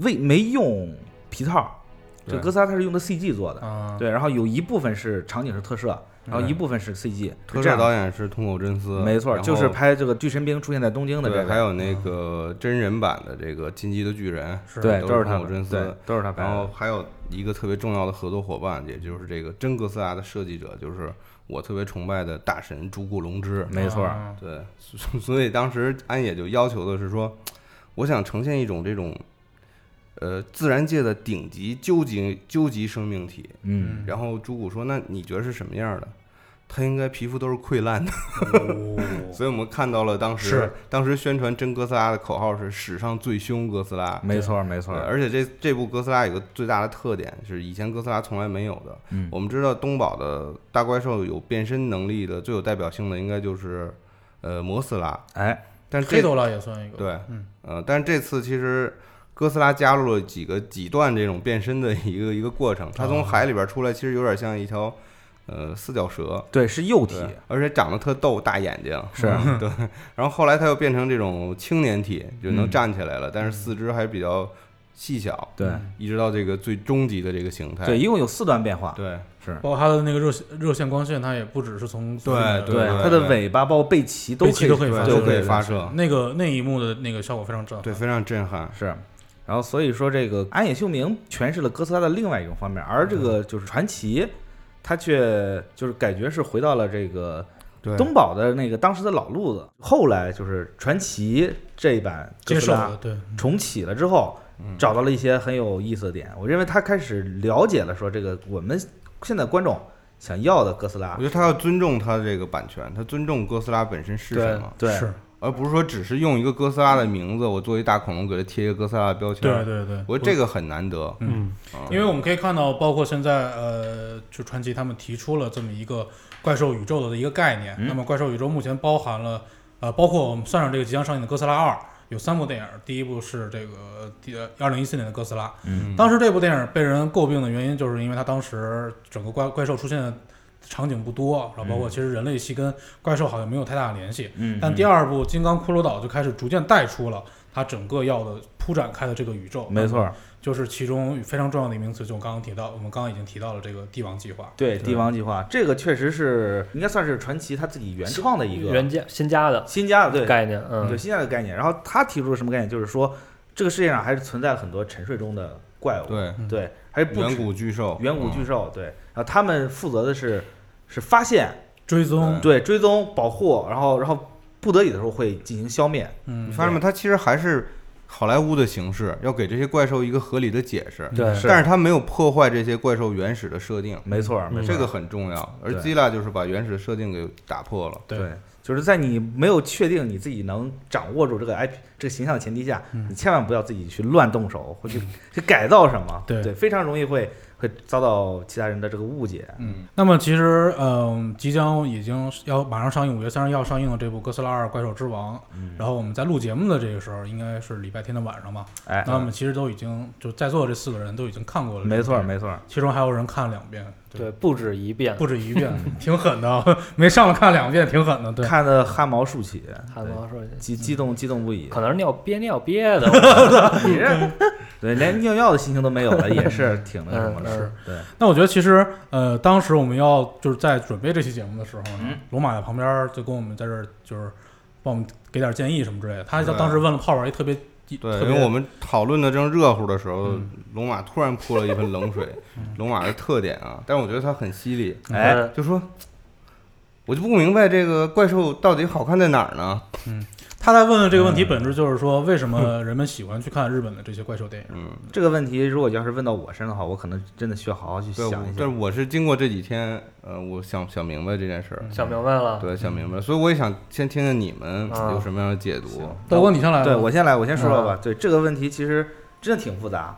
[SPEAKER 1] 为没用皮套，这
[SPEAKER 4] 对嗯
[SPEAKER 1] 哥斯拉它是用的 CG 做的，
[SPEAKER 2] 啊，
[SPEAKER 1] 对，然后有一部分是场景是特摄，然后一部分是 CG，
[SPEAKER 4] 特
[SPEAKER 1] 是这
[SPEAKER 4] 摄
[SPEAKER 1] 样
[SPEAKER 4] 导演是通口真司，
[SPEAKER 1] 没错，
[SPEAKER 4] 然后
[SPEAKER 1] 就是拍这个巨神兵出现在东京的
[SPEAKER 4] 对，
[SPEAKER 1] 这
[SPEAKER 4] 还
[SPEAKER 1] 个，嗯
[SPEAKER 4] 有那个真人版的这个《进击的巨人》，
[SPEAKER 2] 是
[SPEAKER 1] 对，
[SPEAKER 4] 都
[SPEAKER 1] 都
[SPEAKER 4] 是
[SPEAKER 1] 是他
[SPEAKER 4] 汤姆
[SPEAKER 1] 们
[SPEAKER 4] 真，司
[SPEAKER 1] 对，都是他拍
[SPEAKER 4] 然后
[SPEAKER 1] 的，
[SPEAKER 4] 还有一个特别重要的合作伙伴，也就是这个真哥斯拉的设计者，就是我特别崇拜的大神竹谷隆之，
[SPEAKER 1] 没错，
[SPEAKER 2] 啊
[SPEAKER 4] 对，所 *laughs* 所以当时安野就要求的是说，我想呈现一种这种，呃，自然界的顶级究极究极生命体。
[SPEAKER 1] 嗯，
[SPEAKER 2] 嗯，
[SPEAKER 4] 然后朱古说：“那你觉得是什么样的？”他应该皮肤都是溃
[SPEAKER 1] *laughs*
[SPEAKER 4] 烂的，所以我们看到了当时
[SPEAKER 2] 是
[SPEAKER 4] 当时宣传真哥斯拉的口号是“史上最凶哥斯拉”。
[SPEAKER 1] 没错嗯没
[SPEAKER 4] 嗯对，
[SPEAKER 1] 错，
[SPEAKER 4] 而且这这部哥斯拉有个最大的特点是以前哥斯拉从来没有的。
[SPEAKER 1] 嗯
[SPEAKER 4] 我们知道东宝的大怪兽有变身能力的最有代表性的应该就是呃摩斯拉，
[SPEAKER 1] 哎，
[SPEAKER 4] 但这
[SPEAKER 2] 黑头拉也算一个，
[SPEAKER 4] 对，
[SPEAKER 2] 嗯，
[SPEAKER 4] 呃，但是这次其实哥斯拉加入了几个几段这种变身的一个一个过程，它
[SPEAKER 1] 哦
[SPEAKER 4] 从海里边出来，其实有点像一条呃四脚蛇，
[SPEAKER 1] 对，是幼体
[SPEAKER 4] 对，，而且长得特逗，大眼睛，
[SPEAKER 1] 是
[SPEAKER 4] 嗯对。然后后来它又变成这种青年体，就能
[SPEAKER 1] 嗯
[SPEAKER 4] 站起来了，但是四肢还比较细小，
[SPEAKER 1] 对
[SPEAKER 4] 一直到这个最终极的这个形态，
[SPEAKER 1] 对，一共有四段变化，
[SPEAKER 4] 对
[SPEAKER 1] 是。
[SPEAKER 2] 包括它的那个热线热线光线，它也不只是从
[SPEAKER 4] 对
[SPEAKER 2] 呃
[SPEAKER 4] 对
[SPEAKER 1] 它的尾巴包括背鳍都
[SPEAKER 2] 背
[SPEAKER 1] 可
[SPEAKER 2] 鳍
[SPEAKER 1] 以
[SPEAKER 2] 都可以
[SPEAKER 1] 对
[SPEAKER 2] 发
[SPEAKER 4] 对
[SPEAKER 1] 都
[SPEAKER 4] 都
[SPEAKER 1] 可
[SPEAKER 4] 可
[SPEAKER 1] 以
[SPEAKER 4] 以发射，
[SPEAKER 2] 那个那一幕的那个效果非常震撼。
[SPEAKER 4] 对，非常震撼。
[SPEAKER 1] 是。然后所以说这个安野秀明诠释了哥斯拉的另外一种方面，而这
[SPEAKER 2] 嗯
[SPEAKER 1] 个就是传奇，他却就是感觉是回到了这个
[SPEAKER 4] 对
[SPEAKER 1] 东宝的那个当时的老路子。后来就是传奇这一版哥
[SPEAKER 2] 接
[SPEAKER 1] 斯
[SPEAKER 2] 受
[SPEAKER 1] 拉
[SPEAKER 2] 了，嗯对，
[SPEAKER 1] 重启了之后，找到了一些很有意思的点。我认为他开始了解了说这个我们现在观众想要的哥斯
[SPEAKER 4] 我
[SPEAKER 1] 拉
[SPEAKER 4] 觉，得他要尊重他这个版权，他尊重哥斯拉本身是什
[SPEAKER 1] 对
[SPEAKER 4] 么。
[SPEAKER 1] 对
[SPEAKER 2] 是，
[SPEAKER 4] 而不是说只是用一个哥斯拉的名字，我做一大恐龙给它贴一个哥斯拉的标签。
[SPEAKER 2] 对对对。
[SPEAKER 4] 我觉得这个很难得。
[SPEAKER 5] 嗯，
[SPEAKER 4] 啊
[SPEAKER 2] 因为我们可以看到，包括现在呃，就传奇他们提出了这么一个怪兽宇宙的一个概念。
[SPEAKER 1] 嗯
[SPEAKER 2] 那么怪兽宇宙目前包含了呃，包括我们算上这个即将上映的《哥斯拉二》，有三部电影。第一部是这个呃第二零一四年的《哥斯拉》，
[SPEAKER 1] 嗯
[SPEAKER 2] 当时这部电影被人诟病的原因，就是因为它当时整个怪怪兽出现的场景不多，然后包括其实人类系跟怪兽好像没有太大的联系。
[SPEAKER 1] 嗯
[SPEAKER 2] 但第二部《金刚骷髅岛》就开始逐渐带出了它整个要的铺展开的这个宇宙。
[SPEAKER 1] 嗯没错，
[SPEAKER 2] 就是其中非常重要的一个名词，就我刚刚提到，我们刚刚已经提到了这个帝王计划。
[SPEAKER 1] 对帝王计划这个确实是应该算是传奇他自己原创的一个
[SPEAKER 3] 原加新加的
[SPEAKER 1] 新加的对
[SPEAKER 3] 概念，嗯
[SPEAKER 1] 对，新加的概念。然后他提出了什么概念？就是说，这个世界上还是存在了很多沉睡中的怪物，
[SPEAKER 4] 对，
[SPEAKER 2] 嗯
[SPEAKER 1] 对，还不
[SPEAKER 4] 远
[SPEAKER 1] 止
[SPEAKER 4] 古巨兽，
[SPEAKER 1] 远古巨
[SPEAKER 4] 嗯，
[SPEAKER 1] 兽，对，然后他们负责的是是发现，
[SPEAKER 2] 追踪，
[SPEAKER 1] 对，追踪、保护，然后然后不得已的时候会进行消灭，
[SPEAKER 2] 嗯
[SPEAKER 4] 你，发现没？它其实还是好莱坞的形式，要给这些怪兽一个合理的解释，
[SPEAKER 3] 对
[SPEAKER 1] 是
[SPEAKER 4] 但是它没有破坏这些怪兽原始的设定，
[SPEAKER 1] 没错儿，没
[SPEAKER 3] 嗯
[SPEAKER 1] 错儿，
[SPEAKER 4] 这个很重要。而
[SPEAKER 1] 对
[SPEAKER 4] z i l a 就是把原始的设定给打破了。
[SPEAKER 2] 对
[SPEAKER 1] 对，就是在你没有确定你自己能掌握住这个 IP 这个形象的前提下，
[SPEAKER 2] 嗯
[SPEAKER 1] 你千万不要自己去乱动手或去去改造什么，
[SPEAKER 2] 对
[SPEAKER 1] 非常容易会会遭到其他人的这个误解。
[SPEAKER 4] 嗯，
[SPEAKER 2] 那么其实，嗯，即将已经要马上上映，五月三十要上映的这部《哥斯拉二：怪兽之王》，
[SPEAKER 1] 嗯，
[SPEAKER 2] 然后我们在录节目的这个时候，应该是礼拜天的晚上嘛。
[SPEAKER 1] 哎，
[SPEAKER 2] 那我们其实都已经就在座这四个人都已经看过了，
[SPEAKER 1] 嗯没错儿，没错儿，
[SPEAKER 2] 其中还有人看了两遍，
[SPEAKER 3] 对，不止一遍，
[SPEAKER 2] 不止一遍，挺狠的， *laughs* 没上了看两遍，挺狠的，对。
[SPEAKER 1] 看的汗毛竖起，
[SPEAKER 3] 韩
[SPEAKER 1] 对
[SPEAKER 3] 国说
[SPEAKER 1] 激激动激动不已。
[SPEAKER 3] 可能是尿憋尿憋的，我
[SPEAKER 1] 你这对连尿尿的心情都没有了，也是挺那什么的。
[SPEAKER 3] 嗯
[SPEAKER 1] 对，
[SPEAKER 2] 那我觉得其实，呃，当时我们要就是在准备这期节目的时候呢，
[SPEAKER 1] 嗯
[SPEAKER 2] 龙马在旁边儿就跟我们在这儿就是帮我们给点建议什么之类的。他
[SPEAKER 4] 对
[SPEAKER 2] 当时问了泡泡一特别一
[SPEAKER 4] 对，
[SPEAKER 2] 特
[SPEAKER 4] 因
[SPEAKER 2] 别
[SPEAKER 4] 为我们讨论的正热乎的时候
[SPEAKER 2] 嗯，
[SPEAKER 4] 龙马突然泼了一盆冷水。
[SPEAKER 1] 嗯
[SPEAKER 4] 龙马的特点啊，但是我觉得它很犀利，
[SPEAKER 1] 哎，
[SPEAKER 3] 嗯
[SPEAKER 4] 就说，我就不明白这个怪兽到底好看在哪儿呢？
[SPEAKER 2] 他在问的这个问
[SPEAKER 1] 嗯
[SPEAKER 2] 题本质就是说，为什么人们喜欢去看日本的这些怪兽电影？
[SPEAKER 4] 嗯，
[SPEAKER 1] 这个问题如果要是问到我身上的话，我可能真的需要好好去
[SPEAKER 4] 对，我
[SPEAKER 1] 想一
[SPEAKER 4] 但
[SPEAKER 1] 下。
[SPEAKER 4] 是我是经过这几天，呃，我想想明白这件事儿，
[SPEAKER 3] 想明白了，
[SPEAKER 4] 对，想明白了，所以我也想先听听你们
[SPEAKER 3] 啊
[SPEAKER 4] 有什么样的解读。
[SPEAKER 2] 德哥，你上来吧
[SPEAKER 1] 对我先来，我先说说吧。对这个问题其实真的挺复杂。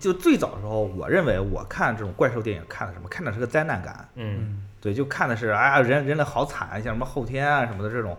[SPEAKER 1] 就最早的时候，我认为我看这种怪兽电影看的什么，看的是个灾难感。
[SPEAKER 3] 嗯，
[SPEAKER 2] 嗯
[SPEAKER 1] 对，就看的是哎呀人人类好惨，像什么后天啊什么的这种，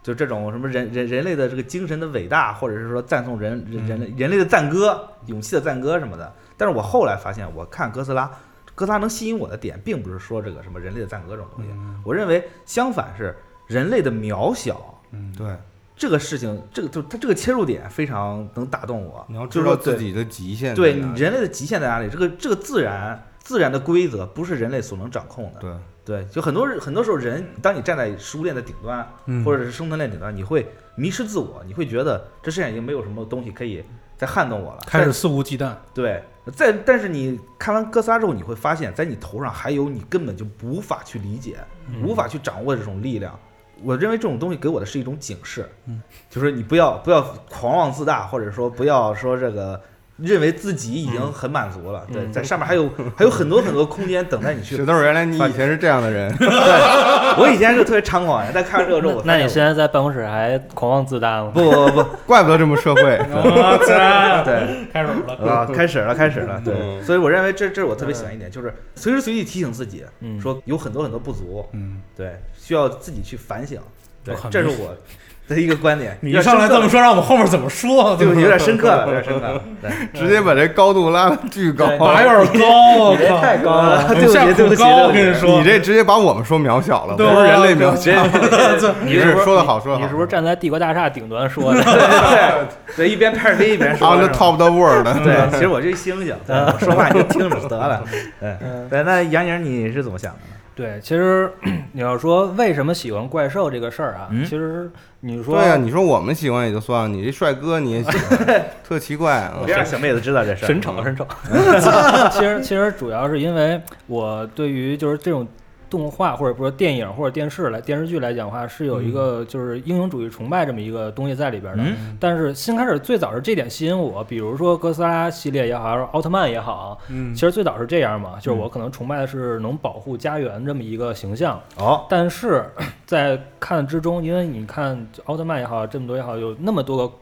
[SPEAKER 1] 就这种什么人人人类的这个精神的伟大，或者是说赞颂人人人
[SPEAKER 4] 嗯
[SPEAKER 1] 类人类的赞歌、勇气的赞歌什么的。但是我后来发现，我看哥斯拉，哥斯拉能吸引我的点，并不是说这个什么人类的赞歌这种东西，
[SPEAKER 2] 嗯
[SPEAKER 1] 我认为相反是人类的渺小。
[SPEAKER 2] 嗯，
[SPEAKER 4] 对，
[SPEAKER 1] 这个事情，这个就它这个切入点非常能打动我。
[SPEAKER 4] 你要
[SPEAKER 1] 就
[SPEAKER 4] 知
[SPEAKER 1] 是
[SPEAKER 4] 道
[SPEAKER 1] 说
[SPEAKER 4] 自己的极限在
[SPEAKER 1] 对
[SPEAKER 4] 哪
[SPEAKER 1] 你
[SPEAKER 4] 里
[SPEAKER 1] 人类的极限在哪里？这个这个自然自然的规则不是人类所能掌控的。
[SPEAKER 4] 对，
[SPEAKER 1] 对，就很多人很多时候人，当你站在食物链的顶端，
[SPEAKER 2] 嗯
[SPEAKER 1] 或者是生存链顶端，你会迷失自我，你会觉得这世界上已经没有什么东西可以再撼动我了。
[SPEAKER 2] 开始肆无忌惮。
[SPEAKER 1] 但对，在但是你看完哥斯拉之后，你会发现在你头上还有你根本就无法去理解、
[SPEAKER 3] 嗯
[SPEAKER 1] 无法去掌握的这种力量。我认为这种东西给我的是一种警示，
[SPEAKER 2] 嗯，
[SPEAKER 1] 就是你不要不要狂妄自大，或者说不要说这个认为自己已
[SPEAKER 2] 嗯
[SPEAKER 1] 经很满足了。对，
[SPEAKER 3] 嗯
[SPEAKER 1] 在上面还有还有很多很多空间等待你去
[SPEAKER 4] 石头，原来你以前是这样的人，
[SPEAKER 1] 对，我以前是特别猖狂的，但看完这个之后，我
[SPEAKER 3] 那
[SPEAKER 1] 发
[SPEAKER 3] 你
[SPEAKER 1] 现
[SPEAKER 3] 现在在办公室还狂妄自大吗？
[SPEAKER 1] 不不不不，
[SPEAKER 4] 怪不得这么社会。
[SPEAKER 1] 啊
[SPEAKER 2] 我操，
[SPEAKER 1] 对
[SPEAKER 2] 开始了。
[SPEAKER 1] 啊，开始了，开始了，对，
[SPEAKER 4] 嗯
[SPEAKER 1] 所以我认为这这是我特别喜欢一点，就是随时随地提醒自己，
[SPEAKER 3] 嗯，
[SPEAKER 1] 说有很多很多不足，
[SPEAKER 2] *laughs* 嗯，
[SPEAKER 1] 对，需要自己去反省，对
[SPEAKER 2] 我很，
[SPEAKER 1] 这是我的一个观点。
[SPEAKER 2] 你一上来这么说，让我们后面怎么说？
[SPEAKER 1] 对
[SPEAKER 2] 不
[SPEAKER 1] 不起，有点深刻了，有点深刻了，对，
[SPEAKER 4] 直接把这高度拉的巨高，
[SPEAKER 1] 对 *laughs*
[SPEAKER 2] 拔有点高，我
[SPEAKER 1] 你这
[SPEAKER 2] 靠，
[SPEAKER 1] 太高了，
[SPEAKER 2] 我
[SPEAKER 1] 对不
[SPEAKER 2] 下
[SPEAKER 1] 起，对不
[SPEAKER 2] 苦
[SPEAKER 1] 起，
[SPEAKER 2] 高，我
[SPEAKER 1] 对
[SPEAKER 2] 跟你
[SPEAKER 1] 不起，
[SPEAKER 2] 说，
[SPEAKER 4] *laughs* 你这直接把我们说渺小了，不
[SPEAKER 2] 对
[SPEAKER 4] 是人类渺小。
[SPEAKER 1] 对
[SPEAKER 4] 你是说的好，说的
[SPEAKER 3] 你
[SPEAKER 4] 好，
[SPEAKER 3] 是不是站在帝国大厦顶端说的？ *laughs*
[SPEAKER 1] 对对，一边拍着飞一边说
[SPEAKER 4] on the
[SPEAKER 1] 是吧
[SPEAKER 4] top of the world？
[SPEAKER 1] *laughs* 对，其实我这猩猩，对，我说话你就听着得 *laughs* 了，对
[SPEAKER 3] 嗯
[SPEAKER 1] 对，那杨宁你是怎么想的呢？
[SPEAKER 3] 对，其实你要说为什么喜欢怪兽这个事儿啊，
[SPEAKER 1] 嗯
[SPEAKER 3] 其实你说
[SPEAKER 4] 对啊
[SPEAKER 1] 啊
[SPEAKER 4] 呀、你说我们喜欢也就算了，你这帅哥你也喜
[SPEAKER 1] *laughs*
[SPEAKER 4] 欢，特奇怪啊
[SPEAKER 1] 我！让小妹子知道这事儿。嗯
[SPEAKER 3] 神丑神丑。 *laughs* 其实其实主要是因为我对于就是这种动画或者说电影或者电视来电视剧来讲的话，是有一个就是英雄主义崇拜这么一个东西在里边的。
[SPEAKER 1] 嗯
[SPEAKER 3] 但是新开始最早是这点吸引我，比如说哥斯拉系列也好，还是奥特曼也好，
[SPEAKER 2] 嗯
[SPEAKER 3] 其实最早是这样嘛，
[SPEAKER 1] 嗯
[SPEAKER 3] 就是我可能崇拜的是能保护家园这么一个形象。
[SPEAKER 1] 哦，
[SPEAKER 3] 但是 *clears throat* 在看之中，因为你看奥特曼也好，这么多也好，有那么多个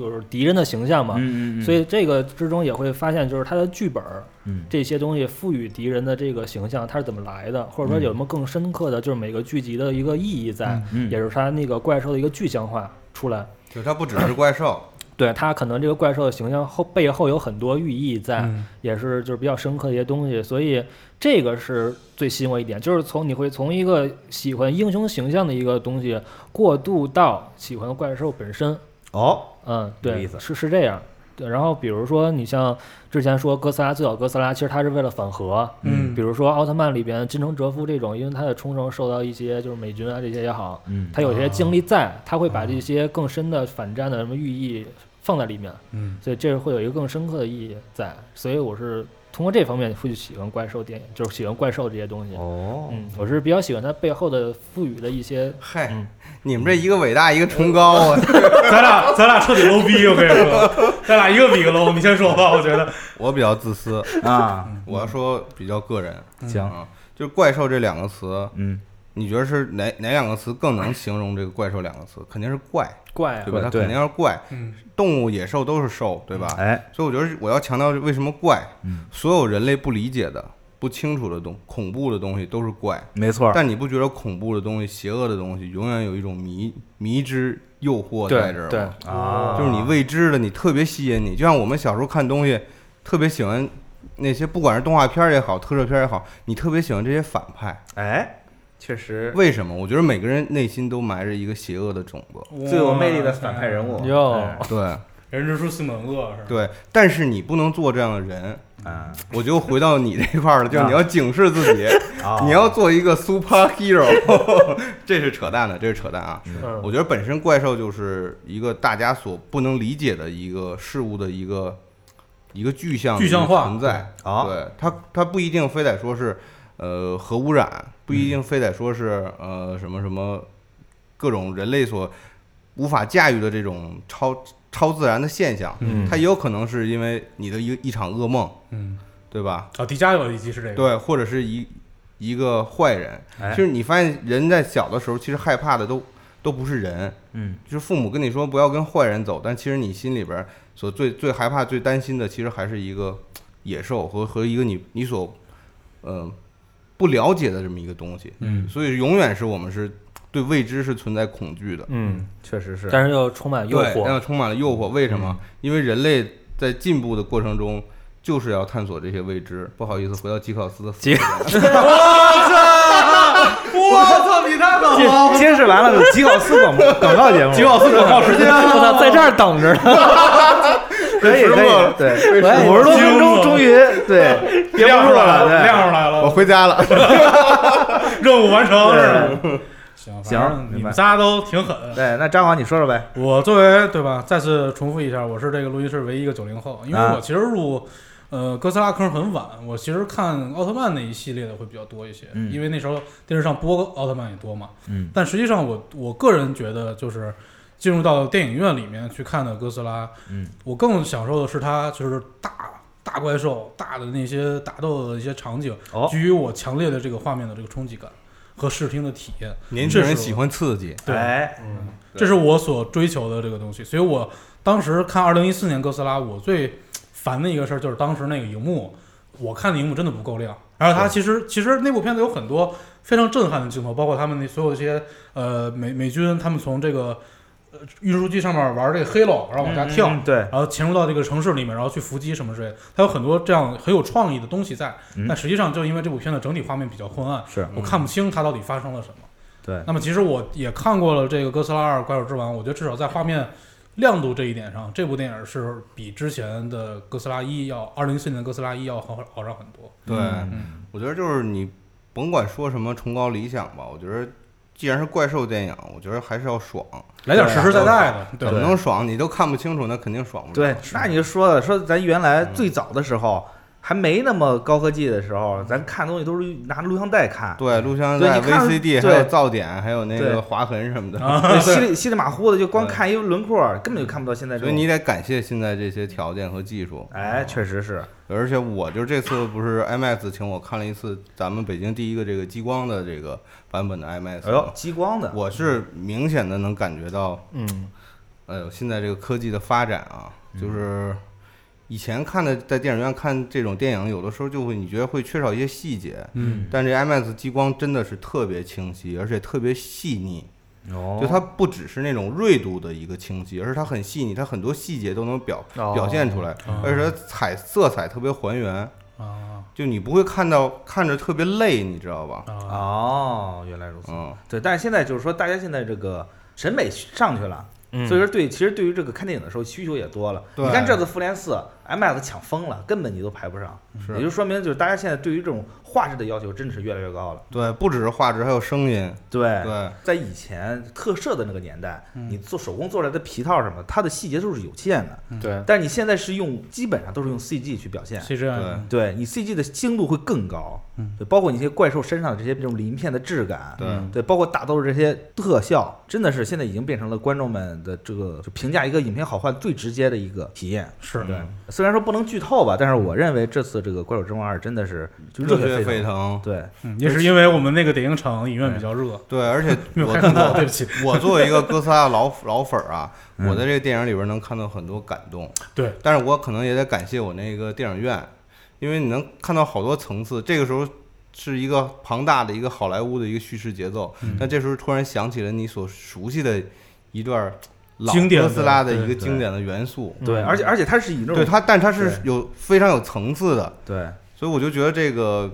[SPEAKER 3] 就是敌人的形象嘛，
[SPEAKER 1] 嗯
[SPEAKER 3] 所以这个之中也会发现，就是它的剧本儿
[SPEAKER 1] 嗯
[SPEAKER 3] 这些东西赋予敌人的这个形象，它是怎么来的，或者说有什么更深刻的，就是每个剧集的一个意义在，
[SPEAKER 1] 嗯
[SPEAKER 3] 也是它那个怪兽的一个具象化出来。
[SPEAKER 4] 就它不只是怪兽，
[SPEAKER 1] 嗯
[SPEAKER 3] 对它可能这个怪兽的形象后背后有很多寓意在，
[SPEAKER 2] 嗯
[SPEAKER 3] 也是就是比较深刻的一些东西，所以这个是最吸引我一点，就是从你会从一个喜欢英雄形象的一个东西过渡到喜欢怪兽本身，
[SPEAKER 1] 哦，
[SPEAKER 3] 嗯，
[SPEAKER 1] 有
[SPEAKER 3] 对
[SPEAKER 1] 意，思
[SPEAKER 3] 是是这样。对，然后比如说你像之前说哥斯拉，最早哥斯拉其实它是为了反核，
[SPEAKER 2] 嗯
[SPEAKER 3] 比如说奥特曼里边金城哲夫这种，因为他的冲绳受到一些就是美军啊这些也好，
[SPEAKER 1] 嗯啊
[SPEAKER 3] 他有一些经历在，他会把这些更深的反战的什么寓意放在里面，
[SPEAKER 2] 嗯
[SPEAKER 3] 所以这会有一个更深刻的意义在。所以我是通过这方面会去喜欢怪兽电影，就是喜欢怪兽这些东西。
[SPEAKER 1] 哦，
[SPEAKER 3] 嗯，我是比较喜欢它背后的赋予的一些
[SPEAKER 4] 嗨
[SPEAKER 3] 嗯，
[SPEAKER 4] 你们这一个伟大，一个崇高啊！ *laughs*
[SPEAKER 2] 咱俩咱俩彻底 low 逼，我跟你说，咱俩一个比一个 low。你先说吧，我觉得
[SPEAKER 4] 我比较自私，
[SPEAKER 1] 啊，
[SPEAKER 4] 我要说比较个人。
[SPEAKER 1] 嗯行，
[SPEAKER 4] 啊，就是“怪兽”这两个词，
[SPEAKER 1] 嗯，
[SPEAKER 4] 你觉得是哪哪两个词更能形容这个“怪兽”两个词？肯定是怪，
[SPEAKER 3] 怪啊
[SPEAKER 4] 对吧？它
[SPEAKER 1] 对
[SPEAKER 4] 肯定要是怪。
[SPEAKER 2] 嗯
[SPEAKER 4] 动物、野兽都是兽，对吧？
[SPEAKER 1] 哎，
[SPEAKER 4] 所以我觉得我要强调为什么怪
[SPEAKER 1] 嗯，
[SPEAKER 4] 所有人类不理解的、不清楚的东、恐怖的东西都是怪。
[SPEAKER 1] 没错儿，
[SPEAKER 4] 但你不觉得恐怖的东西、邪恶的东西，永远有一种迷迷之诱惑在这儿吗？
[SPEAKER 3] 对
[SPEAKER 1] 啊，
[SPEAKER 4] 就是你未知的，你特别吸引你。就像我们小时候看东西，特别喜欢那些，不管是动画片儿也好，特摄片儿也好，你特别喜欢这些反派。
[SPEAKER 1] 哎，确实
[SPEAKER 4] 为什么？我觉得每个人内心都埋着一个邪恶的种子。
[SPEAKER 1] 最有魅力的反派人
[SPEAKER 2] 物，
[SPEAKER 1] 物
[SPEAKER 3] 哟
[SPEAKER 1] 哎
[SPEAKER 4] 对
[SPEAKER 2] 人之初性本恶是吧？
[SPEAKER 4] 对，但是你不能做这样的人。
[SPEAKER 1] 嗯，
[SPEAKER 4] 我就回到你这块儿
[SPEAKER 3] *laughs*
[SPEAKER 4] 了，就是你要警示自己，
[SPEAKER 1] 啊
[SPEAKER 4] 你要做一个 super hero，这是扯淡的，这是扯淡啊！
[SPEAKER 3] 嗯
[SPEAKER 4] 我觉得本身怪兽就是一个大家所不能理解的一个事物的一个一个具象的
[SPEAKER 2] 具象化
[SPEAKER 4] 存在。
[SPEAKER 1] 啊
[SPEAKER 4] 对它，它不一定非得说是呃核污染，不一定非得说是呃什么什么各种人类所无法驾驭的这种超超自然的现象，
[SPEAKER 2] 嗯
[SPEAKER 4] 它也有可能是因为你的一一场噩梦，
[SPEAKER 2] 嗯，
[SPEAKER 4] 对吧？
[SPEAKER 2] 啊，迪迦有一集是这个，
[SPEAKER 4] 对，或者是一一个坏人。
[SPEAKER 1] 哎
[SPEAKER 4] 其实你发现人在小的时候，其实害怕的都都不是人，
[SPEAKER 1] 嗯，
[SPEAKER 4] 就是父母跟你说不要跟坏人走，但其实你心里边儿所最最害怕、最担心的，其实还是一个野兽和和一个你你所呃不了解的这么一个东西。
[SPEAKER 2] 嗯
[SPEAKER 4] 所以永远是我们是对未知是存在恐惧的，
[SPEAKER 3] 嗯，
[SPEAKER 1] 确实是，
[SPEAKER 3] 但是又充满诱
[SPEAKER 4] 对，但
[SPEAKER 3] 惑，嗯
[SPEAKER 4] 是充满了诱惑。为什么？因为人类在进步的过程中。就是要探索这些未知。不好意思，回到吉考斯的死
[SPEAKER 3] 吉
[SPEAKER 4] 亡 *laughs*
[SPEAKER 1] *laughs*
[SPEAKER 3] *laughs*
[SPEAKER 1] 揭揭示完了吉考斯广播广告节目，
[SPEAKER 2] 吉奥斯广告时间，
[SPEAKER 3] *laughs* 我操，在这儿等着呢。
[SPEAKER 1] 可以
[SPEAKER 4] 被识
[SPEAKER 1] 可
[SPEAKER 4] 破了
[SPEAKER 1] 以，对，
[SPEAKER 3] 被识
[SPEAKER 1] 五十多分
[SPEAKER 2] 惊
[SPEAKER 1] 钟
[SPEAKER 2] 了
[SPEAKER 1] 终于对憋
[SPEAKER 2] 亮
[SPEAKER 1] 不
[SPEAKER 2] 出
[SPEAKER 1] 住
[SPEAKER 2] 来
[SPEAKER 1] 了，对哦
[SPEAKER 2] 亮出来
[SPEAKER 4] 我
[SPEAKER 2] 了，
[SPEAKER 4] 回家了。
[SPEAKER 2] 任务完成是吧？行
[SPEAKER 1] 行
[SPEAKER 2] 反正你
[SPEAKER 1] 明白
[SPEAKER 2] 们仨都挺狠。
[SPEAKER 1] 对，那张华你说说呗，
[SPEAKER 2] 我作为对吧，再次重复一下，我是这个录音室唯一一个九零后，因为
[SPEAKER 1] 啊
[SPEAKER 2] 我其实入呃哥斯拉坑很晚，我其实看奥特曼那一系列的会比较多一些，
[SPEAKER 1] 嗯
[SPEAKER 2] 因为那时候电视上播奥特曼也多嘛。
[SPEAKER 1] 嗯
[SPEAKER 2] 但实际上我，我个人觉得，就是进入到电影院里面去看的哥斯拉，
[SPEAKER 1] 嗯，
[SPEAKER 2] 我更享受的是它就是大大怪兽、大的那些打斗的一些场景，
[SPEAKER 1] 哦
[SPEAKER 2] 给予我强烈的这个画面的这个冲击感和视听的体验。
[SPEAKER 4] 年
[SPEAKER 2] 这是
[SPEAKER 4] 轻人
[SPEAKER 2] 我
[SPEAKER 4] 喜欢刺激，
[SPEAKER 2] 对
[SPEAKER 1] 哎，
[SPEAKER 4] 对
[SPEAKER 2] 这是我所追求的这个东西。所以我当时看二零一四年哥斯拉，我最烦的一个事儿就是当时那个荧幕，我看的荧幕真的不够亮。然后它其实其实那部片子有很多非常震撼的镜头，包括他们那所有这些呃美美军他们从这个呃运输机上面玩这个黑喽，然后往下跳。
[SPEAKER 1] 嗯对，
[SPEAKER 2] 然后潜入到这个城市里面，然后去伏击什么之类的，它有很多这样很有创意的东西在。
[SPEAKER 1] 嗯
[SPEAKER 2] 但实际上，就因为这部片子整体画面比较昏暗，
[SPEAKER 1] 是
[SPEAKER 2] 我看不清它到底发生了什么。
[SPEAKER 1] 对，
[SPEAKER 2] 那么其实我也看过了这个《哥斯拉二：怪兽之王》，我觉得至少在画面亮度这一点上，这部电影是比之前的《哥斯拉一》要二零一四年的《哥斯拉一》要好好上很多。
[SPEAKER 4] 对，
[SPEAKER 2] 嗯
[SPEAKER 4] 我觉得就是你甭管说什么崇高理想吧，我觉得既然是怪兽电影，我觉得还是要爽，
[SPEAKER 2] 来点实实在在的，对
[SPEAKER 4] 怎么能爽？你都看不清楚，那肯定爽不了。
[SPEAKER 1] 对，那你就说了，说咱原来最早的时候还没那么高科技的时候，咱看东西都是拿录像带看，
[SPEAKER 4] 对，录像
[SPEAKER 1] 对
[SPEAKER 4] 带、
[SPEAKER 1] 你看对
[SPEAKER 4] VCD，还有噪点，还有那
[SPEAKER 1] 对啊
[SPEAKER 4] 个划痕什么的，
[SPEAKER 1] 对稀里稀里马虎的就光
[SPEAKER 4] 对
[SPEAKER 1] 看一轮廓，根本就看不到现在这
[SPEAKER 4] 所以
[SPEAKER 1] 种。
[SPEAKER 4] 你得感谢现在这些条件和技术。
[SPEAKER 1] 哎，确实是，
[SPEAKER 4] 而且我就这次不是 IMAX 请我看了一次咱们北京第一个这个激光的这个版本的 IMAX，
[SPEAKER 1] 哎呦，激光的，
[SPEAKER 4] 我是明显的能感觉到
[SPEAKER 3] 嗯，
[SPEAKER 4] 哎呦，现在这个科技的发展啊，就是以前看的在电影院看这种电影，有的时候就会你觉得会缺少一些细节，
[SPEAKER 2] 嗯，
[SPEAKER 4] 但这 IMAX 激光真的是特别清晰，而且特别细腻。
[SPEAKER 1] 哦
[SPEAKER 4] 就它不只是那种锐度的一个清晰，而是它很细腻，它很多细节都能表
[SPEAKER 3] 哦
[SPEAKER 4] 表现出来，而且它彩色彩特别还原，
[SPEAKER 2] 啊
[SPEAKER 4] 就你不会看到看着特别累，你知道吧？
[SPEAKER 2] 啊，
[SPEAKER 1] 哦，原来如此。
[SPEAKER 4] 嗯，
[SPEAKER 1] 对，但是现在就是说，大家现在这个审美上去了，
[SPEAKER 3] 嗯
[SPEAKER 1] 所以说对，其实对于这个看电影的时候需求也多了。
[SPEAKER 4] 对
[SPEAKER 1] 你看这次《复联四》， IMAX 抢疯了，根本你都排不上，也
[SPEAKER 4] 是
[SPEAKER 1] 就说明就是大家现在对于这种画质的要求真的是越来越高了。
[SPEAKER 4] 对，不只是画质，还有声音，
[SPEAKER 1] 对
[SPEAKER 4] 对，
[SPEAKER 1] 在以前特摄的那个年代，
[SPEAKER 2] 嗯
[SPEAKER 1] 你做手工做出来的皮套什么，它的细节都是有限的。
[SPEAKER 3] 嗯
[SPEAKER 4] 对，
[SPEAKER 1] 但是你现在是用基本上都是用 CG 去表现，
[SPEAKER 2] 是这样的，
[SPEAKER 1] 哎对你 CG 的精度会更高，
[SPEAKER 2] 嗯
[SPEAKER 1] 对，包括你这些怪兽身上的这些这种鳞片的质感，
[SPEAKER 4] 对
[SPEAKER 1] 对，包括打斗的这些特效，真的是现在已经变成了观众们的这个就评价一个影片好坏最直接的一个体验。
[SPEAKER 2] 是
[SPEAKER 1] 对，虽然说不能剧透吧，但是我认为这次这个《怪兽争霸二》真的是就
[SPEAKER 4] 热
[SPEAKER 1] 血
[SPEAKER 4] 血
[SPEAKER 1] 沸
[SPEAKER 4] 沸。腾，
[SPEAKER 1] 对，
[SPEAKER 2] 嗯也是因为我们那个点映场影院比较热，
[SPEAKER 4] 对，而且
[SPEAKER 2] 没有
[SPEAKER 4] 我
[SPEAKER 2] 开空调，
[SPEAKER 4] 我
[SPEAKER 2] 对不起，
[SPEAKER 4] *laughs* 我作为一个哥斯拉老老粉儿啊，
[SPEAKER 1] 嗯
[SPEAKER 4] 我在这个电影里边能看到很多感动。
[SPEAKER 2] 对，
[SPEAKER 4] 但是我可能也得感谢我那个电影院，因为你能看到好多层次。这个时候是一个庞大的一个好莱坞的一个叙事节奏，
[SPEAKER 1] 嗯
[SPEAKER 4] 但这时候突然想起了你所熟悉的一段老
[SPEAKER 2] 经典的
[SPEAKER 4] 哥斯拉的
[SPEAKER 2] 对
[SPEAKER 4] 一个
[SPEAKER 1] 对
[SPEAKER 4] 经典的元素。
[SPEAKER 1] 对，
[SPEAKER 3] 哦
[SPEAKER 1] 而且而且它是以那
[SPEAKER 4] 对
[SPEAKER 1] 种
[SPEAKER 4] 它，但它是
[SPEAKER 1] 对
[SPEAKER 4] 有非常有层次的，
[SPEAKER 1] 对
[SPEAKER 4] 所以我就觉得这个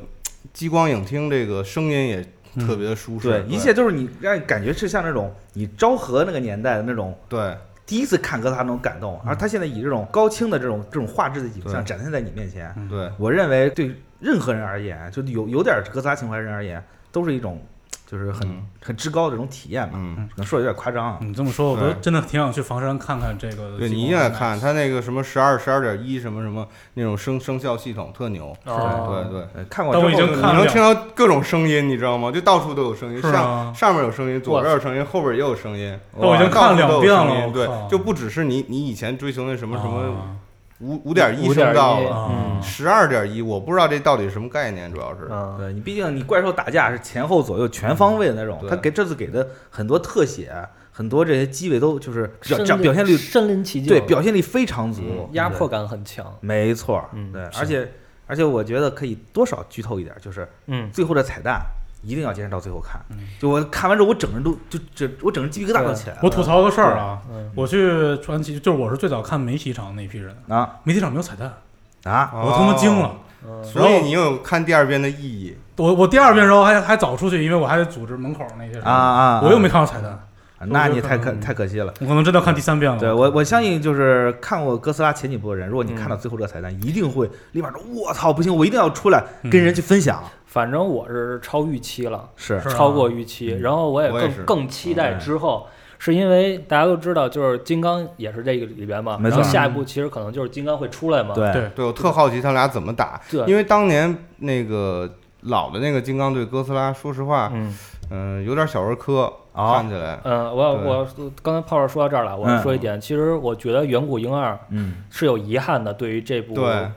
[SPEAKER 4] 激光影厅这个声音也特别的舒适，
[SPEAKER 1] 嗯对，一切都是你让你感觉是像那种你昭和那个年代的那种
[SPEAKER 4] 对
[SPEAKER 1] 第一次看哥斯拉那种感动，而它现在以这种高清的这种这种画质的影像
[SPEAKER 4] 对
[SPEAKER 1] 展现在你面前，
[SPEAKER 4] 对对
[SPEAKER 1] 我认为对任何人而言，就有有点哥斯拉情怀的人而言，都是一种就是很、
[SPEAKER 4] 嗯
[SPEAKER 1] 很至高的这种体验吧。
[SPEAKER 4] 嗯。
[SPEAKER 1] 可能说的有点夸张
[SPEAKER 3] 嗯
[SPEAKER 1] 啊，
[SPEAKER 2] 你这么说，我都
[SPEAKER 4] 对
[SPEAKER 2] 真的挺想去房山看看这个。
[SPEAKER 4] 对你一定得看，它那个什么十二、十二点一什么什么那种声声效系统特牛，哎
[SPEAKER 3] 哦
[SPEAKER 4] 对对，
[SPEAKER 1] 呃看过之
[SPEAKER 2] 但
[SPEAKER 1] 后
[SPEAKER 2] 我已经
[SPEAKER 4] 你
[SPEAKER 2] 哦看了
[SPEAKER 4] 能听到各种声音，你知道吗？就到处都有声音，
[SPEAKER 2] 是
[SPEAKER 4] 上
[SPEAKER 2] 啊，
[SPEAKER 4] 上面有声音，左边有声音，后边也有声音。
[SPEAKER 2] 但我已经看了两遍了我
[SPEAKER 4] 对
[SPEAKER 2] 靠，
[SPEAKER 4] 就不只是你你以前追求那什么什么
[SPEAKER 2] 啊
[SPEAKER 4] 五五点一
[SPEAKER 3] 五点
[SPEAKER 4] 声道
[SPEAKER 3] 一
[SPEAKER 4] 了，
[SPEAKER 3] 嗯
[SPEAKER 4] 十二点一，我不知道这到底什么概念，主要是
[SPEAKER 3] 嗯，
[SPEAKER 1] 对你，毕竟你怪兽打架是前后左右全方位的那种
[SPEAKER 4] 嗯，对
[SPEAKER 1] 他给这次给的很多特写，很多这些机位都就是表
[SPEAKER 3] 身
[SPEAKER 1] 表
[SPEAKER 3] 临
[SPEAKER 1] 表现力
[SPEAKER 3] 身临其境，
[SPEAKER 1] 对表现力非常足，
[SPEAKER 3] 压迫
[SPEAKER 1] 对，
[SPEAKER 3] 感很强。
[SPEAKER 1] 没错，
[SPEAKER 3] 嗯
[SPEAKER 1] 对，
[SPEAKER 3] 是
[SPEAKER 1] 而且而且我觉得可以多少剧透一点，就是
[SPEAKER 3] 嗯，
[SPEAKER 1] 最后的彩蛋一定要坚持到最后看，就我看完之后我整个人都就这我整个人鸡皮疙瘩都起来了，
[SPEAKER 2] 我吐槽个事儿啊
[SPEAKER 3] 嗯，
[SPEAKER 2] 我去传奇，就是我是最早看媒体场那批人，
[SPEAKER 1] 啊
[SPEAKER 2] 媒体场没有彩蛋，
[SPEAKER 1] 啊！
[SPEAKER 4] 哦
[SPEAKER 2] 我他妈惊了。
[SPEAKER 4] 所以你有看第二遍的意义。
[SPEAKER 2] 我我第二遍的时候还还早出去，因为我还得组织门口那些什
[SPEAKER 1] 啊
[SPEAKER 2] 么，
[SPEAKER 1] 啊！啊
[SPEAKER 2] 我又没，看到彩蛋，
[SPEAKER 1] 那你太
[SPEAKER 2] 我觉
[SPEAKER 3] *laughs*
[SPEAKER 2] 得
[SPEAKER 1] 可
[SPEAKER 2] 可能
[SPEAKER 1] 太可惜了。
[SPEAKER 2] 我可能真的看第三遍了。
[SPEAKER 1] 对我，我相信就是看过哥斯拉前几部的人，如果你
[SPEAKER 3] 嗯
[SPEAKER 1] 看到最后这个彩蛋，一定会立马说：“我操，不行，我一定要出来
[SPEAKER 3] 嗯
[SPEAKER 1] 跟人去分享。
[SPEAKER 3] 反正我是超预期了，
[SPEAKER 1] 是
[SPEAKER 2] 是啊
[SPEAKER 3] 超过预期，然后我也
[SPEAKER 4] 我也
[SPEAKER 3] 更
[SPEAKER 4] 是
[SPEAKER 3] 更期待
[SPEAKER 1] 嗯
[SPEAKER 3] 之后。是因为大家都知道，就是金刚也是这个里边嘛，
[SPEAKER 1] 没
[SPEAKER 3] 然
[SPEAKER 1] 错
[SPEAKER 3] 后下一步其实可能就是金刚会出来嘛。
[SPEAKER 1] 对
[SPEAKER 2] 对
[SPEAKER 4] 对我特好奇他俩怎么打，
[SPEAKER 3] 对，
[SPEAKER 4] 因为当年那个老的那个金刚对哥斯拉，说实话，
[SPEAKER 3] 嗯
[SPEAKER 4] 嗯，有点小儿科，
[SPEAKER 1] 啊
[SPEAKER 4] 看起来。
[SPEAKER 3] 呃，我
[SPEAKER 4] 对
[SPEAKER 3] 我刚才泡泡说到这儿了，我
[SPEAKER 1] 嗯
[SPEAKER 3] 说一点，其实我觉得远古婴儿
[SPEAKER 1] 嗯，
[SPEAKER 3] 是有遗憾的，对于这部
[SPEAKER 4] 对，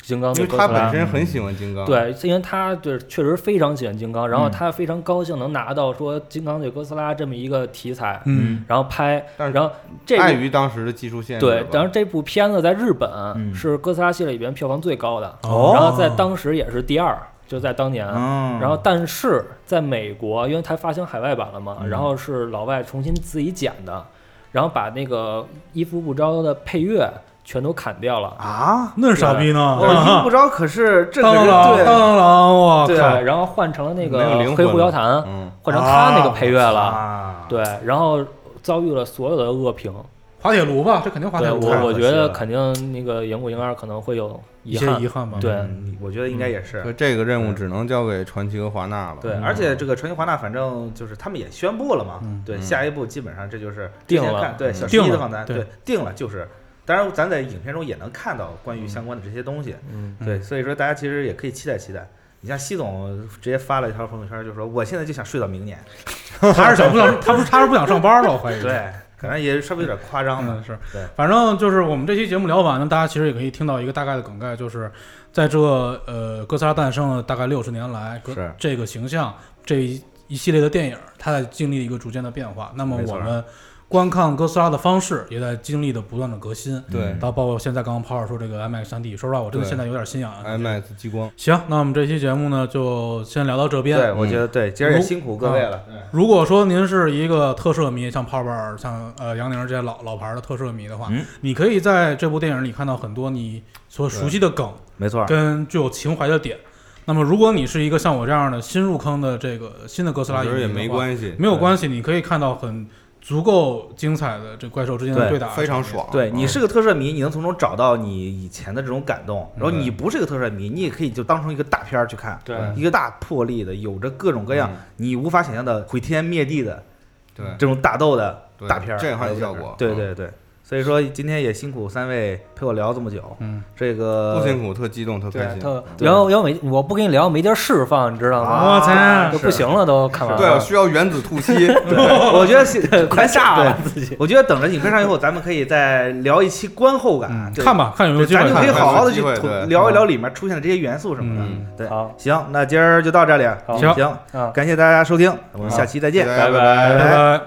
[SPEAKER 3] 金刚
[SPEAKER 4] 因
[SPEAKER 3] 对
[SPEAKER 4] 为
[SPEAKER 3] 哥
[SPEAKER 4] 他
[SPEAKER 3] 斯
[SPEAKER 4] 本
[SPEAKER 3] 拉。
[SPEAKER 4] 身很喜欢金刚，，
[SPEAKER 3] 对，因为他就是确实非常喜欢金刚，然后
[SPEAKER 1] 嗯
[SPEAKER 3] 他非常高兴能拿到说《金刚对哥斯拉》这么一个题材，
[SPEAKER 2] 嗯，
[SPEAKER 3] 然后拍，
[SPEAKER 4] 但是
[SPEAKER 3] 然后这
[SPEAKER 4] 碍
[SPEAKER 3] 部
[SPEAKER 4] 于当时的技术限制吧，
[SPEAKER 3] 对，然后这部片子在日本
[SPEAKER 1] 嗯
[SPEAKER 3] 是哥斯拉系列里边票房最高的，
[SPEAKER 1] 哦
[SPEAKER 3] 然后在当时也是第二，就在当年。
[SPEAKER 1] 嗯
[SPEAKER 3] 然后，但是在美国，因为它发行海外版了嘛，
[SPEAKER 1] 嗯
[SPEAKER 3] 然后是老外重新自己剪的，然后把那个伊夫不招的配乐全都砍掉了。
[SPEAKER 1] 啊，
[SPEAKER 2] 那是傻逼
[SPEAKER 3] 嗯
[SPEAKER 2] 呢！ *laughs*
[SPEAKER 1] 我一不着，可是这
[SPEAKER 2] 当
[SPEAKER 1] 个
[SPEAKER 3] *laughs*
[SPEAKER 2] 啷
[SPEAKER 1] 人
[SPEAKER 2] 当
[SPEAKER 1] 哦对
[SPEAKER 2] 啷，
[SPEAKER 1] 哦
[SPEAKER 2] 我
[SPEAKER 3] 对，
[SPEAKER 2] 靠！
[SPEAKER 3] 然后换成了啊那
[SPEAKER 4] 没有灵
[SPEAKER 3] 个
[SPEAKER 4] 魂
[SPEAKER 3] 黑胡
[SPEAKER 4] 了
[SPEAKER 3] 摇弹，
[SPEAKER 4] 嗯，
[SPEAKER 3] 换成他那个
[SPEAKER 2] 啊
[SPEAKER 3] 配乐了。
[SPEAKER 1] 啊，
[SPEAKER 3] 对，然后遭遇了所有的恶评。
[SPEAKER 2] 滑铁卢吧，这肯定滑铁
[SPEAKER 3] 对
[SPEAKER 2] 卢。啊
[SPEAKER 3] 我
[SPEAKER 1] 太，可
[SPEAKER 3] 我觉
[SPEAKER 1] 惜
[SPEAKER 3] 得
[SPEAKER 1] 了
[SPEAKER 3] 肯定那个远古婴儿可能会有
[SPEAKER 2] 一
[SPEAKER 3] 遗
[SPEAKER 2] 些
[SPEAKER 3] 憾。
[SPEAKER 2] 遗憾吧。
[SPEAKER 3] 对
[SPEAKER 1] 嗯我觉得应该也是
[SPEAKER 4] 所以。这个任务
[SPEAKER 1] 嗯
[SPEAKER 4] 只能交给传奇和华纳了。
[SPEAKER 1] 对，而且这个传奇华纳反正就是他们也宣布了嘛，
[SPEAKER 2] 嗯
[SPEAKER 1] 对，
[SPEAKER 4] 嗯
[SPEAKER 1] 下一步基本上这就是
[SPEAKER 3] 定
[SPEAKER 1] 之前
[SPEAKER 3] 了
[SPEAKER 1] 看对
[SPEAKER 4] 嗯
[SPEAKER 1] 小十
[SPEAKER 2] 定
[SPEAKER 1] 一的
[SPEAKER 2] 了
[SPEAKER 1] 访谈，
[SPEAKER 2] 对
[SPEAKER 1] 对，定了就是。当然，咱在影片中也能看到关于相关的这些东西，
[SPEAKER 3] 嗯，
[SPEAKER 1] 对，所以说大家其实也可以期待期待。你像西总直接发了一条朋友圈，就说我现在就想睡到明年，
[SPEAKER 2] 他是想不想，他不是他是不想上班了，我怀疑。
[SPEAKER 1] 对，可能也稍微有点夸张了，
[SPEAKER 2] 嗯，是
[SPEAKER 1] *laughs* 对，
[SPEAKER 2] 反正就是我们这期节目聊完呢，大家其实也可以听到一个大概的梗概，就是在这呃哥斯拉诞生了大概六十年来，哥
[SPEAKER 1] 是
[SPEAKER 2] 这个形象这一一系列的电影，它在经历一个逐渐的变化。那么
[SPEAKER 1] 没错
[SPEAKER 2] 我们观看哥斯拉的方式也在经历的不断的革新，
[SPEAKER 4] 对
[SPEAKER 2] 到包括现在刚刚泡泡说这个 IMAX 3D，说实话我真的
[SPEAKER 4] 对
[SPEAKER 2] 现在有点心痒啊。
[SPEAKER 4] ，IMAX 激光，
[SPEAKER 2] 行，那我们这期节目呢就先聊到这边。
[SPEAKER 1] 对，我觉得对，今儿也辛苦各位了，
[SPEAKER 2] 如果说您是一个特摄迷，像泡泡儿、像呃杨宁这些老老牌儿的特摄迷的话，
[SPEAKER 1] 嗯
[SPEAKER 2] 你可以在这部电影里看到很多你所熟悉的梗
[SPEAKER 1] 没错，
[SPEAKER 2] 跟具有情怀的点。那么，如果你是一个像我这样的新入坑的这个新的哥斯拉
[SPEAKER 4] 我觉
[SPEAKER 2] 影
[SPEAKER 4] 得
[SPEAKER 2] 迷的
[SPEAKER 4] 也没
[SPEAKER 2] 话，
[SPEAKER 4] 关系，
[SPEAKER 2] 没有关系，你可以看到很足够精彩的这怪兽之间的
[SPEAKER 1] 对
[SPEAKER 2] 对打，
[SPEAKER 4] 非常。爽。
[SPEAKER 1] 对
[SPEAKER 4] 嗯
[SPEAKER 1] 你是个特摄迷，你能从中找到你以前的这种感动；然后你不是个特摄迷，你也可以就当成一个大片儿去看，
[SPEAKER 3] 对
[SPEAKER 1] 一个大魄力的，有着各种各样
[SPEAKER 4] 嗯
[SPEAKER 1] 你无法想象的毁天灭地的
[SPEAKER 4] 对
[SPEAKER 1] 这种打斗的
[SPEAKER 4] 嗯对
[SPEAKER 1] 大片儿，
[SPEAKER 4] 震撼
[SPEAKER 1] 对
[SPEAKER 4] 效果
[SPEAKER 1] 对
[SPEAKER 4] 嗯
[SPEAKER 1] 对对，所以说今天也辛苦三位陪我聊这么久，
[SPEAKER 2] 嗯，
[SPEAKER 1] 这
[SPEAKER 4] 不
[SPEAKER 1] 个
[SPEAKER 4] 辛苦，特激动，特
[SPEAKER 3] 对
[SPEAKER 4] 开心。
[SPEAKER 3] 特，
[SPEAKER 1] 对
[SPEAKER 3] 然后然后没我不跟你聊，没地儿释放，你知道
[SPEAKER 1] 啊
[SPEAKER 3] 吗？
[SPEAKER 2] 我操
[SPEAKER 3] 就！不行了，都看完
[SPEAKER 4] 对，
[SPEAKER 3] 了。
[SPEAKER 4] 需要原子吐息。
[SPEAKER 1] 我觉得是呃
[SPEAKER 3] 快炸了
[SPEAKER 1] 对
[SPEAKER 3] 自己！
[SPEAKER 1] 我觉得等着影片上以后，咱们可以再聊一期观后感
[SPEAKER 2] 嗯，
[SPEAKER 1] 对
[SPEAKER 2] 看吧，看有没有
[SPEAKER 1] 对
[SPEAKER 2] 机会
[SPEAKER 1] 咱就可以
[SPEAKER 4] 看
[SPEAKER 1] 好好的去
[SPEAKER 4] 有没有
[SPEAKER 1] 吐
[SPEAKER 4] 机会对
[SPEAKER 1] 聊一聊里面出现的这些元素什么的。
[SPEAKER 2] 嗯
[SPEAKER 1] 对，
[SPEAKER 3] 好
[SPEAKER 1] 行，那今儿就到这里。
[SPEAKER 3] 好
[SPEAKER 1] 行，
[SPEAKER 3] 啊，
[SPEAKER 1] 感谢大家收听，我们下期再见。
[SPEAKER 4] 拜
[SPEAKER 3] 拜
[SPEAKER 2] 拜拜。